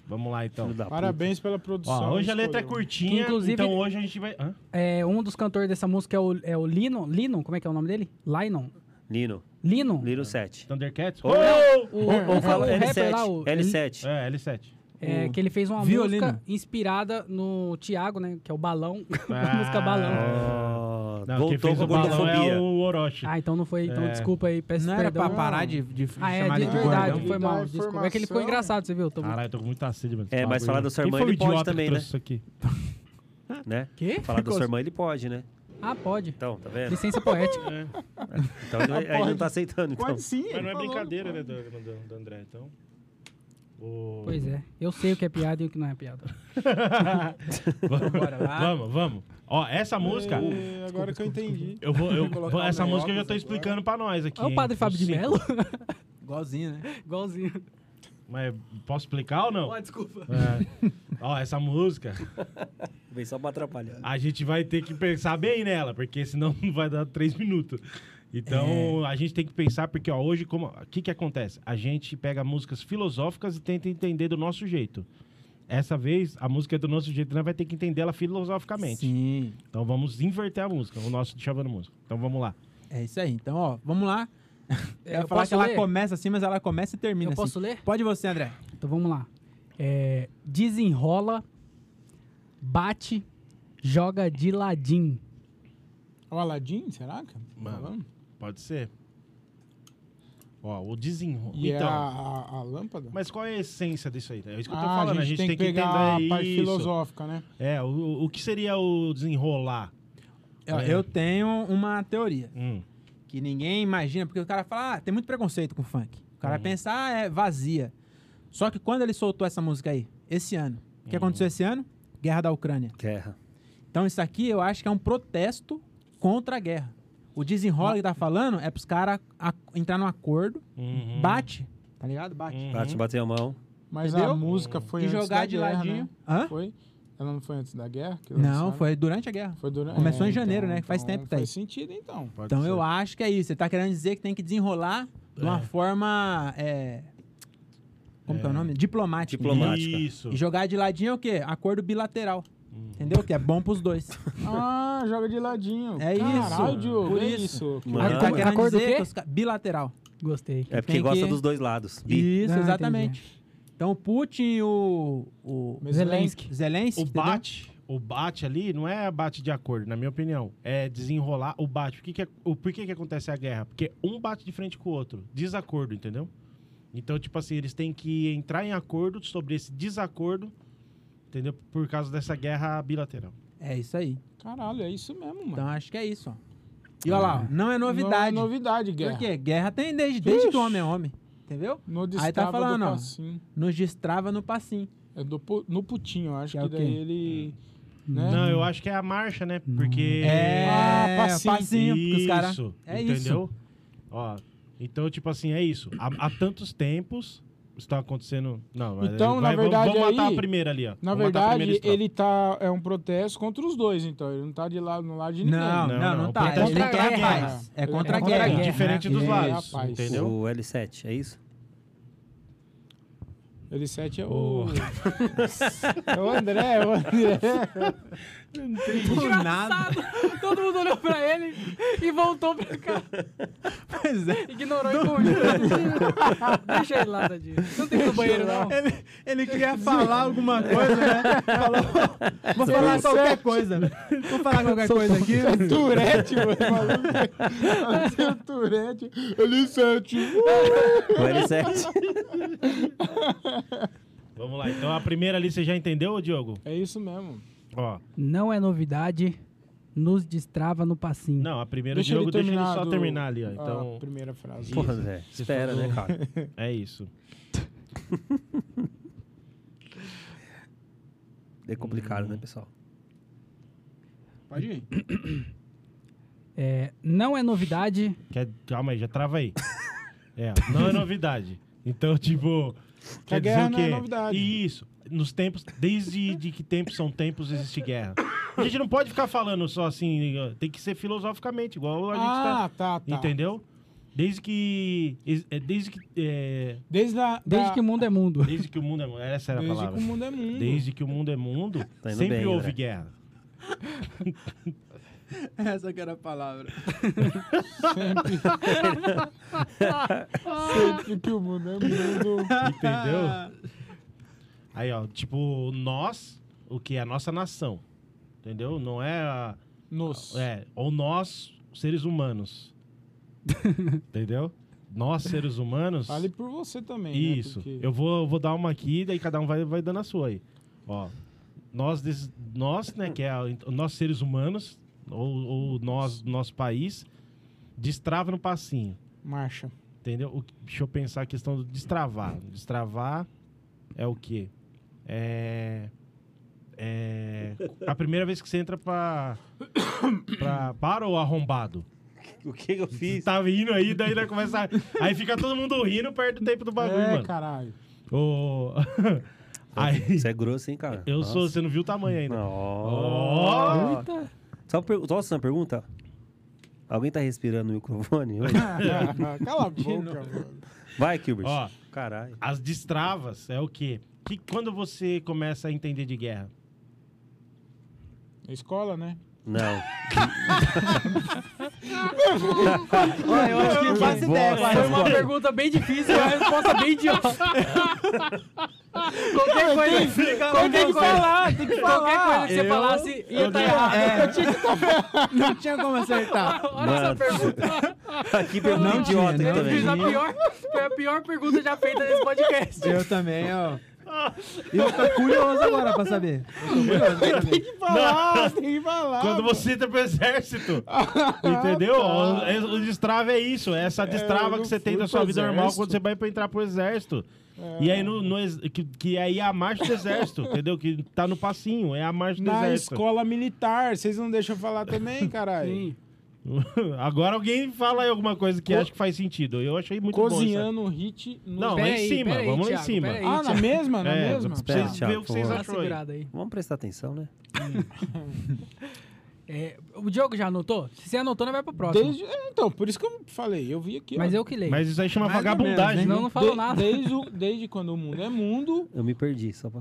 Speaker 1: Vamos lá, então.
Speaker 3: Filho da puta.
Speaker 4: Parabéns pela
Speaker 1: Ó,
Speaker 4: produção.
Speaker 1: hoje a
Speaker 4: escolheu.
Speaker 1: letra é curtinha,
Speaker 2: Que, inclusive,
Speaker 1: então hoje a gente vai... Hã?
Speaker 2: É, um dos cantores dessa música é o, é o Lino. Lino, como é que é o nome dele? Linon.
Speaker 3: Lino.
Speaker 2: Lino.
Speaker 3: Lino 7.
Speaker 1: Thundercats?
Speaker 3: Ô,
Speaker 1: Oh!
Speaker 2: O, é,
Speaker 3: Ou fala
Speaker 2: o rapper
Speaker 3: L7.
Speaker 2: lá, o,
Speaker 3: L7.
Speaker 1: É, L7.
Speaker 2: é, que ele fez uma
Speaker 5: Violino.
Speaker 2: música inspirada no Thiago, né? Que é o Balão. a música Balão.
Speaker 3: Ah,
Speaker 1: Não, quem fez
Speaker 3: voltou com
Speaker 1: o
Speaker 3: a
Speaker 1: balão
Speaker 3: gordofobia.
Speaker 1: é o Orochi.
Speaker 2: Ah, então não foi. Então
Speaker 1: É.
Speaker 2: desculpa aí, peço
Speaker 5: Não era
Speaker 2: perdão. é
Speaker 5: pra parar de, de
Speaker 2: Ah, é,
Speaker 5: chamar
Speaker 2: de
Speaker 5: ele de
Speaker 2: verdade,
Speaker 5: gordão.
Speaker 2: foi
Speaker 4: Dá
Speaker 2: mal,
Speaker 4: a
Speaker 2: desculpa. É que ele ficou
Speaker 4: informação.
Speaker 2: engraçado, você viu? Tô...
Speaker 1: Caralho, eu tô com muita sede, mano.
Speaker 3: É, mas falar da sua
Speaker 1: Quem
Speaker 3: irmã,
Speaker 1: foi o
Speaker 3: ele pode
Speaker 1: idiota que
Speaker 3: também,
Speaker 1: trouxe
Speaker 3: né?
Speaker 1: Isso aqui?
Speaker 3: né?
Speaker 2: Quê?
Speaker 3: Falar
Speaker 1: assim.
Speaker 3: da sua irmã, ele pode, né?
Speaker 2: Ah, pode.
Speaker 3: Então, tá vendo?
Speaker 2: Licença poética.
Speaker 3: Então, ele, aí ele não tá aceitando, então.
Speaker 4: Pode sim.
Speaker 1: Mas não é
Speaker 4: falou.
Speaker 1: brincadeira, né, do, do- do André, então... O-
Speaker 2: Pois é. Eu sei o que é piada e o que não é piada.
Speaker 1: vamos,
Speaker 5: lá.
Speaker 1: vamos, vamos. Ó, essa música...
Speaker 4: É, agora que eu entendi.
Speaker 1: Eu vou, eu,
Speaker 4: colocar
Speaker 1: vou-
Speaker 4: o
Speaker 1: essa
Speaker 4: Mel
Speaker 1: música eu já tô
Speaker 4: agora.
Speaker 1: explicando pra nós aqui.
Speaker 2: É o
Speaker 1: hein?
Speaker 2: Padre Fábio de
Speaker 1: Sim.
Speaker 2: Melo?
Speaker 5: Igualzinho, né?
Speaker 2: Igualzinho.
Speaker 1: Mas posso explicar ou não?
Speaker 2: Ah, desculpa.
Speaker 1: É. Ó, essa música,
Speaker 3: Vem só pra atrapalhar.
Speaker 1: a gente vai ter que pensar bem nela, porque senão não vai dar três minutos.
Speaker 3: É.
Speaker 1: Então, a gente tem que pensar, porque ó, hoje, como- o que que acontece? A gente pega músicas filosóficas e tenta entender do nosso jeito. Essa vez, a música é do nosso jeito, nós vai ter que entender ela filosoficamente.
Speaker 5: Sim.
Speaker 1: Então, vamos inverter a música, o nosso Chavando Música. Então, vamos lá.
Speaker 5: É isso aí. Então, ó, vamos lá.
Speaker 2: É,
Speaker 5: Eu ia
Speaker 2: eu
Speaker 5: falar
Speaker 2: posso
Speaker 5: que ela
Speaker 2: ler?
Speaker 5: começa assim, mas ela começa e termina
Speaker 2: Eu
Speaker 5: assim.
Speaker 2: posso ler?
Speaker 5: Pode você, André.
Speaker 2: Então vamos lá. É, desenrola, bate, joga de ladinho.
Speaker 4: É o Aladdin, será? que
Speaker 1: Mano.
Speaker 4: Falando?
Speaker 1: Pode ser? Ó, o desenrolo.
Speaker 4: E
Speaker 1: então,
Speaker 4: é a, a, a lâmpada?
Speaker 1: mas qual é a essência disso aí? É isso que eu tô
Speaker 4: Ah,
Speaker 1: falando, a gente, tem, que entender
Speaker 4: pegar a parte
Speaker 1: isso.
Speaker 4: filosófica, né?
Speaker 1: É, o, o que seria o desenrolar?
Speaker 5: Eu,
Speaker 1: É.
Speaker 5: eu tenho uma teoria
Speaker 1: Hum.
Speaker 5: que ninguém imagina, porque o cara fala, ah, tem muito preconceito com funk. O cara pensa, ah, é vazia. Só que quando ele soltou essa música aí, esse ano, o que aconteceu esse ano? Guerra da Ucrânia.
Speaker 3: Guerra.
Speaker 5: Então isso aqui eu acho que é um protesto contra a guerra. O desenrola que tá falando é pros caras a- entrar num acordo,
Speaker 1: Uhum.
Speaker 5: bate, tá ligado? Bate.
Speaker 1: Uhum.
Speaker 3: Bate, bateu a mão.
Speaker 4: Mas
Speaker 5: Entendeu?
Speaker 4: a música foi
Speaker 5: E
Speaker 4: antes
Speaker 5: jogar
Speaker 4: da
Speaker 5: de
Speaker 4: guerra,
Speaker 5: ladinho.
Speaker 4: Né?
Speaker 5: Hã?
Speaker 4: Foi? Ela não foi antes da guerra? que
Speaker 5: Não,
Speaker 4: lançaram?
Speaker 5: foi durante a guerra.
Speaker 4: Foi durante...
Speaker 5: Começou em
Speaker 4: então-
Speaker 5: janeiro, né? Que faz
Speaker 4: então
Speaker 5: tempo que tá aí.
Speaker 4: Faz sentido, então.
Speaker 1: Pode
Speaker 5: Então
Speaker 1: ser.
Speaker 5: eu acho que é isso. Ele tá querendo dizer que tem que desenrolar de uma forma. é, Como que é o nome? Diplomática.
Speaker 3: Diploma- Diplomática.
Speaker 1: Isso.
Speaker 5: E jogar de ladinho é o quê? Acordo bilateral. Entendeu? Que é bom pros dois.
Speaker 4: Ah, joga de ladinho.
Speaker 5: É
Speaker 4: Caralho,
Speaker 5: isso.
Speaker 4: Diogo,
Speaker 5: Por
Speaker 4: é
Speaker 5: isso.
Speaker 4: isso.
Speaker 1: Uhum.
Speaker 3: Mano.
Speaker 5: Ele tá
Speaker 2: Acordo-
Speaker 5: querendo
Speaker 2: acordo
Speaker 5: dizer
Speaker 2: o quê?
Speaker 5: que os ca- bilateral.
Speaker 2: Gostei.
Speaker 3: É porque
Speaker 5: Tem
Speaker 3: gosta
Speaker 5: que-
Speaker 3: dos dois lados. Bi.
Speaker 5: Isso,
Speaker 2: Ah,
Speaker 5: exatamente. Então o Putin e o. O
Speaker 2: Zelensky.
Speaker 5: Zelensky.
Speaker 1: O
Speaker 5: entendeu?
Speaker 1: bate, o bate ali não é bate de acordo, na minha opinião. É desenrolar o bate. Por que, que, é- o, por que, que acontece a guerra? Porque um bate de frente com o outro. Desacordo, entendeu? Então, tipo assim, eles têm que entrar em acordo sobre esse desacordo, entendeu? Por causa dessa guerra bilateral.
Speaker 5: É isso aí.
Speaker 4: Caralho, é isso mesmo, mano.
Speaker 5: Então acho que é isso, ó.
Speaker 2: Ah.
Speaker 5: E olha lá, ó, não é novidade.
Speaker 4: Não é novidade, guerra.
Speaker 5: Por quê? Guerra tem desde, desde que o homem é homem. Entendeu?
Speaker 4: No
Speaker 5: Aí tá
Speaker 4: destrava
Speaker 5: falando,
Speaker 4: do
Speaker 5: ó.
Speaker 4: passinho.
Speaker 5: Nos destrava no passinho.
Speaker 4: É do, pu- no putinho, eu acho
Speaker 5: Que
Speaker 4: que,
Speaker 5: é o
Speaker 4: daí
Speaker 5: quê?
Speaker 4: ele... Né?
Speaker 1: Não, eu acho que é a marcha, né? Porque.
Speaker 5: É,
Speaker 4: Ah,
Speaker 5: passinho.
Speaker 4: passinho.
Speaker 5: porque os caras.
Speaker 1: Isso,
Speaker 5: É
Speaker 1: entendeu?
Speaker 5: isso.
Speaker 1: Ó, então, tipo assim, é isso. Há, há tantos tempos está acontecendo. Não, mas
Speaker 4: Então,
Speaker 1: vai-
Speaker 4: na
Speaker 1: vamos-
Speaker 4: verdade,
Speaker 1: Vamos matar
Speaker 4: aí-
Speaker 1: a primeira ali, ó.
Speaker 4: Na
Speaker 1: Vamos matar a primeira
Speaker 4: verdade,
Speaker 1: estrofe.
Speaker 4: ele tá... É um protesto contra os dois, então. Ele não tá de lado, no lado de ninguém.
Speaker 5: Não, não,
Speaker 1: Não,
Speaker 5: não,
Speaker 1: não,
Speaker 5: tá.
Speaker 1: o protesto
Speaker 5: Ele
Speaker 1: é
Speaker 5: quer
Speaker 1: contra a
Speaker 5: paz.
Speaker 4: guerra.
Speaker 5: É contra a
Speaker 4: Ele é
Speaker 5: guerra.
Speaker 4: contra a guerra,
Speaker 1: Diferente dos
Speaker 5: É.
Speaker 1: lados.
Speaker 4: rapaz.
Speaker 1: Entendeu?
Speaker 3: O L7, é isso?
Speaker 4: Ele 7 é o... é o André, é o André.
Speaker 5: Do nada.
Speaker 2: Engraçado. Todo mundo olhou pra ele e voltou pra cá.
Speaker 5: Pois é.
Speaker 2: Ignorou e correu. Deixa ele lá, Tadinho. Você não tem que ir no banheiro, não?
Speaker 5: Ele, ele queria falar alguma coisa, né? Falou, vou falar qualquer coisa. né? Vou falar qualquer coisa aqui.
Speaker 4: É Turete, mano. maluco. É o Turete. Ele é 7.
Speaker 3: O L7.
Speaker 1: Vamos lá. Então, a primeira ali você já entendeu, Diogo?
Speaker 4: É isso mesmo.
Speaker 1: Ó.
Speaker 2: Não é novidade, nos destrava no passinho.
Speaker 1: Não, a primeira o Diogo deixa ele só terminar ali, ó. Então,
Speaker 4: a Ah, primeira frase.
Speaker 3: Porra, Zé. Espera, né, cara?
Speaker 1: é isso.
Speaker 3: É complicado, né, pessoal?
Speaker 5: Pode ir.
Speaker 2: É, não é novidade,
Speaker 1: Quer- Calma aí, já trava aí. É, não é novidade. Então, tipo. Quer dizer
Speaker 4: guerra
Speaker 1: o
Speaker 4: não é
Speaker 1: quê?
Speaker 4: novidade.
Speaker 1: E isso. Nos tempos. Desde de que tempos são tempos existe guerra. A gente não pode ficar falando só assim. Tem que ser filosoficamente, igual a gente
Speaker 4: Ah, tá, tá.
Speaker 1: tá. Entendeu? Desde que. ex- é, Desde que. é,
Speaker 4: Desde, a,
Speaker 2: desde
Speaker 4: da-
Speaker 2: que o mundo é mundo.
Speaker 1: desde que o mundo é mundo. Essa era a
Speaker 4: Desde que
Speaker 1: palavra.
Speaker 4: o mundo é mundo.
Speaker 1: Desde que o mundo é mundo,
Speaker 3: Tá indo
Speaker 1: sempre
Speaker 3: bem,
Speaker 1: houve
Speaker 3: André.
Speaker 1: guerra.
Speaker 5: Essa que era a palavra.
Speaker 4: Sempre que o mundo é mundo.
Speaker 1: Entendeu? Aí, ó, tipo, nós, o que é a nossa nação. Entendeu? Não é a.
Speaker 4: Nos.
Speaker 1: É, ou nós, seres humanos. entendeu? Nós, seres humanos.
Speaker 4: Fale por você também, né?
Speaker 1: Isso.
Speaker 4: Porque-
Speaker 1: Eu vou, eu vou dar uma aqui, daí cada um vai, vai dando a sua aí. Ó, nós, des- nós né, que é a- nós seres humanos, ou, ou nós, nosso país, destrava no passinho.
Speaker 4: Marcha.
Speaker 1: Entendeu? O, deixa eu pensar a questão do destravar. Destravar é o quê? É. É. A primeira vez que você entra pra. pra para o arrombado.
Speaker 3: O que que eu
Speaker 1: Você
Speaker 3: fiz?
Speaker 1: tá vindo aí, daí vai começar. Aí fica todo mundo rindo perto do tempo do bagulho,
Speaker 4: é,
Speaker 1: mano.
Speaker 4: caralho.
Speaker 1: Ô, Aí.
Speaker 3: Isso é grosso, hein, cara?
Speaker 1: Eu sou,
Speaker 3: Nossa.
Speaker 1: você não viu o tamanho ainda.
Speaker 3: Ó. Só uma pergu- Posso fazer uma pergunta? Alguém tá respirando no microfone? hoje?
Speaker 2: Ah,
Speaker 4: Cala a boca, mano.
Speaker 3: Vai, Kilbert.
Speaker 1: Ó.
Speaker 3: Caralho.
Speaker 1: As destravas é o quê? Que quando você começa a entender de guerra?
Speaker 4: Na escola, né?
Speaker 3: Não.
Speaker 5: Olha, eu acho que não faço ideia.
Speaker 3: bosta.
Speaker 5: qual é a
Speaker 2: Foi uma
Speaker 5: resposta.
Speaker 2: pergunta bem difícil e uma resposta bem idiota. qualquer coisa,
Speaker 5: Tem que
Speaker 2: qualquer coisa,
Speaker 5: falar, tem que falar.
Speaker 2: qualquer coisa que você
Speaker 5: Eu-
Speaker 2: falasse ia
Speaker 5: eu
Speaker 2: estar
Speaker 5: tinha-
Speaker 2: errado.
Speaker 5: é, Não tinha como acertar.
Speaker 2: Olha essa
Speaker 3: Mano.
Speaker 2: pergunta.
Speaker 3: Aqui pergunta
Speaker 5: Não tinha, não
Speaker 3: idiota aqui
Speaker 2: Eu
Speaker 3: também.
Speaker 2: fiz a pior, foi a pior pergunta já feita nesse podcast.
Speaker 5: Eu também, ó. E eu tô curioso agora pra saber. Eu tô curioso pra saber.
Speaker 4: Tem que falar, tem que falar.
Speaker 1: Quando você entra pro exército. entendeu? O, é- o destrave é isso. É essa destrava
Speaker 4: Tá. eu
Speaker 1: que
Speaker 4: não
Speaker 1: você tem
Speaker 4: fui
Speaker 1: da sua
Speaker 4: pro
Speaker 1: vida normal
Speaker 4: exército. É.
Speaker 1: quando você vai pra entrar pro exército. E aí, no, no ex- que, que aí é a marcha do exército, entendeu? Que tá no passinho, é a marcha do
Speaker 4: Na
Speaker 1: exército.
Speaker 4: escola militar, vocês não deixam falar também, caralho?
Speaker 2: Sim.
Speaker 1: Agora alguém fala aí alguma coisa que acha que faz sentido. Eu achei muito bom.
Speaker 4: Cozinhando o hit no...
Speaker 1: Não,
Speaker 2: Pera
Speaker 1: lá em
Speaker 2: aí,
Speaker 1: cima,
Speaker 2: pera aí,
Speaker 1: vamos lá em
Speaker 2: Thiago,
Speaker 1: cima.
Speaker 2: pera aí,
Speaker 4: Ah, na
Speaker 2: Thiago.
Speaker 4: mesma? Na
Speaker 1: É, pra
Speaker 4: mesma?
Speaker 1: vocês
Speaker 3: Espera,
Speaker 1: verem o que vocês
Speaker 3: Thiago,
Speaker 2: Dá uma
Speaker 1: acharam aí.
Speaker 2: segurada aí.
Speaker 3: Vamos prestar atenção, né?
Speaker 2: É, o Diogo já anotou? Se você anotou, não vai pro próximo.
Speaker 4: Desde... é, Então, por isso que eu falei. Eu vi aqui,
Speaker 2: Mas
Speaker 4: ó.
Speaker 2: eu que leio.
Speaker 1: Mas isso aí chama
Speaker 5: Mais ou
Speaker 1: É vagabundagem.
Speaker 5: menos,
Speaker 2: Senão
Speaker 1: né?
Speaker 2: não falou
Speaker 4: De-
Speaker 2: nada.
Speaker 4: Desde, o- desde quando o mundo é mundo...
Speaker 3: Eu me perdi, só pra...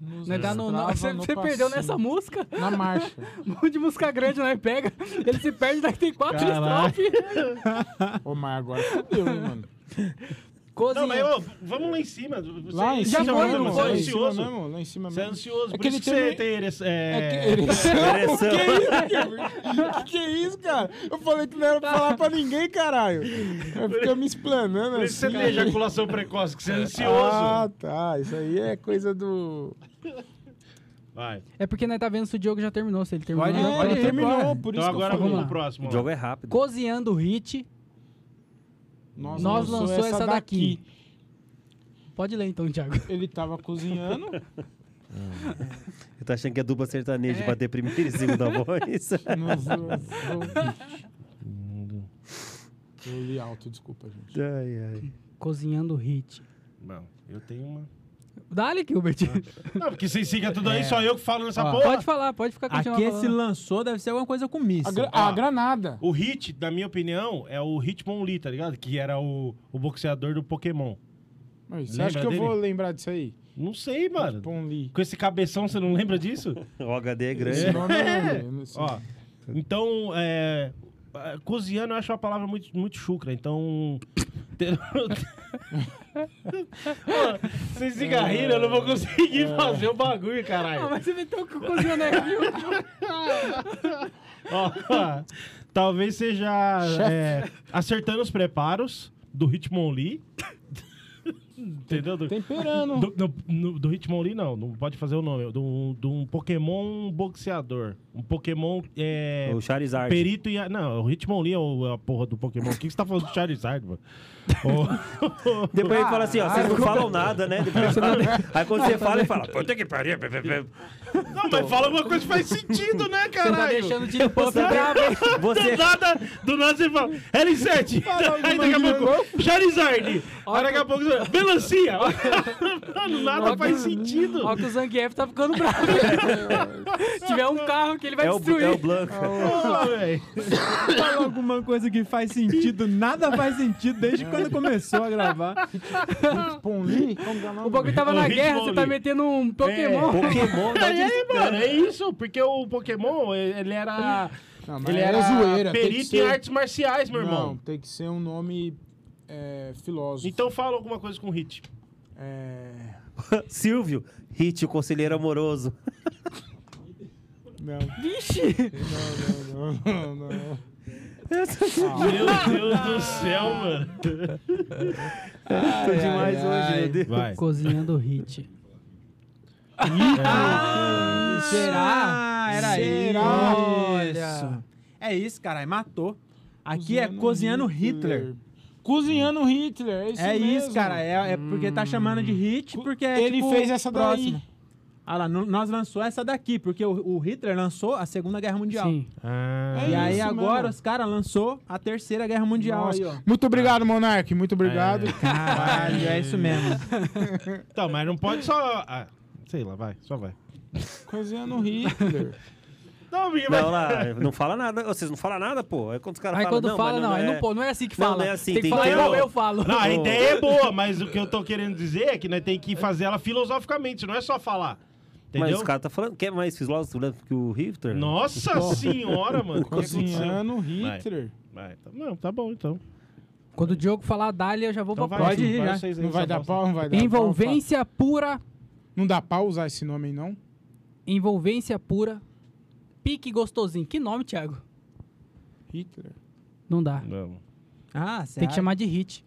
Speaker 4: nos
Speaker 2: Nós tá no-
Speaker 4: destrava
Speaker 2: você
Speaker 4: no
Speaker 2: você perdeu
Speaker 4: passinho.
Speaker 2: nessa música?
Speaker 4: Na marcha.
Speaker 2: Um monte de música grande, né? Pega, ele se perde, daqui tem quatro
Speaker 1: Caraca.
Speaker 2: estrofes.
Speaker 4: Ô, mas agora fodeu, hein, mano.
Speaker 2: Cozinha.
Speaker 1: Não, mas ô, vamos lá em cima. Você,
Speaker 4: Lá em
Speaker 1: você
Speaker 2: já
Speaker 4: cima né,
Speaker 2: foi,
Speaker 1: mesmo,
Speaker 2: não
Speaker 1: você é
Speaker 4: lá em cima
Speaker 1: ansioso.
Speaker 4: mesmo, lá em cima
Speaker 1: Você é
Speaker 4: mesmo.
Speaker 1: ansioso,
Speaker 4: É
Speaker 1: por
Speaker 4: que
Speaker 1: isso
Speaker 4: ele
Speaker 1: que você
Speaker 4: tem um-
Speaker 1: tem... eres-
Speaker 4: É
Speaker 1: É...
Speaker 4: que- ereção?
Speaker 3: Ereção.
Speaker 4: Que isso, cara? Que é isso, cara? Eu falei que não era pra falar pra ninguém, caralho. Eu fiquei me explanando
Speaker 1: Por isso que você
Speaker 4: assim.
Speaker 1: tem ejaculação precoce, que você é ansioso.
Speaker 4: Ah, tá. Isso aí é coisa do...
Speaker 1: Vai.
Speaker 2: É porque nós tá vendo se o Diogo já terminou, se ele terminou.
Speaker 5: Pode-
Speaker 2: né?
Speaker 5: pode
Speaker 4: ele
Speaker 5: ir embora.
Speaker 4: terminou, por
Speaker 1: Então
Speaker 4: isso
Speaker 1: agora
Speaker 4: que eu
Speaker 1: vamos
Speaker 2: vamos
Speaker 4: falei.
Speaker 2: lá.
Speaker 1: pro próximo.
Speaker 3: O
Speaker 1: ó.
Speaker 3: jogo é rápido.
Speaker 2: Cozinhando Hit.
Speaker 4: Nós,
Speaker 2: Nós lançou essa daqui. Pode ler então, Thiago.
Speaker 4: Ele tava cozinhando.
Speaker 3: Eu tô achando que é dupla sertaneja bater primeiro em cima da voz.
Speaker 4: nós lançou- Eu li alto, desculpa, gente.
Speaker 2: Cozinhando Hit.
Speaker 1: Bom, eu tenho uma.
Speaker 2: Dá-lhe, Gilbert.
Speaker 1: Não, porque vocês sigam tudo aí, só eu que falo nessa
Speaker 5: Ó.
Speaker 1: porra.
Speaker 2: pode falar, pode ficar continuando.
Speaker 5: Aqui esse
Speaker 2: falando.
Speaker 5: lançou deve ser alguma coisa com Miss.
Speaker 4: A, gra-
Speaker 1: ó.
Speaker 4: a granada.
Speaker 1: O Hit, na minha opinião, é o Hitmon Lee, tá ligado? Que era o, o boxeador do Pokémon.
Speaker 4: Mas você
Speaker 1: Lembra
Speaker 4: acha que eu
Speaker 1: dele? É.
Speaker 4: vou lembrar disso aí?
Speaker 1: Não sei, mano.
Speaker 4: Pon Lee.
Speaker 1: Com esse cabeção, você não lembra disso?
Speaker 3: O HD é grande.
Speaker 4: Esse nome é- eu não sei.
Speaker 1: Ó, então, é, é, cozinhando eu acho uma palavra muito, muito chucra, então... ter- Ó, Vocês se rindo, eu não vou conseguir fazer o bagulho,
Speaker 2: Ah,
Speaker 1: caralho.
Speaker 2: mas você meteu que o cozinhando é Rio.
Speaker 1: Ó, ó, talvez seja é, acertando os preparos do Hitmonlee. Entendeu? Do,
Speaker 2: um-
Speaker 4: Temperando.
Speaker 1: do, no- no- do Hitmonlee, não. Não pode fazer o nome. De um, de um Pokémon boxeador. Um Pokémon... É,
Speaker 3: né? O Charizard.
Speaker 1: Perito e. a- Não, o Hitmonlee é o- a porra do Pokémon. O que que você tá falando do Charizard, mano? Ô,
Speaker 3: Depois ele fala assim, ó, vocês não falam nada, né? Depois- Aí quando você fala, ele fala, puta que pariu. pe- pe- pe-
Speaker 1: Não, mas fala alguma coisa que faz sentido, né,
Speaker 2: Você
Speaker 1: caralho?
Speaker 2: tá deixando de pôr
Speaker 3: Você,
Speaker 2: bravo, hein?
Speaker 1: Do
Speaker 3: você,
Speaker 1: nada, do nada você fala L7, aí daqui a pouco Charizard, aí daqui a pouco você- Melancia, Mano, nada faz sentido.
Speaker 2: Ó, que o Zangief tá ficando bravo. Se tiver um carro que ele vai
Speaker 3: é, o,
Speaker 2: destruir.
Speaker 3: é o Blanca.
Speaker 1: Porra, velho.
Speaker 5: Fala alguma coisa que faz sentido, nada faz sentido desde quando começou a gravar.
Speaker 4: Pon Lee? Como que é o nome?
Speaker 2: O bagulho tava
Speaker 1: O
Speaker 2: na
Speaker 1: Hit
Speaker 2: guerra,
Speaker 1: Mole.
Speaker 2: você tá metendo um Pokémon.
Speaker 3: Pokémon dá de...
Speaker 1: É, mano, é isso, porque o Pokémon, ele era,
Speaker 4: Não, mas
Speaker 1: ele
Speaker 4: é
Speaker 1: era
Speaker 4: zoeira, tem que
Speaker 1: perito em
Speaker 4: ser-
Speaker 1: artes marciais, meu
Speaker 4: Não,
Speaker 1: irmão.
Speaker 4: tem que ser um nome é, filósofo.
Speaker 1: Então fala alguma coisa com hit.
Speaker 4: É...
Speaker 3: Silvio, Hit, o conselheiro amoroso.
Speaker 4: Não,
Speaker 2: Vixe!
Speaker 4: não, não, não, não.
Speaker 1: Meu Deus do céu, mano.
Speaker 3: Tô
Speaker 4: ai,
Speaker 3: demais hoje,
Speaker 4: ai.
Speaker 3: meu Deus.
Speaker 1: Vai.
Speaker 2: Cozinhando hit.
Speaker 1: É,
Speaker 5: Será? Ah, era
Speaker 4: Será?
Speaker 5: isso. É isso, caralho, matou. Aqui é cozinhando Hitler.
Speaker 4: Cozinhando Hitler, é isso
Speaker 5: É
Speaker 4: mesmo. Hum.
Speaker 5: isso, cara. É, é porque tá chamando de hit, porque é,
Speaker 4: Ele
Speaker 5: tipo,
Speaker 4: fez essa daí.
Speaker 5: próximo. Ah lá, no- nós lançou essa daqui, porque o, o Hitler lançou a Segunda Guerra Mundial.
Speaker 2: Sim.
Speaker 5: E
Speaker 4: É
Speaker 5: aí
Speaker 4: isso,
Speaker 5: agora
Speaker 4: mano.
Speaker 5: os caras lançou a Terceira Guerra Mundial
Speaker 4: Nossa.
Speaker 5: aí, ó.
Speaker 4: Muito obrigado, Monark. Muito obrigado.
Speaker 5: Caralho, é isso mesmo.
Speaker 1: Então, mas não pode só. ah, sei lá, vai, só vai.
Speaker 4: Cozinhando Hitler.
Speaker 1: Não, minha,
Speaker 3: Não, lá, não fala nada. Vocês não falam nada, pô. Aí quando os caras
Speaker 2: Aí
Speaker 3: falam,
Speaker 2: quando
Speaker 3: não,
Speaker 2: fala,
Speaker 3: mas
Speaker 2: não, aí não,
Speaker 3: é.
Speaker 2: pô, não é assim que
Speaker 3: Não,
Speaker 2: fala.
Speaker 3: não é assim,
Speaker 2: tem que
Speaker 3: tem
Speaker 2: falar
Speaker 3: que ter
Speaker 2: igual
Speaker 3: o-
Speaker 2: eu falo.
Speaker 1: Não, a
Speaker 3: Oh.
Speaker 1: ideia é boa, mas o que eu tô querendo dizer é que nós temos que fazer ela filosoficamente, não é só falar.
Speaker 3: Mas
Speaker 1: Entendeu?
Speaker 3: os caras tá falando, quer mais filósofo que o Hitler?
Speaker 1: Nossa senhora, mano. o que aconteceu?
Speaker 4: Cozinhando Hitler.
Speaker 1: Vai, tá- não, tá bom então.
Speaker 2: Quando o Diogo falar Dália, eu já vou
Speaker 1: Então
Speaker 2: pra
Speaker 1: vai,
Speaker 2: próxima.
Speaker 5: pode ir,
Speaker 1: vai
Speaker 5: já.
Speaker 1: vocês aí,
Speaker 4: Não vai
Speaker 1: essa
Speaker 4: dar
Speaker 1: bosta.
Speaker 4: pau, não vai dar pau.
Speaker 2: Envolvência pura,
Speaker 4: Não dá pau usar esse nome aí, não?
Speaker 2: envolvência pura, pique gostosinho. Que nome, Thiago?
Speaker 4: Hitler.
Speaker 2: Não dá.
Speaker 1: Não.
Speaker 5: Ah,
Speaker 2: Tem que chamar de hit.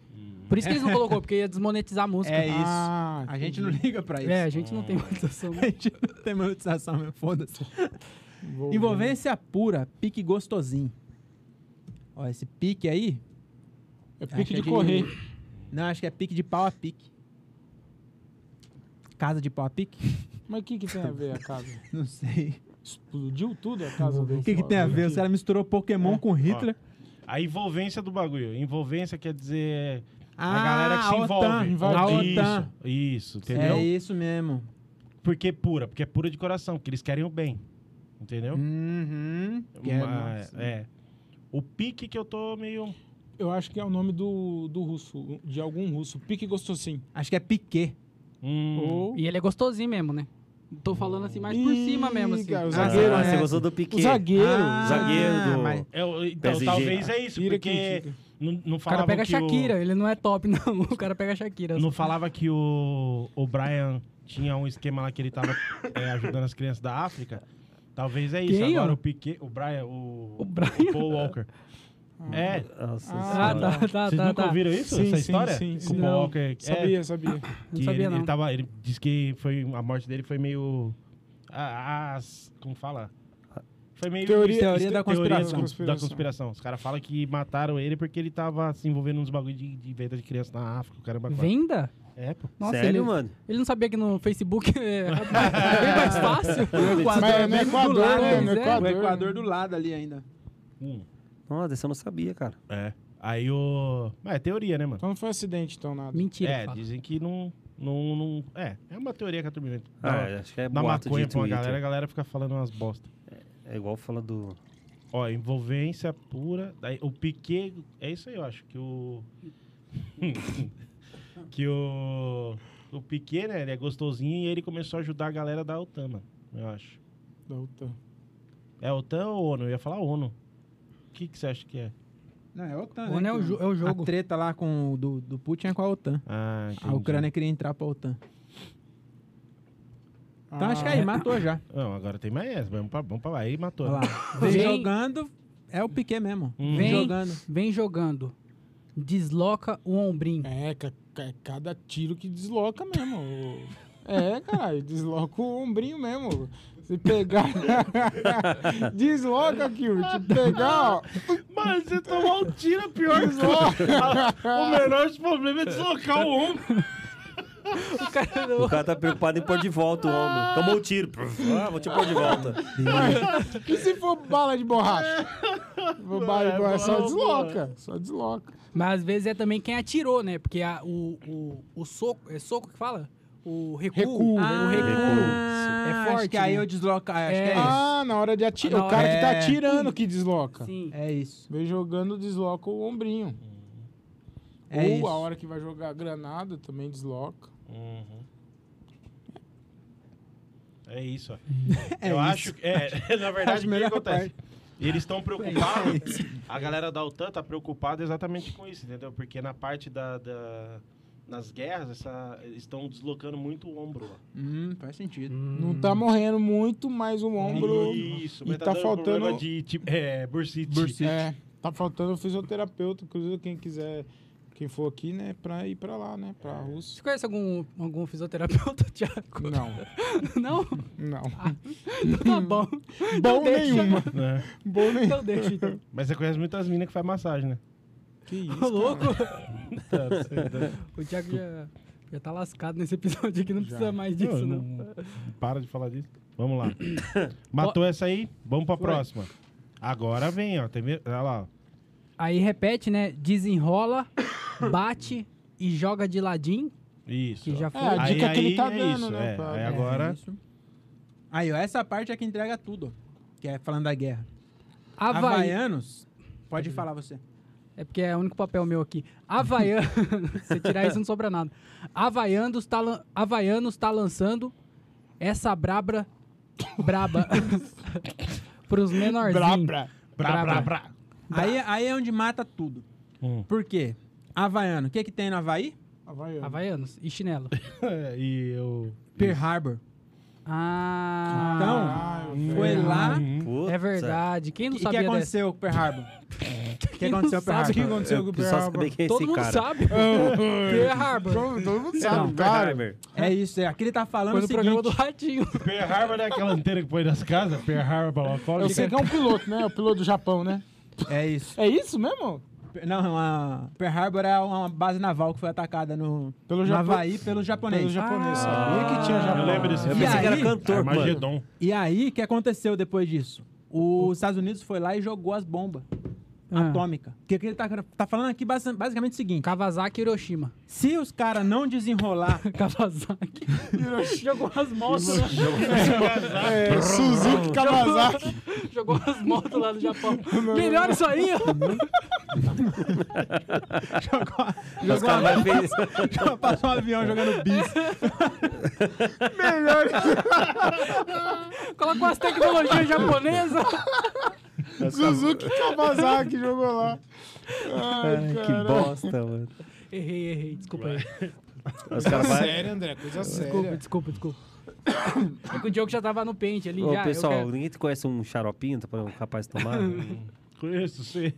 Speaker 2: Por isso que eles não colocou, porque ia desmonetizar a música.
Speaker 5: É isso.
Speaker 4: Ah,
Speaker 5: A gente não liga pra isso.
Speaker 2: É, a gente não tem monetização. né?
Speaker 5: A gente não tem monetização, meu foda-se.
Speaker 4: Envolvente.
Speaker 5: Envolvência pura, pique gostosinho. Ó, esse pique aí.
Speaker 4: É
Speaker 5: acho
Speaker 4: pique
Speaker 5: que é
Speaker 4: de correr.
Speaker 5: Não, acho que é pique de pau a pique. Casa de pau a pique?
Speaker 4: Mas o que, que tem a ver a casa?
Speaker 5: Não sei.
Speaker 4: Explodiu tudo a casa do
Speaker 5: O que, que tem
Speaker 1: né?
Speaker 5: a ver? Os caras misturou
Speaker 1: É.
Speaker 5: Pokémon com Hitler.
Speaker 1: A envolvência do bagulho. Envolvência quer dizer
Speaker 5: Ah,
Speaker 1: a galera que se
Speaker 5: a OTAN,
Speaker 1: envolve.
Speaker 5: a
Speaker 1: isso,
Speaker 5: OTAN.
Speaker 1: isso, entendeu?
Speaker 5: É isso mesmo.
Speaker 1: Porque pura, porque é pura de coração, porque eles querem o bem. Entendeu?
Speaker 5: Uhum. Que é,
Speaker 1: Uma-
Speaker 5: nossa.
Speaker 1: é. O pique que eu tô meio.
Speaker 4: Eu acho que é o nome do, do russo, de algum russo. Pique gostosinho.
Speaker 5: Acho que é piquet.
Speaker 1: Hum.
Speaker 4: Ou...
Speaker 2: E ele é gostosinho mesmo, né? Tô falando assim mais por
Speaker 4: Ih,
Speaker 2: cima mesmo, assim.
Speaker 4: cara, o
Speaker 3: Ah,
Speaker 4: zagueiro,
Speaker 3: você
Speaker 4: né?
Speaker 3: gostou do Piquet.
Speaker 4: O zagueiro.
Speaker 5: Ah,
Speaker 3: Zagueiro do...
Speaker 5: mas-
Speaker 1: É, então,
Speaker 3: PSG.
Speaker 1: talvez é isso,
Speaker 4: Tira
Speaker 1: porque
Speaker 4: quem fica.
Speaker 1: Não, não
Speaker 2: O cara
Speaker 1: falava
Speaker 2: pega a
Speaker 1: que
Speaker 2: Shakira, ele não é top, não. O cara pega a Shakira.
Speaker 1: Não falava que o, o Brian tinha um esquema lá que ele tava é, ajudando as crianças da África? Talvez é isso.
Speaker 2: Quem,
Speaker 1: Agora
Speaker 2: ó?
Speaker 1: o Piquet, o Brian, o,
Speaker 2: O Brian?
Speaker 1: Paul Walker. É,
Speaker 3: Nossa
Speaker 4: Ah,
Speaker 2: Ah,
Speaker 3: senhora.
Speaker 2: tá, tá,
Speaker 1: vocês
Speaker 2: tá.
Speaker 1: nunca
Speaker 2: tá.
Speaker 1: ouviram é isso?
Speaker 4: Sim,
Speaker 1: essa
Speaker 4: sim,
Speaker 1: história?
Speaker 4: sim,
Speaker 1: Com
Speaker 4: sim.
Speaker 1: o Paul
Speaker 2: Não.
Speaker 1: Walker. É,
Speaker 4: Sabia, sabia.
Speaker 2: Não
Speaker 1: que
Speaker 2: sabia,
Speaker 1: ele,
Speaker 2: não.
Speaker 1: ele tava, ele disse que foi, a morte dele foi meio... a- As, como fala? Foi meio...
Speaker 4: Teoria-
Speaker 5: teoria da
Speaker 1: da
Speaker 5: conspiração.
Speaker 1: conspiração. Os caras falam que mataram ele porque ele tava se envolvendo nos bagulho de, de venda de criança na África. O caramba, quatro.
Speaker 2: Venda?
Speaker 1: É, pô.
Speaker 2: Nossa,
Speaker 3: Sério,
Speaker 2: ele,
Speaker 3: mano?
Speaker 2: ele não sabia que no Facebook é, é bem mais fácil. O Equador
Speaker 4: Mas é no
Speaker 2: bem do
Speaker 4: Equador,
Speaker 2: lado,
Speaker 4: né? No
Speaker 2: pois é.
Speaker 4: Equador.
Speaker 5: O Equador do lado ali ainda.
Speaker 1: Hum.
Speaker 3: Nossa, essa eu não sabia, cara.
Speaker 1: É. Aí o. Mas é teoria, né, mano?
Speaker 4: Então não foi acidente, então, nada.
Speaker 2: Mentira,
Speaker 1: é,
Speaker 2: fala.
Speaker 1: dizem que não. não, não é, é uma teoria que a turma inventa.
Speaker 3: Ah,
Speaker 1: Dá-
Speaker 3: acho que é
Speaker 1: dá
Speaker 3: boato
Speaker 1: maconha
Speaker 3: de
Speaker 1: pra uma
Speaker 3: Twitter.
Speaker 1: galera, a galera fica falando umas bosta.
Speaker 3: É igual falar do...
Speaker 1: Ó, envolvência pura. Daí, o Piquet. É isso aí, eu acho. Que o. que o. O Piquet, né? Ele é gostosinho e ele começou a ajudar a galera da OTAN, mano. Eu acho.
Speaker 4: Da outra.
Speaker 1: É OTAN ou ONU? Eu ia falar ONU. O que, que você acha que é?
Speaker 5: Não, é a OTAN,
Speaker 2: O
Speaker 5: né,
Speaker 2: é o
Speaker 5: que-
Speaker 2: jo- é o jogo.
Speaker 5: A treta lá com o do, do Putin é com a OTAN.
Speaker 1: Ah,
Speaker 5: A
Speaker 1: entendi.
Speaker 5: Ucrânia queria entrar pra OTAN. Então
Speaker 4: Ah,
Speaker 1: é
Speaker 5: acho que aí matou já.
Speaker 1: Não, agora tem mais essa. Vamos pra, vamos pra aí e matou.
Speaker 5: Olha lá.
Speaker 1: né?
Speaker 5: Vem
Speaker 2: Vem-
Speaker 5: jogando, é o Piquet mesmo.
Speaker 1: Hum.
Speaker 5: Vem
Speaker 2: Vem.
Speaker 5: jogando.
Speaker 2: Vem jogando. Desloca o ombrinho.
Speaker 4: É, ca- ca- cada tiro que desloca mesmo. O- É, caralho, desloca o ombrinho mesmo. Se pegar. desloca aqui, se pegar, ó.
Speaker 1: Mano, você tomar um tiro é pior que o menor problema é deslocar o ombro.
Speaker 2: O cara
Speaker 3: O cara tá preocupado em pôr de volta o homem. Tomou o tiro. Ah, vou te pôr de volta.
Speaker 4: E se for bala de borracha? For bala de
Speaker 1: é
Speaker 4: borracha, só
Speaker 1: bom,
Speaker 4: desloca. Só desloca.
Speaker 2: Mas às vezes é também quem atirou, né? Porque a- o, o, o soco. É soco que fala? O recuo.
Speaker 4: Recuo.
Speaker 2: O
Speaker 5: é
Speaker 2: recuo.
Speaker 5: Ah,
Speaker 2: É forte,
Speaker 5: Acho que aí
Speaker 2: né?
Speaker 5: eu desloco. Acho
Speaker 2: É.
Speaker 5: que é isso.
Speaker 4: Ah, na hora de atirar.
Speaker 2: Na
Speaker 4: O cara
Speaker 5: hora-
Speaker 4: que tá
Speaker 5: É.
Speaker 4: atirando que desloca.
Speaker 2: Sim.
Speaker 5: É isso.
Speaker 4: Vem jogando, desloca o ombrinho.
Speaker 5: É
Speaker 4: Ou
Speaker 5: isso.
Speaker 4: a hora que vai jogar granada também desloca.
Speaker 1: Uhum. É isso, ó.
Speaker 5: É
Speaker 1: Eu
Speaker 5: isso.
Speaker 1: acho que. É, na verdade, o que
Speaker 5: melhor
Speaker 1: acontece? Eles estão preocupados. a galera da OTAN tá preocupada exatamente com isso, entendeu? Porque na parte da. da- nas guerras, essa, eles estão deslocando muito o ombro. ó.
Speaker 5: Hum, faz sentido.
Speaker 4: Não tá morrendo muito, mas o ombro.
Speaker 1: Isso,
Speaker 4: E
Speaker 1: mas
Speaker 4: tá
Speaker 1: dando
Speaker 4: faltando-
Speaker 1: problema de. Tipo, é, bursite.
Speaker 5: Bursite.
Speaker 4: É, tá faltando fisioterapeuta. Inclusive, quem quiser, quem for aqui, né, pra ir pra lá, né, pra
Speaker 2: Você
Speaker 4: Rússia.
Speaker 2: conhece algum, algum fisioterapeuta, Thiago?
Speaker 4: Não,
Speaker 2: Não?
Speaker 4: não.
Speaker 2: Então tá bom.
Speaker 4: Bom
Speaker 2: deixa.
Speaker 4: nenhuma.
Speaker 1: né?
Speaker 4: Bom nenhuma.
Speaker 2: Então deixa, então.
Speaker 1: Mas você conhece muitas minas que faz massagem, né?
Speaker 4: Que isso,
Speaker 2: Ô, louco.
Speaker 1: Tá, você-
Speaker 2: O Thiago já, já tá lascado nesse episódio aqui, não precisa mais
Speaker 1: Não,
Speaker 2: disso, né?
Speaker 1: eu
Speaker 2: não.
Speaker 1: não- Para de falar disso. Vamos lá. Matou essa aí, vamos pra próxima. Agora vem, ó. Tem... me- Olha lá. ó.
Speaker 2: Aí repete, né? Desenrola, bate e joga de ladinho,
Speaker 1: Isso.
Speaker 2: que
Speaker 1: ó.
Speaker 2: já foi.
Speaker 4: É, a
Speaker 1: Aí-
Speaker 4: dica que
Speaker 1: aí
Speaker 4: ele tá
Speaker 1: é
Speaker 4: dando,
Speaker 1: isso,
Speaker 4: né?
Speaker 1: é.
Speaker 4: pra-
Speaker 1: Aí agora-
Speaker 5: isso. Aí, ó, essa parte é que entrega tudo, ó, que é falando da guerra.
Speaker 2: Havaiano.
Speaker 5: Havaianos, pode falar você.
Speaker 2: É porque é o único papel meu aqui. Havaianos. Se tirar isso, não sobra nada. Havaianos tá, lan- Havaianos tá lançando essa brabra. Braba. Pros menorzinhos.
Speaker 4: Brabra.
Speaker 1: Brá, brá, brá.
Speaker 5: Aí, aí é onde mata tudo.
Speaker 1: Hum.
Speaker 5: Por quê? Havaiano, o que que tem no Havaí?
Speaker 4: Havaiano.
Speaker 2: Havaianos e chinelo.
Speaker 1: e eu.
Speaker 5: Pearl Harbor.
Speaker 2: Ah.
Speaker 4: Hum.
Speaker 5: então, foi lá...
Speaker 3: Putz,
Speaker 2: é verdade. Quem não
Speaker 5: E o que
Speaker 2: sabia dessa?
Speaker 5: aconteceu com Pearl Harbor? O que
Speaker 2: Quem não
Speaker 5: aconteceu com Pearl
Speaker 4: O que
Speaker 5: Harbor?
Speaker 4: aconteceu com o
Speaker 3: Eu só saber
Speaker 4: Pearl
Speaker 3: quem é
Speaker 2: Todo
Speaker 3: esse
Speaker 2: mundo
Speaker 3: cara.
Speaker 2: sabe. é Pearl Harbor.
Speaker 4: Todo todo mundo
Speaker 5: Não,
Speaker 4: sabe,
Speaker 5: Pearl
Speaker 4: cara.
Speaker 3: Harbor.
Speaker 5: É isso, é. Aqui ele tá falando
Speaker 2: Foi
Speaker 5: o
Speaker 2: no
Speaker 5: seguinte...
Speaker 2: programa do Ratinho.
Speaker 1: Pearl Harbor é aquela antena que põe nas casas? Pearl Harbor, lá fora.
Speaker 4: Eu sei que é um piloto, né? O piloto do Japão, né?
Speaker 5: É isso.
Speaker 4: É isso mesmo?
Speaker 5: Não, a Pearl Harbor é uma base naval que foi atacada no,
Speaker 4: Pelo
Speaker 5: no
Speaker 4: Japão-
Speaker 5: Havaí pelo japonês.
Speaker 4: Pelo japonês.
Speaker 3: Ah.
Speaker 4: Sabia que tinha
Speaker 2: É.
Speaker 4: Japão.
Speaker 1: Eu lembro desse
Speaker 3: Eu
Speaker 1: filme.
Speaker 3: pensei que era
Speaker 5: aí?
Speaker 3: cantor, mano.
Speaker 1: É Armagedon.
Speaker 5: E aí, o que aconteceu depois disso? Os Estados Unidos foi lá e jogou as bombas
Speaker 2: Ah.
Speaker 5: atômicas. O que, que ele tá, tá falando aqui basi- basicamente o seguinte:
Speaker 2: Kawasaki e Hiroshima.
Speaker 5: se os caras não desenrolar,
Speaker 2: Kawasaki. Jogou as motos. lá-
Speaker 4: É, Suzuki Kawasaki.
Speaker 2: Jogou as motos lá do Japão. Melhor isso aí, ó.
Speaker 3: Os caras vai ver-
Speaker 5: passou um avião jogando bis.
Speaker 2: Coloca umas tecnologias japonesas.
Speaker 4: Suzuki Kawasaki jogou lá. é Ai,
Speaker 3: Ai, que
Speaker 4: cara.
Speaker 3: bosta, mano.
Speaker 2: Errei, errei. Desculpa aí.
Speaker 3: Os
Speaker 4: Coisa
Speaker 3: caras vai...
Speaker 4: séria, André, coisa
Speaker 2: Desculpa,
Speaker 4: séria.
Speaker 2: desculpa, desculpa. É que o Diogo já tava no pente ali.
Speaker 3: Ô,
Speaker 2: já, ah, eu
Speaker 3: pessoal,
Speaker 2: quero-
Speaker 3: ninguém conhece um xaropinho pra um rapaz tomar?
Speaker 1: Conheço você.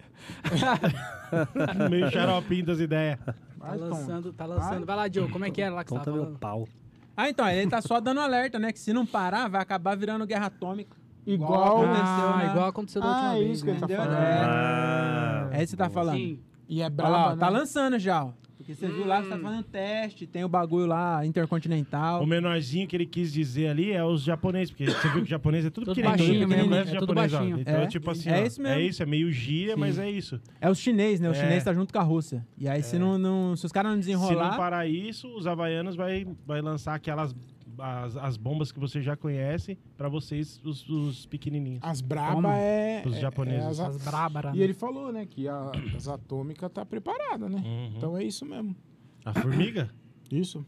Speaker 1: Meio xaropinho das ideias.
Speaker 2: Tá
Speaker 4: Vai, Tom.
Speaker 2: lançando, tá lançando. Vai lá, Diogo, como é que era lá que você
Speaker 3: Conta
Speaker 2: tava
Speaker 3: Então tá meu
Speaker 4: um
Speaker 2: falando?
Speaker 3: pau.
Speaker 5: Ah, então, ele tá só dando alerta, né? Que se não parar, vai acabar virando guerra atômica.
Speaker 4: Igual.
Speaker 5: Igual.
Speaker 2: Ah,
Speaker 5: né?
Speaker 2: igual aconteceu da
Speaker 4: Ah,
Speaker 2: última
Speaker 4: é
Speaker 2: vez,
Speaker 4: isso que
Speaker 2: né?
Speaker 4: ele tá
Speaker 5: Entendeu?
Speaker 4: falando.
Speaker 3: Ah.
Speaker 5: É, é isso que tá falando.
Speaker 2: Sim.
Speaker 4: E é
Speaker 5: Olha lá, ó,
Speaker 4: brabo.
Speaker 5: tá lançando já, ó. Porque você viu lá que
Speaker 4: Hum.
Speaker 5: tá fazendo teste, tem o bagulho lá intercontinental.
Speaker 1: O menorzinho que ele quis dizer ali é os japoneses, porque você viu que o japonês é tudo,
Speaker 2: Tudo
Speaker 1: pequenininho,
Speaker 2: baixinho
Speaker 1: tudo
Speaker 5: mesmo,
Speaker 1: pequenininho,
Speaker 5: né?
Speaker 1: parece
Speaker 2: É tudo
Speaker 1: japonês, ó.
Speaker 2: baixinho.
Speaker 1: Então,
Speaker 5: É.
Speaker 1: tipo assim,
Speaker 5: É
Speaker 1: ó,
Speaker 5: isso mesmo.
Speaker 1: é isso, é meio gíria,
Speaker 5: Sim.
Speaker 1: mas é isso.
Speaker 5: É os chinês, né? O
Speaker 1: É.
Speaker 5: chinês tá junto com a Rússia. E aí, se, não, não- se os caras não
Speaker 1: Se não
Speaker 5: desenrolar.
Speaker 1: parar isso, os havaianos vai, vai lançar aquelas as, as bombas que você já conhece pra vocês, os, os pequenininhos.
Speaker 4: As braba
Speaker 2: Toma.
Speaker 4: é.
Speaker 1: Os
Speaker 4: é-
Speaker 1: japoneses.
Speaker 4: é as a-
Speaker 2: As brábaras.
Speaker 4: E ele falou, né, que a, as atômicas tá preparada, né?
Speaker 1: Uhum.
Speaker 4: Então é isso mesmo.
Speaker 1: A formiga?
Speaker 4: Isso.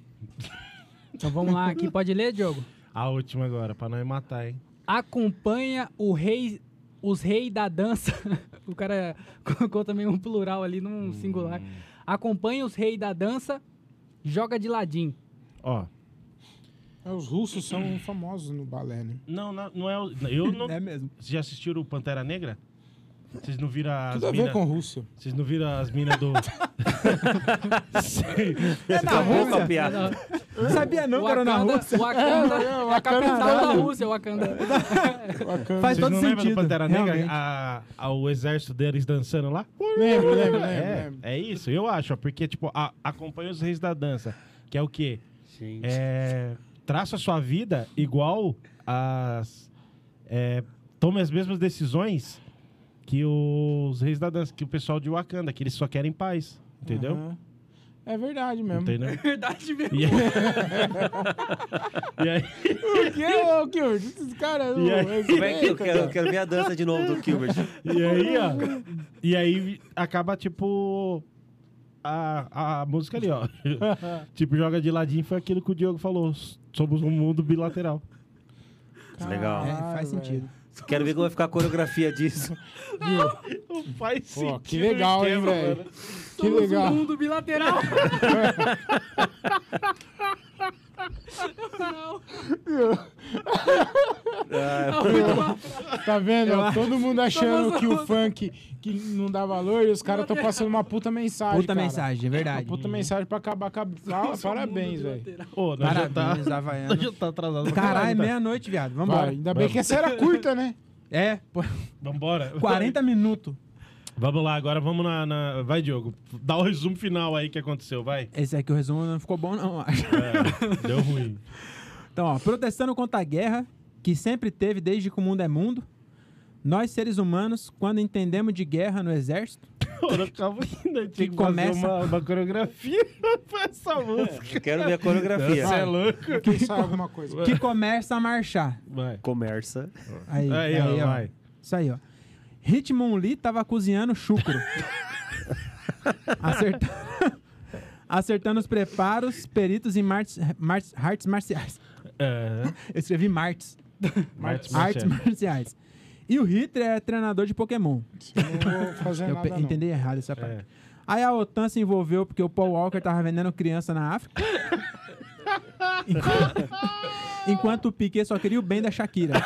Speaker 2: Então vamos lá aqui. Pode ler, Diogo?
Speaker 1: A última agora, pra não matar, hein?
Speaker 2: Acompanha o rei... Os reis da dança. o cara colocou também um plural ali num singular. Acompanha os reis da dança. Joga de ladinho.
Speaker 1: Ó.
Speaker 4: É, Os russos são famosos no balé, né?
Speaker 1: Não, não, não é. o- Eu não.
Speaker 5: É mesmo.
Speaker 1: Vocês já assistiram o Pantera Negra? Vocês não viram as
Speaker 4: Tudo a ver
Speaker 1: minas.
Speaker 4: com Rússia.
Speaker 1: Vocês não viram as minas do.
Speaker 5: É da
Speaker 3: Acabou com a
Speaker 5: Rússia?
Speaker 3: piada.
Speaker 5: Não sabia, não, cara, na
Speaker 2: Wakanda-
Speaker 5: Rússia.
Speaker 2: Wakanda
Speaker 4: É,
Speaker 2: é a capital da
Speaker 4: Wakanda.
Speaker 2: Rússia, Wakanda.
Speaker 4: Bacana.
Speaker 1: Vocês
Speaker 5: Faz todo
Speaker 1: não lembram do
Speaker 5: sentido.
Speaker 1: Pantera Negra?
Speaker 5: realmente.
Speaker 1: A, a- o exército deles dançando lá?
Speaker 4: Lembro, lembro,
Speaker 1: é,
Speaker 4: lembro.
Speaker 1: é isso, eu acho, ó, porque, tipo, a- acompanha os reis da dança, que é o quê?
Speaker 3: Gente.
Speaker 1: É, traça a sua vida igual as. É, tome as mesmas decisões que os reis da dança, que o pessoal de Wakanda, que eles só querem paz. Entendeu?
Speaker 4: Aham. É verdade mesmo.
Speaker 1: Entendeu?
Speaker 2: Verdade mesmo.
Speaker 1: E é aí, e aí,
Speaker 4: Que, ô, Kilbert, esses caras...
Speaker 1: E aí?
Speaker 4: ô, esse-
Speaker 3: Como é que eu quero, eu quero ver a dança de novo do Gilbert?
Speaker 1: E aí, ó. E aí acaba, tipo. A, a música ali, ó. tipo, joga de ladinho foi aquilo que o Diogo falou. s- Somos um mundo bilateral.
Speaker 3: Legal.
Speaker 5: É, faz
Speaker 4: velho.
Speaker 5: sentido.
Speaker 3: Quero ver como vai ficar a coreografia disso.
Speaker 1: Faz
Speaker 4: Pô, que legal, hein, velho? Que
Speaker 2: Somos
Speaker 4: legal.
Speaker 2: um mundo bilateral. Não,
Speaker 3: Ah,
Speaker 4: Tá vendo?
Speaker 5: Eu
Speaker 4: ó?
Speaker 5: acho-
Speaker 4: Todo mundo achando
Speaker 2: Somos
Speaker 4: que
Speaker 2: um-
Speaker 4: o funk que não dá valor e os caras estão passando uma puta mensagem,
Speaker 5: Puta
Speaker 4: cara.
Speaker 5: mensagem, um é
Speaker 4: Uma
Speaker 5: verdade.
Speaker 4: puta mensagem pra acabar com a... Ah, parabéns, velho.
Speaker 1: Ô, nós já tá,
Speaker 5: Parabéns,
Speaker 1: nós
Speaker 5: Havaiana.
Speaker 1: já tá atrasado. pra
Speaker 5: Caralho,
Speaker 1: tá?
Speaker 5: meia-noite, viado.
Speaker 4: Vai,
Speaker 5: Vambora.
Speaker 4: ainda bem
Speaker 1: Vamos.
Speaker 4: que essa era curta, né?
Speaker 5: É, pô,
Speaker 1: Vambora.
Speaker 5: 40 minutos.
Speaker 1: Vamos lá, agora vamos na, na- Vai, Diogo. Dá o resumo final aí que aconteceu, vai.
Speaker 5: Esse aqui, o resumo não ficou bom, não, eu acho.
Speaker 1: É, deu ruim.
Speaker 5: Então, ó, protestando contra a guerra, que sempre teve desde que o mundo é mundo. Nós, seres humanos, quando entendemos de guerra no exército,
Speaker 1: Ora, calma ainda. Tinha que,
Speaker 5: começa-
Speaker 1: fazer uma, uma coreografia pra essa música.
Speaker 3: Eu quero ver a coreografia.
Speaker 1: Você é louco.
Speaker 4: Quem sabe alguma coisa.
Speaker 5: que começa a marchar.
Speaker 1: Vai.
Speaker 3: Comerça.
Speaker 5: Aí,
Speaker 1: Aí, ó, vai.
Speaker 5: Isso aí, ó. Hitmon Lee tava cozinhando chucro. Acerta- Acertando os preparos, peritos em martes, martes, artes marciais.
Speaker 1: É.
Speaker 5: Eu escrevi martes.
Speaker 1: Martes
Speaker 5: Artes
Speaker 1: Marciais.
Speaker 5: marciais. E o Hitler era treinador de Pokémon.
Speaker 4: Não vou fazer
Speaker 5: Eu
Speaker 4: nada,
Speaker 5: pe-
Speaker 4: não.
Speaker 5: entendi errado essa parte.
Speaker 1: É.
Speaker 5: Aí a OTAN se envolveu porque o Paul Walker tava vendendo criança na África. Enquanto, enquanto o Piquet só queria o bem da Shakira.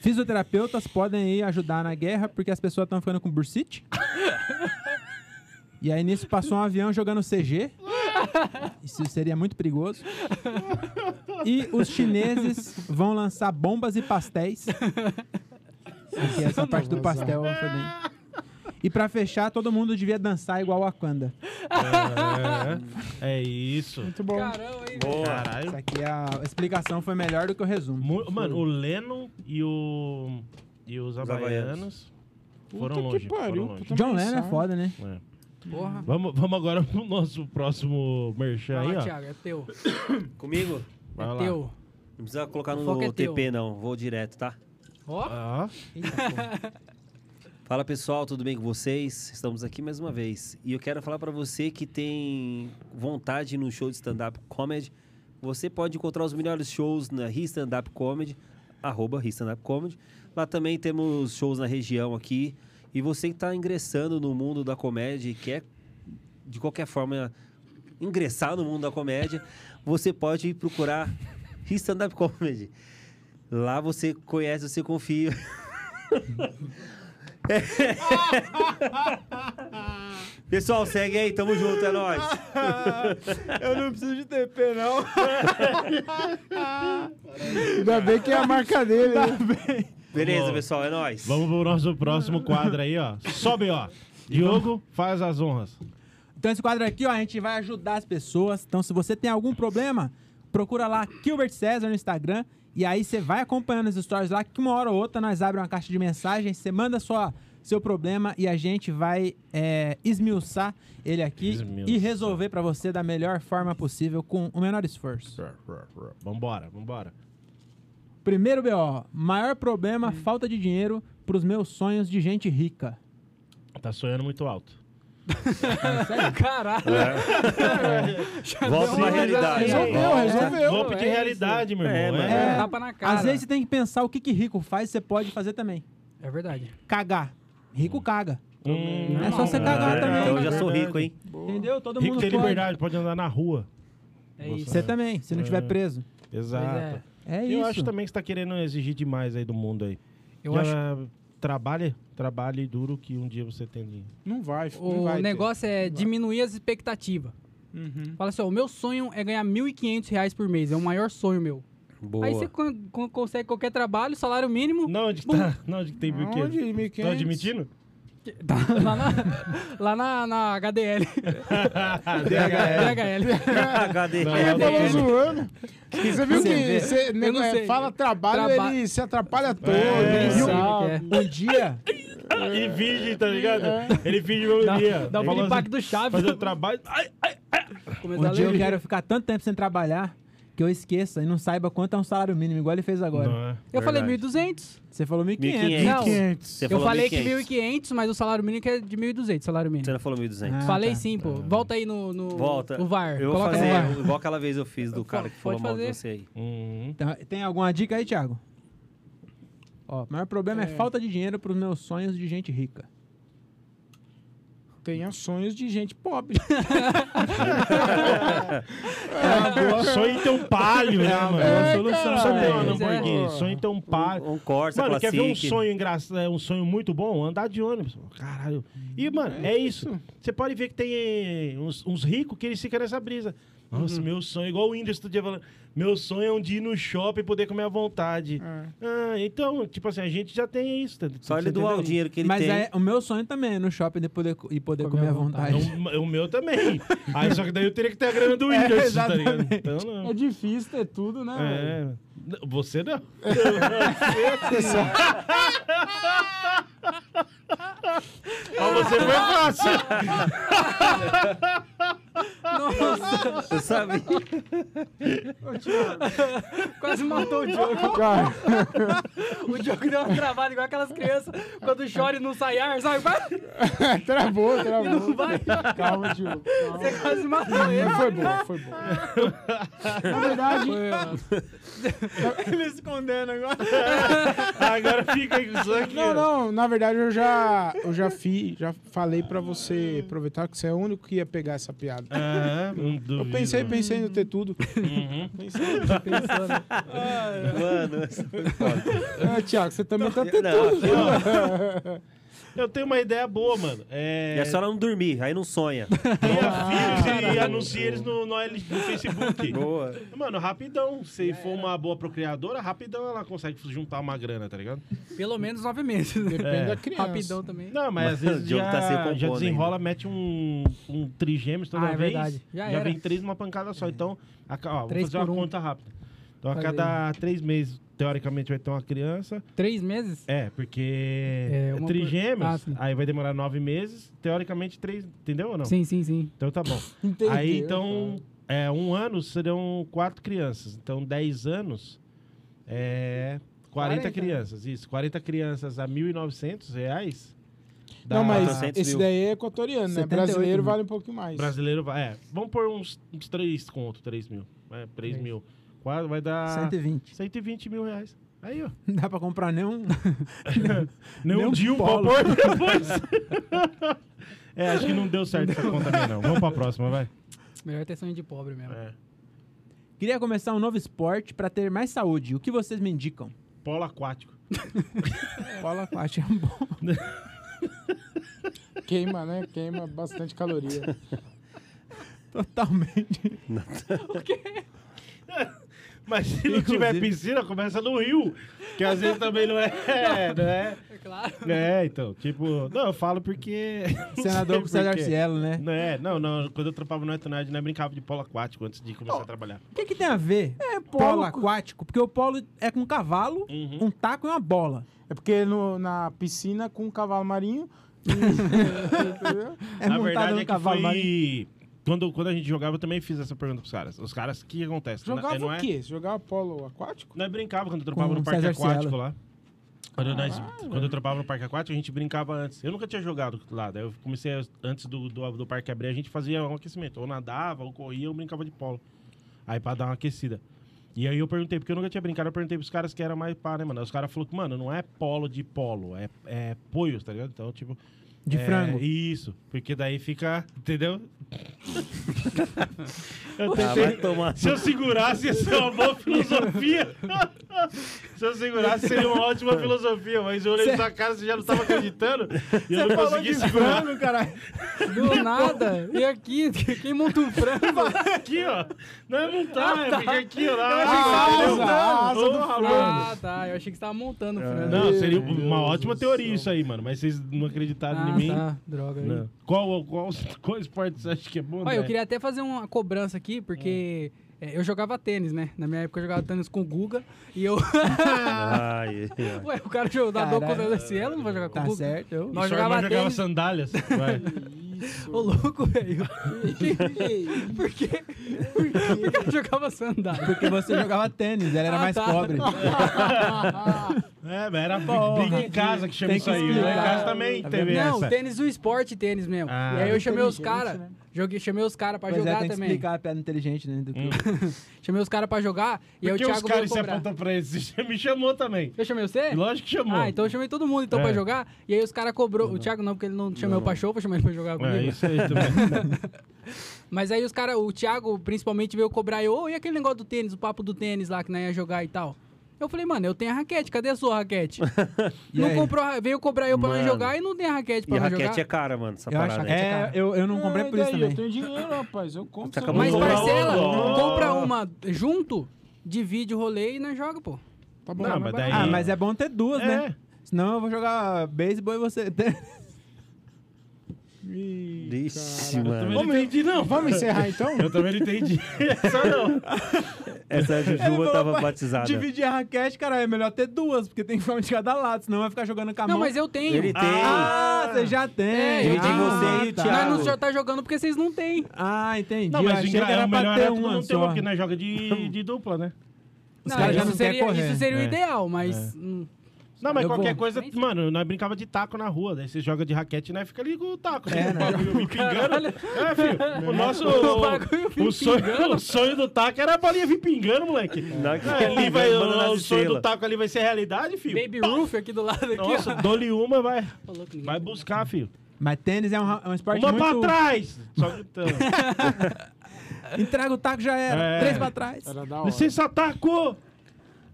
Speaker 5: Fisioterapeutas podem ir ajudar na guerra porque as pessoas estão ficando com bursite. E aí nisso passou um avião jogando CG. Isso seria muito perigoso. E os chineses vão lançar bombas e pastéis. Porque essa parte do pastel foi bem. E pra fechar, todo mundo devia dançar igual o Wakanda.
Speaker 1: É isso.
Speaker 4: Muito bom.
Speaker 2: Caramba, hein, velho.
Speaker 3: Boa.
Speaker 5: Isso
Speaker 1: Caralho.
Speaker 5: aqui a explicação foi melhor do que o resumo.
Speaker 1: Mu- Mano, o Leno e o. E os
Speaker 3: Havaianos.
Speaker 1: havaianos foram
Speaker 4: Puta
Speaker 1: longe.
Speaker 4: que pariu.
Speaker 1: foram longe.
Speaker 4: puta
Speaker 5: John Lennon é
Speaker 4: mensagem.
Speaker 5: foda, né?
Speaker 1: É.
Speaker 2: Porra.
Speaker 1: Vamos, vamos agora pro nosso próximo merchan
Speaker 2: Vai
Speaker 1: aí,
Speaker 2: lá,
Speaker 1: ó.
Speaker 2: Thiago, é teu.
Speaker 3: Comigo?
Speaker 1: Vai
Speaker 2: é
Speaker 1: lá.
Speaker 2: teu.
Speaker 3: Não precisa colocar
Speaker 2: O foco
Speaker 3: no
Speaker 2: é teu.
Speaker 3: TP, não. Vou direto, tá?
Speaker 2: Ó,
Speaker 1: Ó,
Speaker 3: Fala pessoal, tudo bem com vocês? Estamos aqui mais uma vez. E eu quero falar pra você que tem vontade no show de stand-up comedy. Você pode encontrar os melhores shows na Ri Stand Up Comedy arroba Ristandup Comedy. Lá também temos shows na região aqui. E você que está ingressando no mundo da comédia e quer, de qualquer forma, ingressar no mundo da comédia, você pode procurar Stand-Up Comedy. Lá você conhece, você confia. Pessoal, segue aí, tamo junto, é nóis.
Speaker 4: Eu não preciso de TP, não.
Speaker 5: Ainda bem que é a marca dele.
Speaker 3: Beleza,
Speaker 1: Bom.
Speaker 3: pessoal, é nóis.
Speaker 1: Vamos pro nosso próximo quadro aí, ó. Sobe, ó. Diogo, faz as honras.
Speaker 5: Então esse quadro aqui, ó, a gente vai ajudar as pessoas. Então se você tem algum problema, procura lá Gilbert César no Instagram e aí você vai acompanhando as stories lá que uma hora ou outra nós abre uma caixa de mensagens, você manda sua seu problema e a gente vai é, esmiuçar ele aqui
Speaker 1: Esmiuçar.
Speaker 5: e resolver pra você da melhor forma possível com o menor esforço.
Speaker 1: Vambora, vambora.
Speaker 5: Primeiro BO, maior problema, falta de dinheiro pros meus sonhos de gente rica.
Speaker 1: Tá sonhando muito alto.
Speaker 2: Caralho.
Speaker 3: Volta pra
Speaker 2: Sim,
Speaker 3: realidade.
Speaker 4: Resolveu,
Speaker 3: Volta.
Speaker 4: resolveu.
Speaker 1: Golpe de
Speaker 2: é
Speaker 1: realidade, meu
Speaker 3: É,
Speaker 1: irmão.
Speaker 3: mano.
Speaker 1: É.
Speaker 2: É, tapa na cara.
Speaker 5: Às vezes você tem que pensar o que, que rico faz, você pode fazer também.
Speaker 2: É verdade.
Speaker 5: Cagar. Rico caga.
Speaker 1: Hum,
Speaker 5: É só você
Speaker 2: tá
Speaker 5: cagar
Speaker 1: é,
Speaker 5: também.
Speaker 2: né?
Speaker 3: Então eu já sou
Speaker 1: Verdade.
Speaker 3: rico, hein?
Speaker 5: Entendeu? Todo
Speaker 1: Rico
Speaker 5: mundo
Speaker 1: tem
Speaker 5: pode.
Speaker 1: liberdade, pode andar na rua.
Speaker 2: É
Speaker 1: Bolsonaro.
Speaker 2: isso.
Speaker 5: Você também, se não
Speaker 1: É.
Speaker 5: tiver preso.
Speaker 1: Exato.
Speaker 2: é.
Speaker 5: É
Speaker 1: Eu
Speaker 5: isso.
Speaker 1: acho também que você tá querendo exigir demais aí do mundo aí.
Speaker 2: Eu
Speaker 1: Já,
Speaker 2: acho
Speaker 1: Trabalhe, trabalhe duro que um dia você tem dinheiro.
Speaker 4: Não vai, não
Speaker 2: O
Speaker 4: vai ter.
Speaker 2: negócio é diminuir as expectativas.
Speaker 4: Uhum.
Speaker 2: Fala assim, ó, o meu sonho é ganhar R$ 1.500 reais por mês. É o maior sonho meu.
Speaker 3: Boa.
Speaker 2: Aí você con- con- consegue qualquer trabalho, salário mínimo.
Speaker 1: Não, onde que tá? Não, onde que tem mil
Speaker 4: Aonde,
Speaker 1: quinhentos?
Speaker 4: 1.500?
Speaker 1: Tá admitindo?
Speaker 2: Tá lá na, lá na, na HDL. É. DHL.
Speaker 3: HD.
Speaker 1: Não,
Speaker 4: Aí ele
Speaker 1: não,
Speaker 4: falou
Speaker 1: não.
Speaker 4: zoando. E você viu
Speaker 2: Você
Speaker 4: que
Speaker 2: vê.
Speaker 4: você, nego,
Speaker 2: não
Speaker 4: é,
Speaker 2: sei.
Speaker 4: fala trabalho,
Speaker 2: Traba-
Speaker 4: ele se atrapalha todo.
Speaker 1: É.
Speaker 4: não
Speaker 1: Viu?
Speaker 4: sabe.
Speaker 2: É.
Speaker 5: Um dia,
Speaker 1: E finge, tá ligado? Ele finge meu dia.
Speaker 2: Dá um o
Speaker 1: Falou
Speaker 2: piripaque
Speaker 1: assim,
Speaker 2: do Chaves.
Speaker 1: Fazer o trabalho. Ai, ai.
Speaker 2: Começou
Speaker 5: um
Speaker 2: a
Speaker 5: dia eu
Speaker 2: ler.
Speaker 5: quero ficar tanto tempo sem trabalhar que eu esqueça e não saiba quanto é um salário mínimo, igual ele fez agora.
Speaker 1: Não, é.
Speaker 2: Eu falei
Speaker 3: Verdade.
Speaker 2: 1.200.
Speaker 5: Você falou 1.500.
Speaker 3: 1.500.
Speaker 2: Não,
Speaker 3: Você
Speaker 2: eu
Speaker 3: falou
Speaker 2: falei que
Speaker 3: 1.500.
Speaker 2: 1.500, mas o salário mínimo que é de 1.200, salário
Speaker 3: Você
Speaker 2: mínimo.
Speaker 3: não falou 1.200.
Speaker 5: Ah,
Speaker 2: falei
Speaker 5: tá.
Speaker 2: sim, pô. Volta aí no, no
Speaker 3: Volta.
Speaker 2: Ah, o VAR.
Speaker 3: Eu vou
Speaker 2: Coloca
Speaker 3: fazer um,
Speaker 2: no VAR.
Speaker 3: igual aquela vez eu fiz do cara que
Speaker 2: Pode
Speaker 3: falou mal de
Speaker 2: fazer.
Speaker 3: você aí.
Speaker 1: Uhum.
Speaker 5: Então, tem alguma dica aí, Thiago? Ó, o maior problema é, falta de dinheiro pros meus sonhos de gente rica.
Speaker 4: Tenha sonhos de gente pobre.
Speaker 1: Sonho em ter um palio, né, mano?
Speaker 5: boa
Speaker 1: Não
Speaker 5: solução,
Speaker 1: precisa ter
Speaker 5: velho.
Speaker 1: um
Speaker 2: Pois é.
Speaker 1: Lamborghini. Sonho em ter um palio.
Speaker 3: Um Corsa,
Speaker 1: Mano, quer
Speaker 3: Classic.
Speaker 1: ver um sonho engraçado, é, um sonho muito bom? Andar de ônibus. Caralho. E, mano, é isso. Você pode ver que tem eh, uns, uns ricos que eles ficam nessa brisa. Nossa, meu sonho, igual o Whindersson todo dia falando, meu sonho é um dia ir no shopping e poder comer à vontade. Ah, então, tipo assim, a gente já tem isso. tá-
Speaker 3: Só
Speaker 1: você
Speaker 3: ele doar o
Speaker 1: entendeu?
Speaker 3: dinheiro que ele
Speaker 5: Mas
Speaker 3: tem.
Speaker 5: é, o meu sonho também é no shopping de poder, co- e poder comer, à vontade.
Speaker 1: É O, o meu também. Aí só que daí eu teria que ter a grana do Whindersson, tá ligado?
Speaker 5: exatamente.
Speaker 1: Então não.
Speaker 4: É difícil ter tudo, né? velho?
Speaker 1: É. N- Você não. Mas você foi fácil.
Speaker 2: Nossa,
Speaker 3: Você sabe?
Speaker 2: quase matou o Diogo.
Speaker 4: Cara,
Speaker 2: O Diogo deu uma travada igual aquelas crianças quando chora e não sai ar, sabe? Vai,
Speaker 4: travou, travou.
Speaker 2: Não vai.
Speaker 4: Calma, Diogo. calma.
Speaker 2: Você quase matou ele.
Speaker 4: Foi bom, foi bom. Na verdade,
Speaker 5: Ele escondendo agora.
Speaker 1: Agora fica aí com isso aqui.
Speaker 4: Não, não, na verdade eu já, eu já fiz, já falei pra você aproveitar que você é o único que ia pegar essa piada.
Speaker 1: Ah, não duvido. Uhum.
Speaker 4: Eu pensei, pensei no ter tudo.
Speaker 3: Mano, essa foi foda.
Speaker 4: Ah, Tiago, você também tá tendo.
Speaker 3: Não,
Speaker 1: Eu tenho uma ideia boa, mano. É,
Speaker 3: e a senhora não dormir, aí não sonha.
Speaker 1: tenha filhos e
Speaker 4: Ah.
Speaker 1: anuncie eles no, no, L- no Facebook.
Speaker 3: Boa.
Speaker 1: Mano, rapidão. Se for uma boa procriadora, rapidão ela consegue juntar uma grana, tá ligado?
Speaker 2: Pelo menos nove meses. É.
Speaker 4: Depende da criança.
Speaker 2: Rapidão também.
Speaker 1: Não, mas às
Speaker 3: Mas
Speaker 1: vezes
Speaker 3: o Diogo
Speaker 1: já,
Speaker 3: tá se recompondo
Speaker 1: já desenrola, mete um, um trigêmeos toda
Speaker 2: Ah, é
Speaker 1: vez.
Speaker 2: verdade. Já era.
Speaker 1: vem três numa pancada só. Então, a, ca- ó, vou
Speaker 2: Três
Speaker 1: fazer uma
Speaker 2: por um.
Speaker 1: conta rápida. Então, a
Speaker 2: Fazer.
Speaker 1: cada três meses, teoricamente, vai ter uma criança.
Speaker 2: Três meses?
Speaker 1: É, porque
Speaker 2: É, uma por-
Speaker 1: trigêmeos,
Speaker 2: Ah, sim.
Speaker 1: aí vai demorar nove meses. Teoricamente, três, entendeu ou não?
Speaker 2: Sim, sim, sim.
Speaker 1: Então tá bom.
Speaker 4: Entendeu,
Speaker 1: aí, então, é, um ano serão quatro crianças. Então, dez anos é 40,
Speaker 4: 40.
Speaker 1: crianças. Isso, 40 crianças a 1.900 reais. dá-
Speaker 4: Não, mas
Speaker 3: 400
Speaker 4: esse
Speaker 3: mil.
Speaker 4: daí é equatoriano, né?
Speaker 5: 78
Speaker 4: Brasileiro
Speaker 5: mil.
Speaker 4: vale um pouquinho mais.
Speaker 1: Brasileiro vai. É, vamos pôr uns, uns 3 conto, 3 mil. É, 3
Speaker 2: Três.
Speaker 1: mil. Quase vai dar
Speaker 5: 120.
Speaker 1: 120 mil reais. Aí, ó.
Speaker 5: Não dá pra comprar nenhum.
Speaker 1: Nenhum
Speaker 5: Nenhum
Speaker 1: Dil pra
Speaker 5: polo.
Speaker 1: pôr depois. é, acho que não deu certo essa conta minha, não. Vamos pra próxima, vai.
Speaker 2: Melhor ter sonho de pobre mesmo.
Speaker 1: É.
Speaker 5: Queria começar um novo esporte pra ter mais saúde. O que vocês me indicam?
Speaker 1: Polo aquático.
Speaker 5: Polo aquático é um bom.
Speaker 4: Queima, né? Queima bastante caloria.
Speaker 5: Totalmente.
Speaker 1: Mas se não tiver piscina, começa no rio. Que às vezes também não é. É, não é?
Speaker 2: É claro.
Speaker 1: É, então, tipo. Não, eu falo porque. não sei
Speaker 5: Senador com o César
Speaker 1: por quê.
Speaker 5: Cielo, né?
Speaker 1: Não é, não, não. Quando eu trampava no Etonad, né, eu brincava de polo aquático antes de começar a trabalhar.
Speaker 5: O que, que tem a ver é, polo,
Speaker 4: polo-
Speaker 5: aquático? Porque o polo é com um cavalo,
Speaker 1: Uhum.
Speaker 5: um taco e uma bola.
Speaker 4: É porque no- na piscina com um cavalo marinho. entendeu?
Speaker 5: É
Speaker 1: Na
Speaker 5: montado
Speaker 1: verdade
Speaker 5: no
Speaker 1: é que
Speaker 5: cavalo marinho.
Speaker 1: foi. Quando, quando a gente jogava, eu também fiz essa pergunta pros caras. Os caras, o que acontece? Não-
Speaker 4: Jogava
Speaker 1: não
Speaker 4: o
Speaker 1: é-
Speaker 4: quê? Jogava polo aquático?
Speaker 1: Nós brincava quando eu trampava
Speaker 5: Com
Speaker 1: no parque
Speaker 5: César
Speaker 1: aquático
Speaker 5: Cielo. Ah,
Speaker 1: lá. Quando, nós, quando eu trampava no parque aquático, a gente brincava antes. Eu nunca tinha jogado lá. Daí eu comecei a- antes do, do, do parque abrir, a gente fazia um aquecimento. Ou nadava, ou corria, ou brincava de polo. Aí pra dar uma aquecida. E aí eu perguntei, porque eu nunca tinha brincado, eu perguntei pros caras que era mais pá, né, mano? Aí Os caras falaram que, mano, não é polo de polo, é, é poios, tá ligado? Então, tipo.
Speaker 5: De
Speaker 1: é,
Speaker 5: frango.
Speaker 1: Isso, porque daí fica. Entendeu? eu
Speaker 3: Ah,
Speaker 1: tentei,
Speaker 3: vai tomar.
Speaker 1: se eu segurasse, ia ser uma boa filosofia. Se eu segurasse, seria uma ótima filosofia. Mas eu olhei pra sua cara, você já não tava acreditando. E eu não consegui segurar.
Speaker 5: caralho.
Speaker 2: Do nada. E aqui, quem monta um frango?
Speaker 1: Aqui, ó. Não, não tá. É porque aqui, ó. Lá,
Speaker 4: achei que tá.
Speaker 1: entendeu?
Speaker 4: tava montando.
Speaker 1: Ô,
Speaker 2: Ah, tá. Eu achei que você tava montando o frango.
Speaker 1: Não, seria uma ótima teoria isso aí, mano. Mas vocês não acreditaram
Speaker 2: ah,
Speaker 1: em mim.
Speaker 2: tá. Droga. aí.
Speaker 1: Não. Qual, qual, qual esporte você acha que é bom?
Speaker 2: Olha, eu
Speaker 1: André?
Speaker 2: queria até fazer uma cobrança aqui, porque é, eu jogava tênis, né? Na minha época eu jogava tênis com o Guga. E eu. Ah.
Speaker 3: Ai, ai.
Speaker 2: Ué, o cara jogador com o
Speaker 5: Caralho.
Speaker 2: César Cielo não vai jogar com o
Speaker 5: Tá
Speaker 2: Guga?
Speaker 5: certo. eu-
Speaker 2: Nós
Speaker 1: Sua irmã
Speaker 2: jogava
Speaker 1: jogava
Speaker 2: tênis.
Speaker 1: sandálias. Vai.
Speaker 2: Ô, louco, velho. Por quê? Por quê? Porque eu jogava sandália.
Speaker 5: Porque você jogava tênis, ela era
Speaker 2: Ah,
Speaker 5: mais
Speaker 2: tá.
Speaker 5: pobre.
Speaker 1: É, mas era Big, Big em Casa que chama
Speaker 5: Tem
Speaker 1: isso
Speaker 5: que
Speaker 1: aí. Lá em
Speaker 5: explicar.
Speaker 1: casa também
Speaker 5: Tá
Speaker 1: teve
Speaker 2: É Não,
Speaker 1: essa.
Speaker 2: tênis do esporte, tênis mesmo.
Speaker 1: Ah.
Speaker 2: e aí eu chamei os
Speaker 4: Inteligente,
Speaker 2: caras.
Speaker 4: né?
Speaker 2: Joguei, chamei os caras pra
Speaker 5: Pois é,
Speaker 2: jogar
Speaker 5: tem que
Speaker 2: também.
Speaker 5: explicar a piada inteligente, né? do que-
Speaker 2: Chamei os caras pra jogar e aí o
Speaker 1: Porque os
Speaker 2: Thiago veio
Speaker 1: caras se
Speaker 2: cobrar.
Speaker 1: apontam pra esse. Me chamou também.
Speaker 2: Eu chamei você?
Speaker 1: Lógico que chamou.
Speaker 2: Ah, então eu chamei todo mundo então
Speaker 1: É.
Speaker 2: pra jogar. E aí os caras cobrou. O Thiago não, porque ele não chamou eu pra show, vou chamar ele pra jogar comigo.
Speaker 1: É, isso aí também.
Speaker 2: Mas aí os caras, o Thiago principalmente veio cobrar eu, ô, e aquele negócio do tênis, o papo do tênis lá que nós ia jogar e tal. Eu falei, mano, eu tenho a raquete, cadê a sua raquete?
Speaker 5: E
Speaker 2: não
Speaker 5: aí?
Speaker 2: comprou, a ra- veio cobrar eu pra nós
Speaker 3: Mano.
Speaker 2: jogar e não tem a raquete pra
Speaker 3: E
Speaker 2: nós
Speaker 3: raquete é
Speaker 2: jogar.
Speaker 3: cara, mano, essa
Speaker 5: Eu acho
Speaker 3: parada.
Speaker 5: que é, eu, eu não comprei
Speaker 4: Ah,
Speaker 5: por isso
Speaker 4: daí, Eu
Speaker 5: também.
Speaker 4: tenho dinheiro, rapaz. Eu compro.
Speaker 3: Tá
Speaker 4: essa
Speaker 3: acabando
Speaker 2: Mas
Speaker 4: merda.
Speaker 1: Boa,
Speaker 2: parcela,
Speaker 1: boa.
Speaker 2: compra uma junto, divide o rolê e nós joga, pô.
Speaker 4: Tá bom.
Speaker 1: Não, mas daí-
Speaker 5: Ah, mas é bom ter duas,
Speaker 1: É.
Speaker 5: né? Senão eu vou jogar beisebol e você.
Speaker 4: Ih,
Speaker 3: Vixe,
Speaker 4: caralho.
Speaker 1: Eu também
Speaker 3: mano.
Speaker 1: não entendi, não.
Speaker 4: Vamos encerrar então?
Speaker 1: Eu também não entendi. Só não.
Speaker 3: Essa
Speaker 5: falou,
Speaker 3: Jujuba tava
Speaker 5: "Pai,
Speaker 3: batizada.
Speaker 5: Dividir a raquete, cara, é melhor ter duas, porque tem que ficar de cada lado, senão vai ficar jogando com a
Speaker 2: Não,
Speaker 5: mão.
Speaker 2: mas eu tenho.
Speaker 3: Ele tem.
Speaker 5: Ah, você já tem.
Speaker 2: É,
Speaker 3: Divide
Speaker 5: ah,
Speaker 3: você e o
Speaker 5: tá.
Speaker 3: Thiago.
Speaker 2: Nós não já tá jogando porque vocês não têm.
Speaker 5: Ah, entendi.
Speaker 1: Não,
Speaker 5: eu
Speaker 1: mas o,
Speaker 5: achei
Speaker 1: engra...
Speaker 5: que era
Speaker 1: o
Speaker 5: pra
Speaker 1: melhor
Speaker 5: ter um
Speaker 1: é todo
Speaker 5: uma
Speaker 1: mundo ter
Speaker 5: só.
Speaker 1: uma, porque nós joga de, de dupla, né?
Speaker 5: Os
Speaker 2: Não,
Speaker 5: caras já
Speaker 2: isso
Speaker 5: não querem
Speaker 2: seria,
Speaker 5: correr.
Speaker 2: isso seria o
Speaker 1: É.
Speaker 2: ideal, mas. hum,
Speaker 1: Não, mas
Speaker 5: Eu
Speaker 1: qualquer
Speaker 5: vou.
Speaker 1: coisa,
Speaker 2: Nem sei.
Speaker 1: mano, nós brincava de taco na rua, daí você joga de raquete e nós fica ali com o taco.
Speaker 5: É,
Speaker 1: né?
Speaker 5: né?
Speaker 1: O bagulho me pingando. É, filho, o nosso.
Speaker 2: O bagulho me
Speaker 1: O, sonho, o sonho do taco era a bolinha vir pingando, moleque.
Speaker 3: Não, que-
Speaker 1: É, ali vai,
Speaker 3: Manda nas
Speaker 1: o, o sonho do
Speaker 3: estrelas.
Speaker 1: taco ali vai ser realidade, filho.
Speaker 2: Baby Roof aqui do lado aqui,
Speaker 1: Nossa,
Speaker 2: ó.
Speaker 1: dou-lhe uma, vai.
Speaker 2: Ô, louco, ninguém-
Speaker 1: Vai buscar, filho.
Speaker 5: Mas tênis é um, ra- é um esporte
Speaker 1: Uma
Speaker 5: muito...
Speaker 1: pra trás! Só gritando.
Speaker 5: Entrega o taco, já era.
Speaker 1: É.
Speaker 5: Três pra trás.
Speaker 4: Era da hora.
Speaker 1: Licença, taco!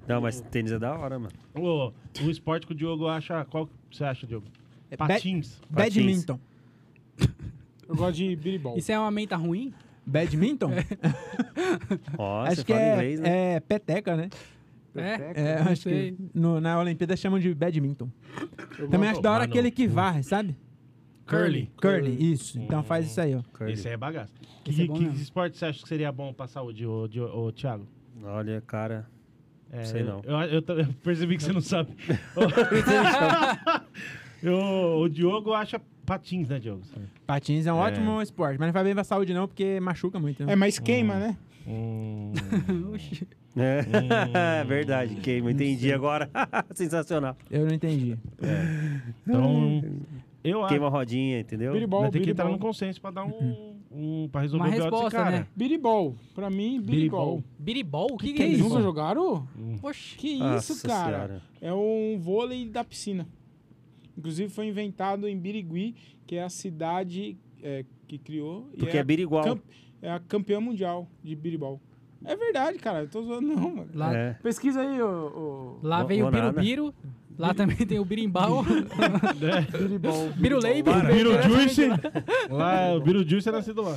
Speaker 3: Não, mas tênis é da hora, mano.
Speaker 1: Ô, o esporte que o Diogo acha. Qual que você acha, Diogo?
Speaker 5: É, ba-
Speaker 1: Patins.
Speaker 5: Badminton.
Speaker 4: Eu gosto de biribol.
Speaker 2: Isso é uma menta ruim?
Speaker 5: Badminton?
Speaker 1: É.
Speaker 3: Ó, você
Speaker 5: acho que
Speaker 3: fala
Speaker 5: é,
Speaker 3: inglês, né?
Speaker 5: é peteca, né?
Speaker 2: É?
Speaker 5: É,
Speaker 2: Não
Speaker 5: acho
Speaker 2: sei.
Speaker 5: que no- na Olimpíada chamam de badminton.
Speaker 4: Eu
Speaker 5: Também
Speaker 4: gosto-
Speaker 5: acho da hora
Speaker 1: mano.
Speaker 5: aquele que varre, sabe?
Speaker 1: Curly.
Speaker 5: Curly, isso.
Speaker 4: Hum.
Speaker 5: Então faz isso aí, ó.
Speaker 3: Curly.
Speaker 1: Isso aí é bagaço.
Speaker 2: Esse
Speaker 1: Que,
Speaker 2: é bom
Speaker 1: que
Speaker 2: mesmo.
Speaker 1: esporte você acha que seria bom pra saúde, ô, Dio- ô Thiago?
Speaker 3: Olha, cara.
Speaker 1: É,
Speaker 3: Sei
Speaker 1: eu-
Speaker 3: não.
Speaker 1: Eu, eu ta- eu percebi que você não sabe. Eu- o Diogo acha patins, né, Diogo?
Speaker 5: Patins é um
Speaker 1: É.
Speaker 5: ótimo esporte, mas não faz bem pra saúde não, porque machuca muito. né?
Speaker 4: É, mas queima, né?
Speaker 1: Hum,
Speaker 2: Oxi.
Speaker 3: É verdade, queima. Entendi agora. Sensacional.
Speaker 5: Eu não entendi.
Speaker 1: então, eu acho. né?
Speaker 3: Queima a rodinha, entendeu?
Speaker 4: Biribol,
Speaker 1: Vai ter que entrar
Speaker 4: biribol.
Speaker 1: no consenso pra dar um. um, pra resolver
Speaker 2: Uma
Speaker 1: o BO desse
Speaker 2: resposta,
Speaker 1: cara.
Speaker 2: né?
Speaker 4: Biribol. Pra mim, biribol.
Speaker 2: Biribol? O que, que, é
Speaker 4: Vocês
Speaker 2: isso?
Speaker 4: nunca jogaram?
Speaker 2: Oxi.
Speaker 4: Que
Speaker 3: Nossa
Speaker 4: é isso, cara?
Speaker 3: Senhora.
Speaker 4: É um vôlei da piscina. Inclusive foi inventado em Birigui, que é a cidade é, que criou. e
Speaker 3: Porque é,
Speaker 4: a
Speaker 3: birigual.
Speaker 4: camp- é a campeã mundial de biribol. É verdade, cara. Eu tô zoando, não, mano.
Speaker 2: Lá,
Speaker 3: É.
Speaker 4: Pesquisa aí, ô. ô...
Speaker 2: lá
Speaker 3: Vou-
Speaker 2: veio o
Speaker 3: vou nada.
Speaker 2: Birubiru. Lá também tem o Birimbau.
Speaker 4: Biribol.
Speaker 2: Birulei,
Speaker 1: É.
Speaker 2: né?
Speaker 1: O
Speaker 2: Birubei.
Speaker 1: Beetlejuice, lá, o Beetlejuice é nascido lá.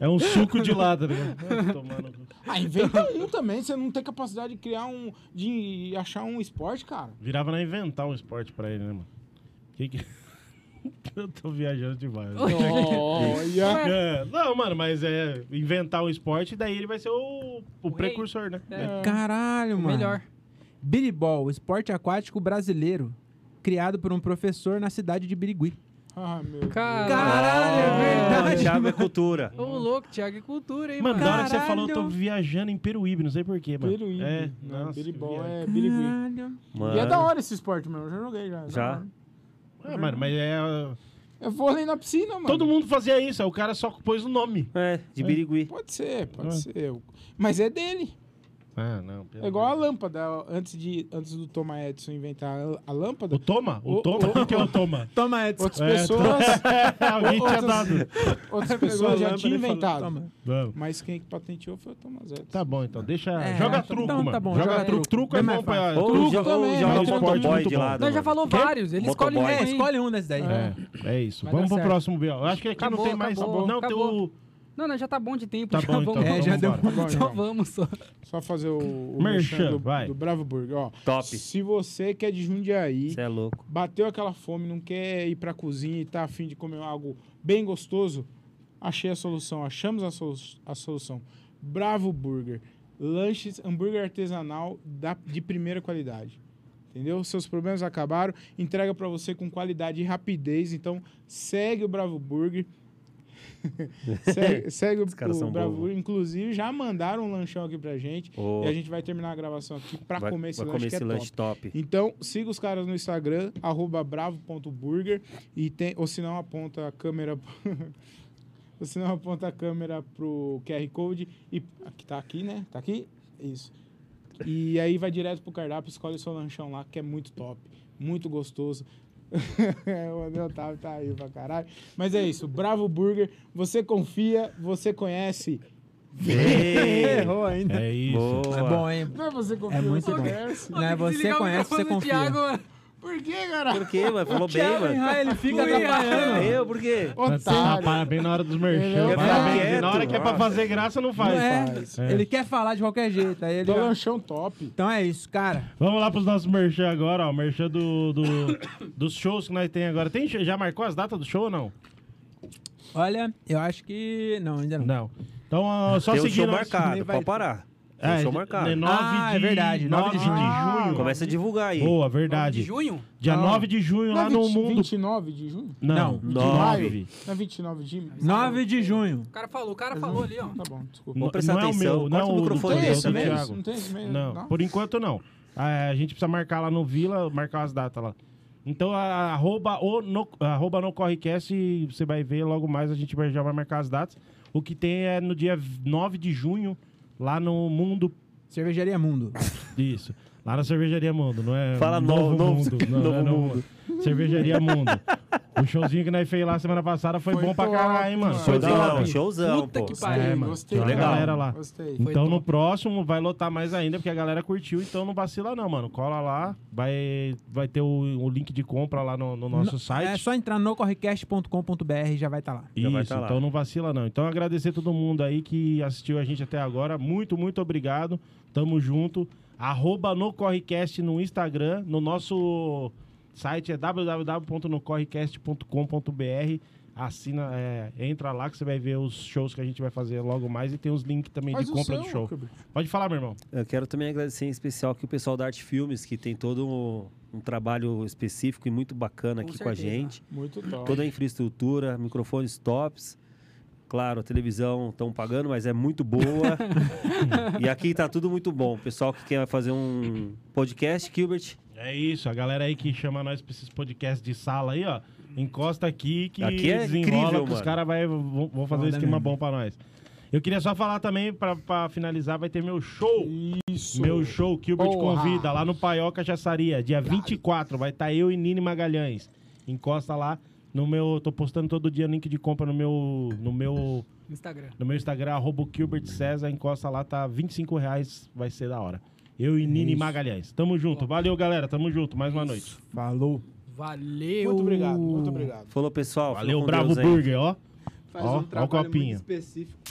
Speaker 1: É um suco de lá, tá ligado? Tomando...
Speaker 4: Ah, inventa um também. Você não tem capacidade de criar um. de achar um esporte, cara.
Speaker 1: Virava na inventar um esporte pra ele, né, mano? Que que... Eu tô viajando demais.
Speaker 4: Olha.
Speaker 1: É, não, mano, mas é inventar um esporte, daí ele vai ser o, o
Speaker 2: rei.
Speaker 1: precursor, né?
Speaker 2: É.
Speaker 5: Caralho, mano.
Speaker 2: Melhor.
Speaker 5: Biribol, esporte aquático brasileiro, criado por um professor na cidade de Birigui.
Speaker 4: Ah, meu.
Speaker 2: Cara.
Speaker 5: Caralho, é
Speaker 3: Ah,
Speaker 5: verdade.
Speaker 3: Thiago é cultura.
Speaker 2: Ô, louco, Thiago é cultura, hein,
Speaker 1: Mano,
Speaker 2: mano.
Speaker 1: da hora que você
Speaker 5: Caralho.
Speaker 1: falou, eu tô viajando em Peruíbe, não sei porquê, mano.
Speaker 4: Peruíbe.
Speaker 1: É,
Speaker 4: Não,
Speaker 1: nossa,
Speaker 4: biribol
Speaker 1: que viagem.
Speaker 4: é birigui.
Speaker 5: Caralho.
Speaker 3: Mano,
Speaker 4: E é da hora esse esporte, mano. Eu já joguei já. é da
Speaker 3: Já?
Speaker 4: hora.
Speaker 1: Ah, mano, mas é...
Speaker 4: É vôlei na piscina, mano.
Speaker 1: Todo mundo fazia isso, aí o cara só pôs o nome.
Speaker 3: É, de birigui.
Speaker 4: Pode ser, pode
Speaker 1: É.
Speaker 4: ser. Mas é dele.
Speaker 1: Ah, não. pelo
Speaker 4: É igual a
Speaker 1: amor
Speaker 4: lâmpada. Antes, de, antes do Thomas Edison inventar a- a
Speaker 1: de-
Speaker 4: lâmpada,
Speaker 1: O Toma? O
Speaker 4: O-
Speaker 1: Toma?
Speaker 4: o-
Speaker 1: Quem que é o Toma?
Speaker 5: Toma, Edson.
Speaker 4: outras pessoas,
Speaker 1: Alguém tinha
Speaker 4: outras-
Speaker 1: dado.
Speaker 4: outras
Speaker 5: Pegou a
Speaker 4: pessoas já
Speaker 5: lâmpada
Speaker 4: tinham
Speaker 5: e falou,
Speaker 4: inventado.
Speaker 5: né, "Toma."
Speaker 1: Vamos.
Speaker 4: Mas quem patenteou foi o Thomas Edison.
Speaker 1: Tá bom, então. Deixa.
Speaker 5: É,
Speaker 1: joga
Speaker 5: então
Speaker 1: truco,
Speaker 5: tá
Speaker 1: mano.
Speaker 5: bom,
Speaker 1: joga,
Speaker 5: joga
Speaker 1: truco.
Speaker 5: truco.
Speaker 1: Truco é,
Speaker 5: É
Speaker 1: bom
Speaker 5: mais
Speaker 1: pra.
Speaker 5: fácil.
Speaker 3: Ou
Speaker 1: truco
Speaker 3: jo-
Speaker 4: também,
Speaker 3: ou
Speaker 4: é
Speaker 3: joga
Speaker 1: um
Speaker 3: o
Speaker 1: esporte
Speaker 3: motoboy
Speaker 1: muito
Speaker 3: de
Speaker 1: bom.
Speaker 3: lado.
Speaker 2: Não, já
Speaker 3: mano.
Speaker 2: falou
Speaker 1: Quê?
Speaker 2: vários. Ele escolhe um
Speaker 3: Motoboy.
Speaker 2: aí.
Speaker 5: É, escolhe um das daí.
Speaker 1: É, é isso.
Speaker 2: Vai
Speaker 1: Vamos pro
Speaker 2: dar certo.
Speaker 1: próximo, Biel. Eu Acho que aqui não
Speaker 2: Acabou,
Speaker 1: tem mais.
Speaker 2: acabou,
Speaker 1: não,
Speaker 2: acabou.
Speaker 1: tem
Speaker 2: Não, não, já tá bom de tempo.
Speaker 1: Tá
Speaker 2: já
Speaker 1: bom, então.
Speaker 2: vamos.
Speaker 5: É,
Speaker 1: Vamos
Speaker 5: já deu.
Speaker 1: embora.
Speaker 4: Tá bom,
Speaker 2: Só
Speaker 4: então.
Speaker 2: vamos só.
Speaker 4: Só fazer o, o
Speaker 1: Merchan,
Speaker 4: merchan do,
Speaker 1: vai.
Speaker 4: do Bravo Burger. Ó,
Speaker 3: Top.
Speaker 4: Se você que é de Jundiaí,
Speaker 3: Você é louco.
Speaker 4: bateu aquela fome, não quer ir pra cozinha e tá afim de comer algo bem gostoso, achei a solução, achamos a, solu- a solução. Bravo Burger. Lanches, hambúrguer artesanal da- de primeira qualidade. Entendeu? Seus problemas acabaram, entrega pra você com qualidade e rapidez. Então, segue o Bravo Burger. segue segue o,
Speaker 3: Os caras são
Speaker 4: o Bravo
Speaker 3: bons. né?
Speaker 4: Burger. Inclusive, já mandaram um lanchão aqui pra gente.
Speaker 3: Ô,
Speaker 4: E a gente vai terminar a gravação aqui pra
Speaker 3: vai,
Speaker 4: comer esse
Speaker 3: vai
Speaker 4: lanche
Speaker 3: comer
Speaker 4: que é
Speaker 3: esse
Speaker 4: top.
Speaker 3: lanche top.
Speaker 4: Então, siga os caras no Instagram, arroba bravo.burger, e tem, ou se não, aponta a câmera. ou se não, aponta a câmera pro QR Code. E, que tá aqui, né? Tá aqui? Isso. E aí vai direto pro cardápio, escolhe o seu lanchão lá, que é muito top, muito gostoso. o André Otávio tá aí pra caralho. Mas é isso, Bravo Burger, você confia, você conhece.
Speaker 3: Ei,
Speaker 5: Errou ainda.
Speaker 1: É isso.
Speaker 5: É
Speaker 3: Boa.
Speaker 5: bom, hein?
Speaker 4: Não é você né? confia,
Speaker 5: É muito
Speaker 4: você
Speaker 5: bom.
Speaker 4: conhece.
Speaker 5: Não é
Speaker 2: Tem que
Speaker 5: você
Speaker 2: desligar o
Speaker 5: conhece,
Speaker 2: microfone
Speaker 5: você
Speaker 2: do
Speaker 5: confia.
Speaker 2: Thiago, mano.
Speaker 4: Por que, cara?
Speaker 3: Por quê, mano? Falou bem, mano.
Speaker 5: Ah, ele fica
Speaker 2: Ui,
Speaker 5: atrapalhando.
Speaker 4: é.
Speaker 3: Eu, por quê?
Speaker 1: Mas tá,
Speaker 4: Otário.
Speaker 1: parabéns na hora dos merchan.
Speaker 4: Ele-
Speaker 1: Parabéns.
Speaker 3: Quieto,
Speaker 1: Na hora que é pra
Speaker 3: ó.
Speaker 1: fazer graça, não
Speaker 5: Não
Speaker 1: faz.
Speaker 5: é.
Speaker 4: faz.
Speaker 1: É.
Speaker 5: Ele quer falar de qualquer jeito. Aí ele...
Speaker 4: Do é lanchão top.
Speaker 5: Então é isso, cara.
Speaker 1: Vamos lá pros nossos merchan agora, ó. Merchan do, do- dos shows que nós tem agora. Tem, já marcou as datas do show ou não?
Speaker 5: Olha, eu acho que. Não, ainda não.
Speaker 1: Não. Então, ó, só
Speaker 3: Tem um
Speaker 1: seguindo.
Speaker 3: show
Speaker 1: nós-
Speaker 3: marcado,
Speaker 5: nem vai-
Speaker 3: pode parar. Tem um
Speaker 1: É,
Speaker 3: show marcado.
Speaker 1: né, nove
Speaker 5: Ah,
Speaker 1: de,
Speaker 5: é verdade,
Speaker 1: 9
Speaker 5: nove
Speaker 1: de
Speaker 5: de
Speaker 1: junho.
Speaker 3: Começa a divulgar aí.
Speaker 1: Boa,
Speaker 2: De
Speaker 1: verdade.
Speaker 2: junho?
Speaker 1: Dia
Speaker 4: Não.
Speaker 1: 9 de junho lá
Speaker 4: Não é
Speaker 1: no
Speaker 4: 20
Speaker 1: mundo.
Speaker 4: 29 de junho?
Speaker 1: Não,
Speaker 5: Não,
Speaker 1: 9.
Speaker 4: Não é 29 de junho?
Speaker 5: 9 de junho.
Speaker 2: O cara falou, o cara falou ali, ó.
Speaker 4: Tá bom, desculpa. Então
Speaker 1: Não,
Speaker 3: prestar
Speaker 1: não é o
Speaker 3: atenção.
Speaker 1: meu, não é
Speaker 3: Corta o
Speaker 1: o do
Speaker 3: microfone
Speaker 1: Thiago,
Speaker 4: Tem
Speaker 3: desse,
Speaker 1: do
Speaker 4: esse
Speaker 3: né?
Speaker 4: mês?
Speaker 1: Thiago.
Speaker 4: Não tem esse mês?
Speaker 1: Não, por enquanto não. Ah, A gente precisa marcar lá no Vila, marcar as datas lá. Então, a- arroba, o no, arroba no Correcast, e você vai ver logo mais, a gente vai, já vai marcar as datas. O que tem é no dia 9 de junho, lá no Mundo.
Speaker 5: Cervejaria Mundo.
Speaker 1: Isso. Lá na Cervejaria Mundo, não é?
Speaker 3: Fala
Speaker 1: Novo,
Speaker 3: novo, novo,
Speaker 1: Mundo. Não, não é
Speaker 3: Novo
Speaker 1: Novo- Cervejaria Mundo. O showzinho que nós fez lá semana passada foi,
Speaker 4: Foi
Speaker 1: bom pra
Speaker 4: top,
Speaker 1: caralho, hein, mano?
Speaker 4: mano.
Speaker 1: Foi da hora.
Speaker 3: Showzão, showzão,
Speaker 2: Puta
Speaker 3: pô.
Speaker 2: que
Speaker 4: Gostei,
Speaker 2: pariu.
Speaker 1: É, mano.
Speaker 4: gostei.
Speaker 1: Tinha uma
Speaker 4: cara.
Speaker 1: galera lá.
Speaker 4: Gostei.
Speaker 2: Foi
Speaker 1: Então
Speaker 2: top.
Speaker 1: no próximo vai lotar mais ainda, porque a galera curtiu, então não vacila não, mano. Cola lá, vai, vai ter o, o link de compra lá no, no nosso
Speaker 5: No-
Speaker 1: site.
Speaker 5: É só entrar no correcast.com.br e já vai estar lá.
Speaker 3: Já vai
Speaker 1: Isso,
Speaker 3: tá lá.
Speaker 1: então não vacila não. Então agradecer todo mundo aí que assistiu a gente até agora. Muito, muito obrigado. Tamo junto. Arroba no Correcast no Instagram. No nosso site é www.nocorrecast.com.br. Assina, é, entra lá que você vai ver os shows que a gente vai fazer logo mais e tem os links também
Speaker 4: Faz
Speaker 1: de
Speaker 4: o
Speaker 1: compra
Speaker 4: seu, é um
Speaker 1: do show.
Speaker 4: Kubrick.
Speaker 1: Pode falar, meu irmão.
Speaker 3: Eu quero também agradecer em especial aqui o pessoal da Arte Filmes, que tem todo um, um trabalho específico e muito bacana
Speaker 2: Com
Speaker 3: aqui com a
Speaker 2: certeza.
Speaker 3: gente.
Speaker 4: Muito top.
Speaker 3: Toda a infraestrutura, microfones tops. Claro, a televisão estão pagando, mas é muito boa. e aqui tá tudo muito bom. Pessoal que quer fazer um podcast, Gilbert,
Speaker 1: É isso, a galera aí que chama nós pra esses podcasts de sala aí, ó. Encosta aqui que
Speaker 3: Aqui é
Speaker 1: desenrola,
Speaker 3: incrível,
Speaker 1: que os
Speaker 3: mano.
Speaker 1: caras vão, vão fazer um
Speaker 5: Foda
Speaker 1: esquema
Speaker 5: mesmo.
Speaker 1: bom pra nós. Eu queria só falar também, pra, pra finalizar, vai ter meu show.
Speaker 4: Isso.
Speaker 1: Meu show, Gilbert
Speaker 4: Porra.
Speaker 1: convida, lá no Paió Cachaçaria, dia 24. Vai estar eu e Nini Magalhães. Encosta lá no meu. Tô postando todo dia link de compra no meu. No meu.
Speaker 2: Instagram.
Speaker 1: No meu Instagram, arroba Gilbert César. Encosta lá, tá 25 reais. Vai ser da hora. Eu e Nini Magalhães. Tamo junto. Valeu, galera. Tamo junto. Mais uma noite.
Speaker 5: Falou.
Speaker 2: Valeu!
Speaker 4: Muito obrigado, muito obrigado.
Speaker 3: Falou, pessoal.
Speaker 1: Valeu,
Speaker 3: Fica com
Speaker 1: Bravo
Speaker 3: Deus aí.
Speaker 1: Burger, ó.
Speaker 6: Faz
Speaker 1: Ó, ó
Speaker 6: um
Speaker 1: o
Speaker 6: trabalho
Speaker 1: copinho.
Speaker 6: muito específico.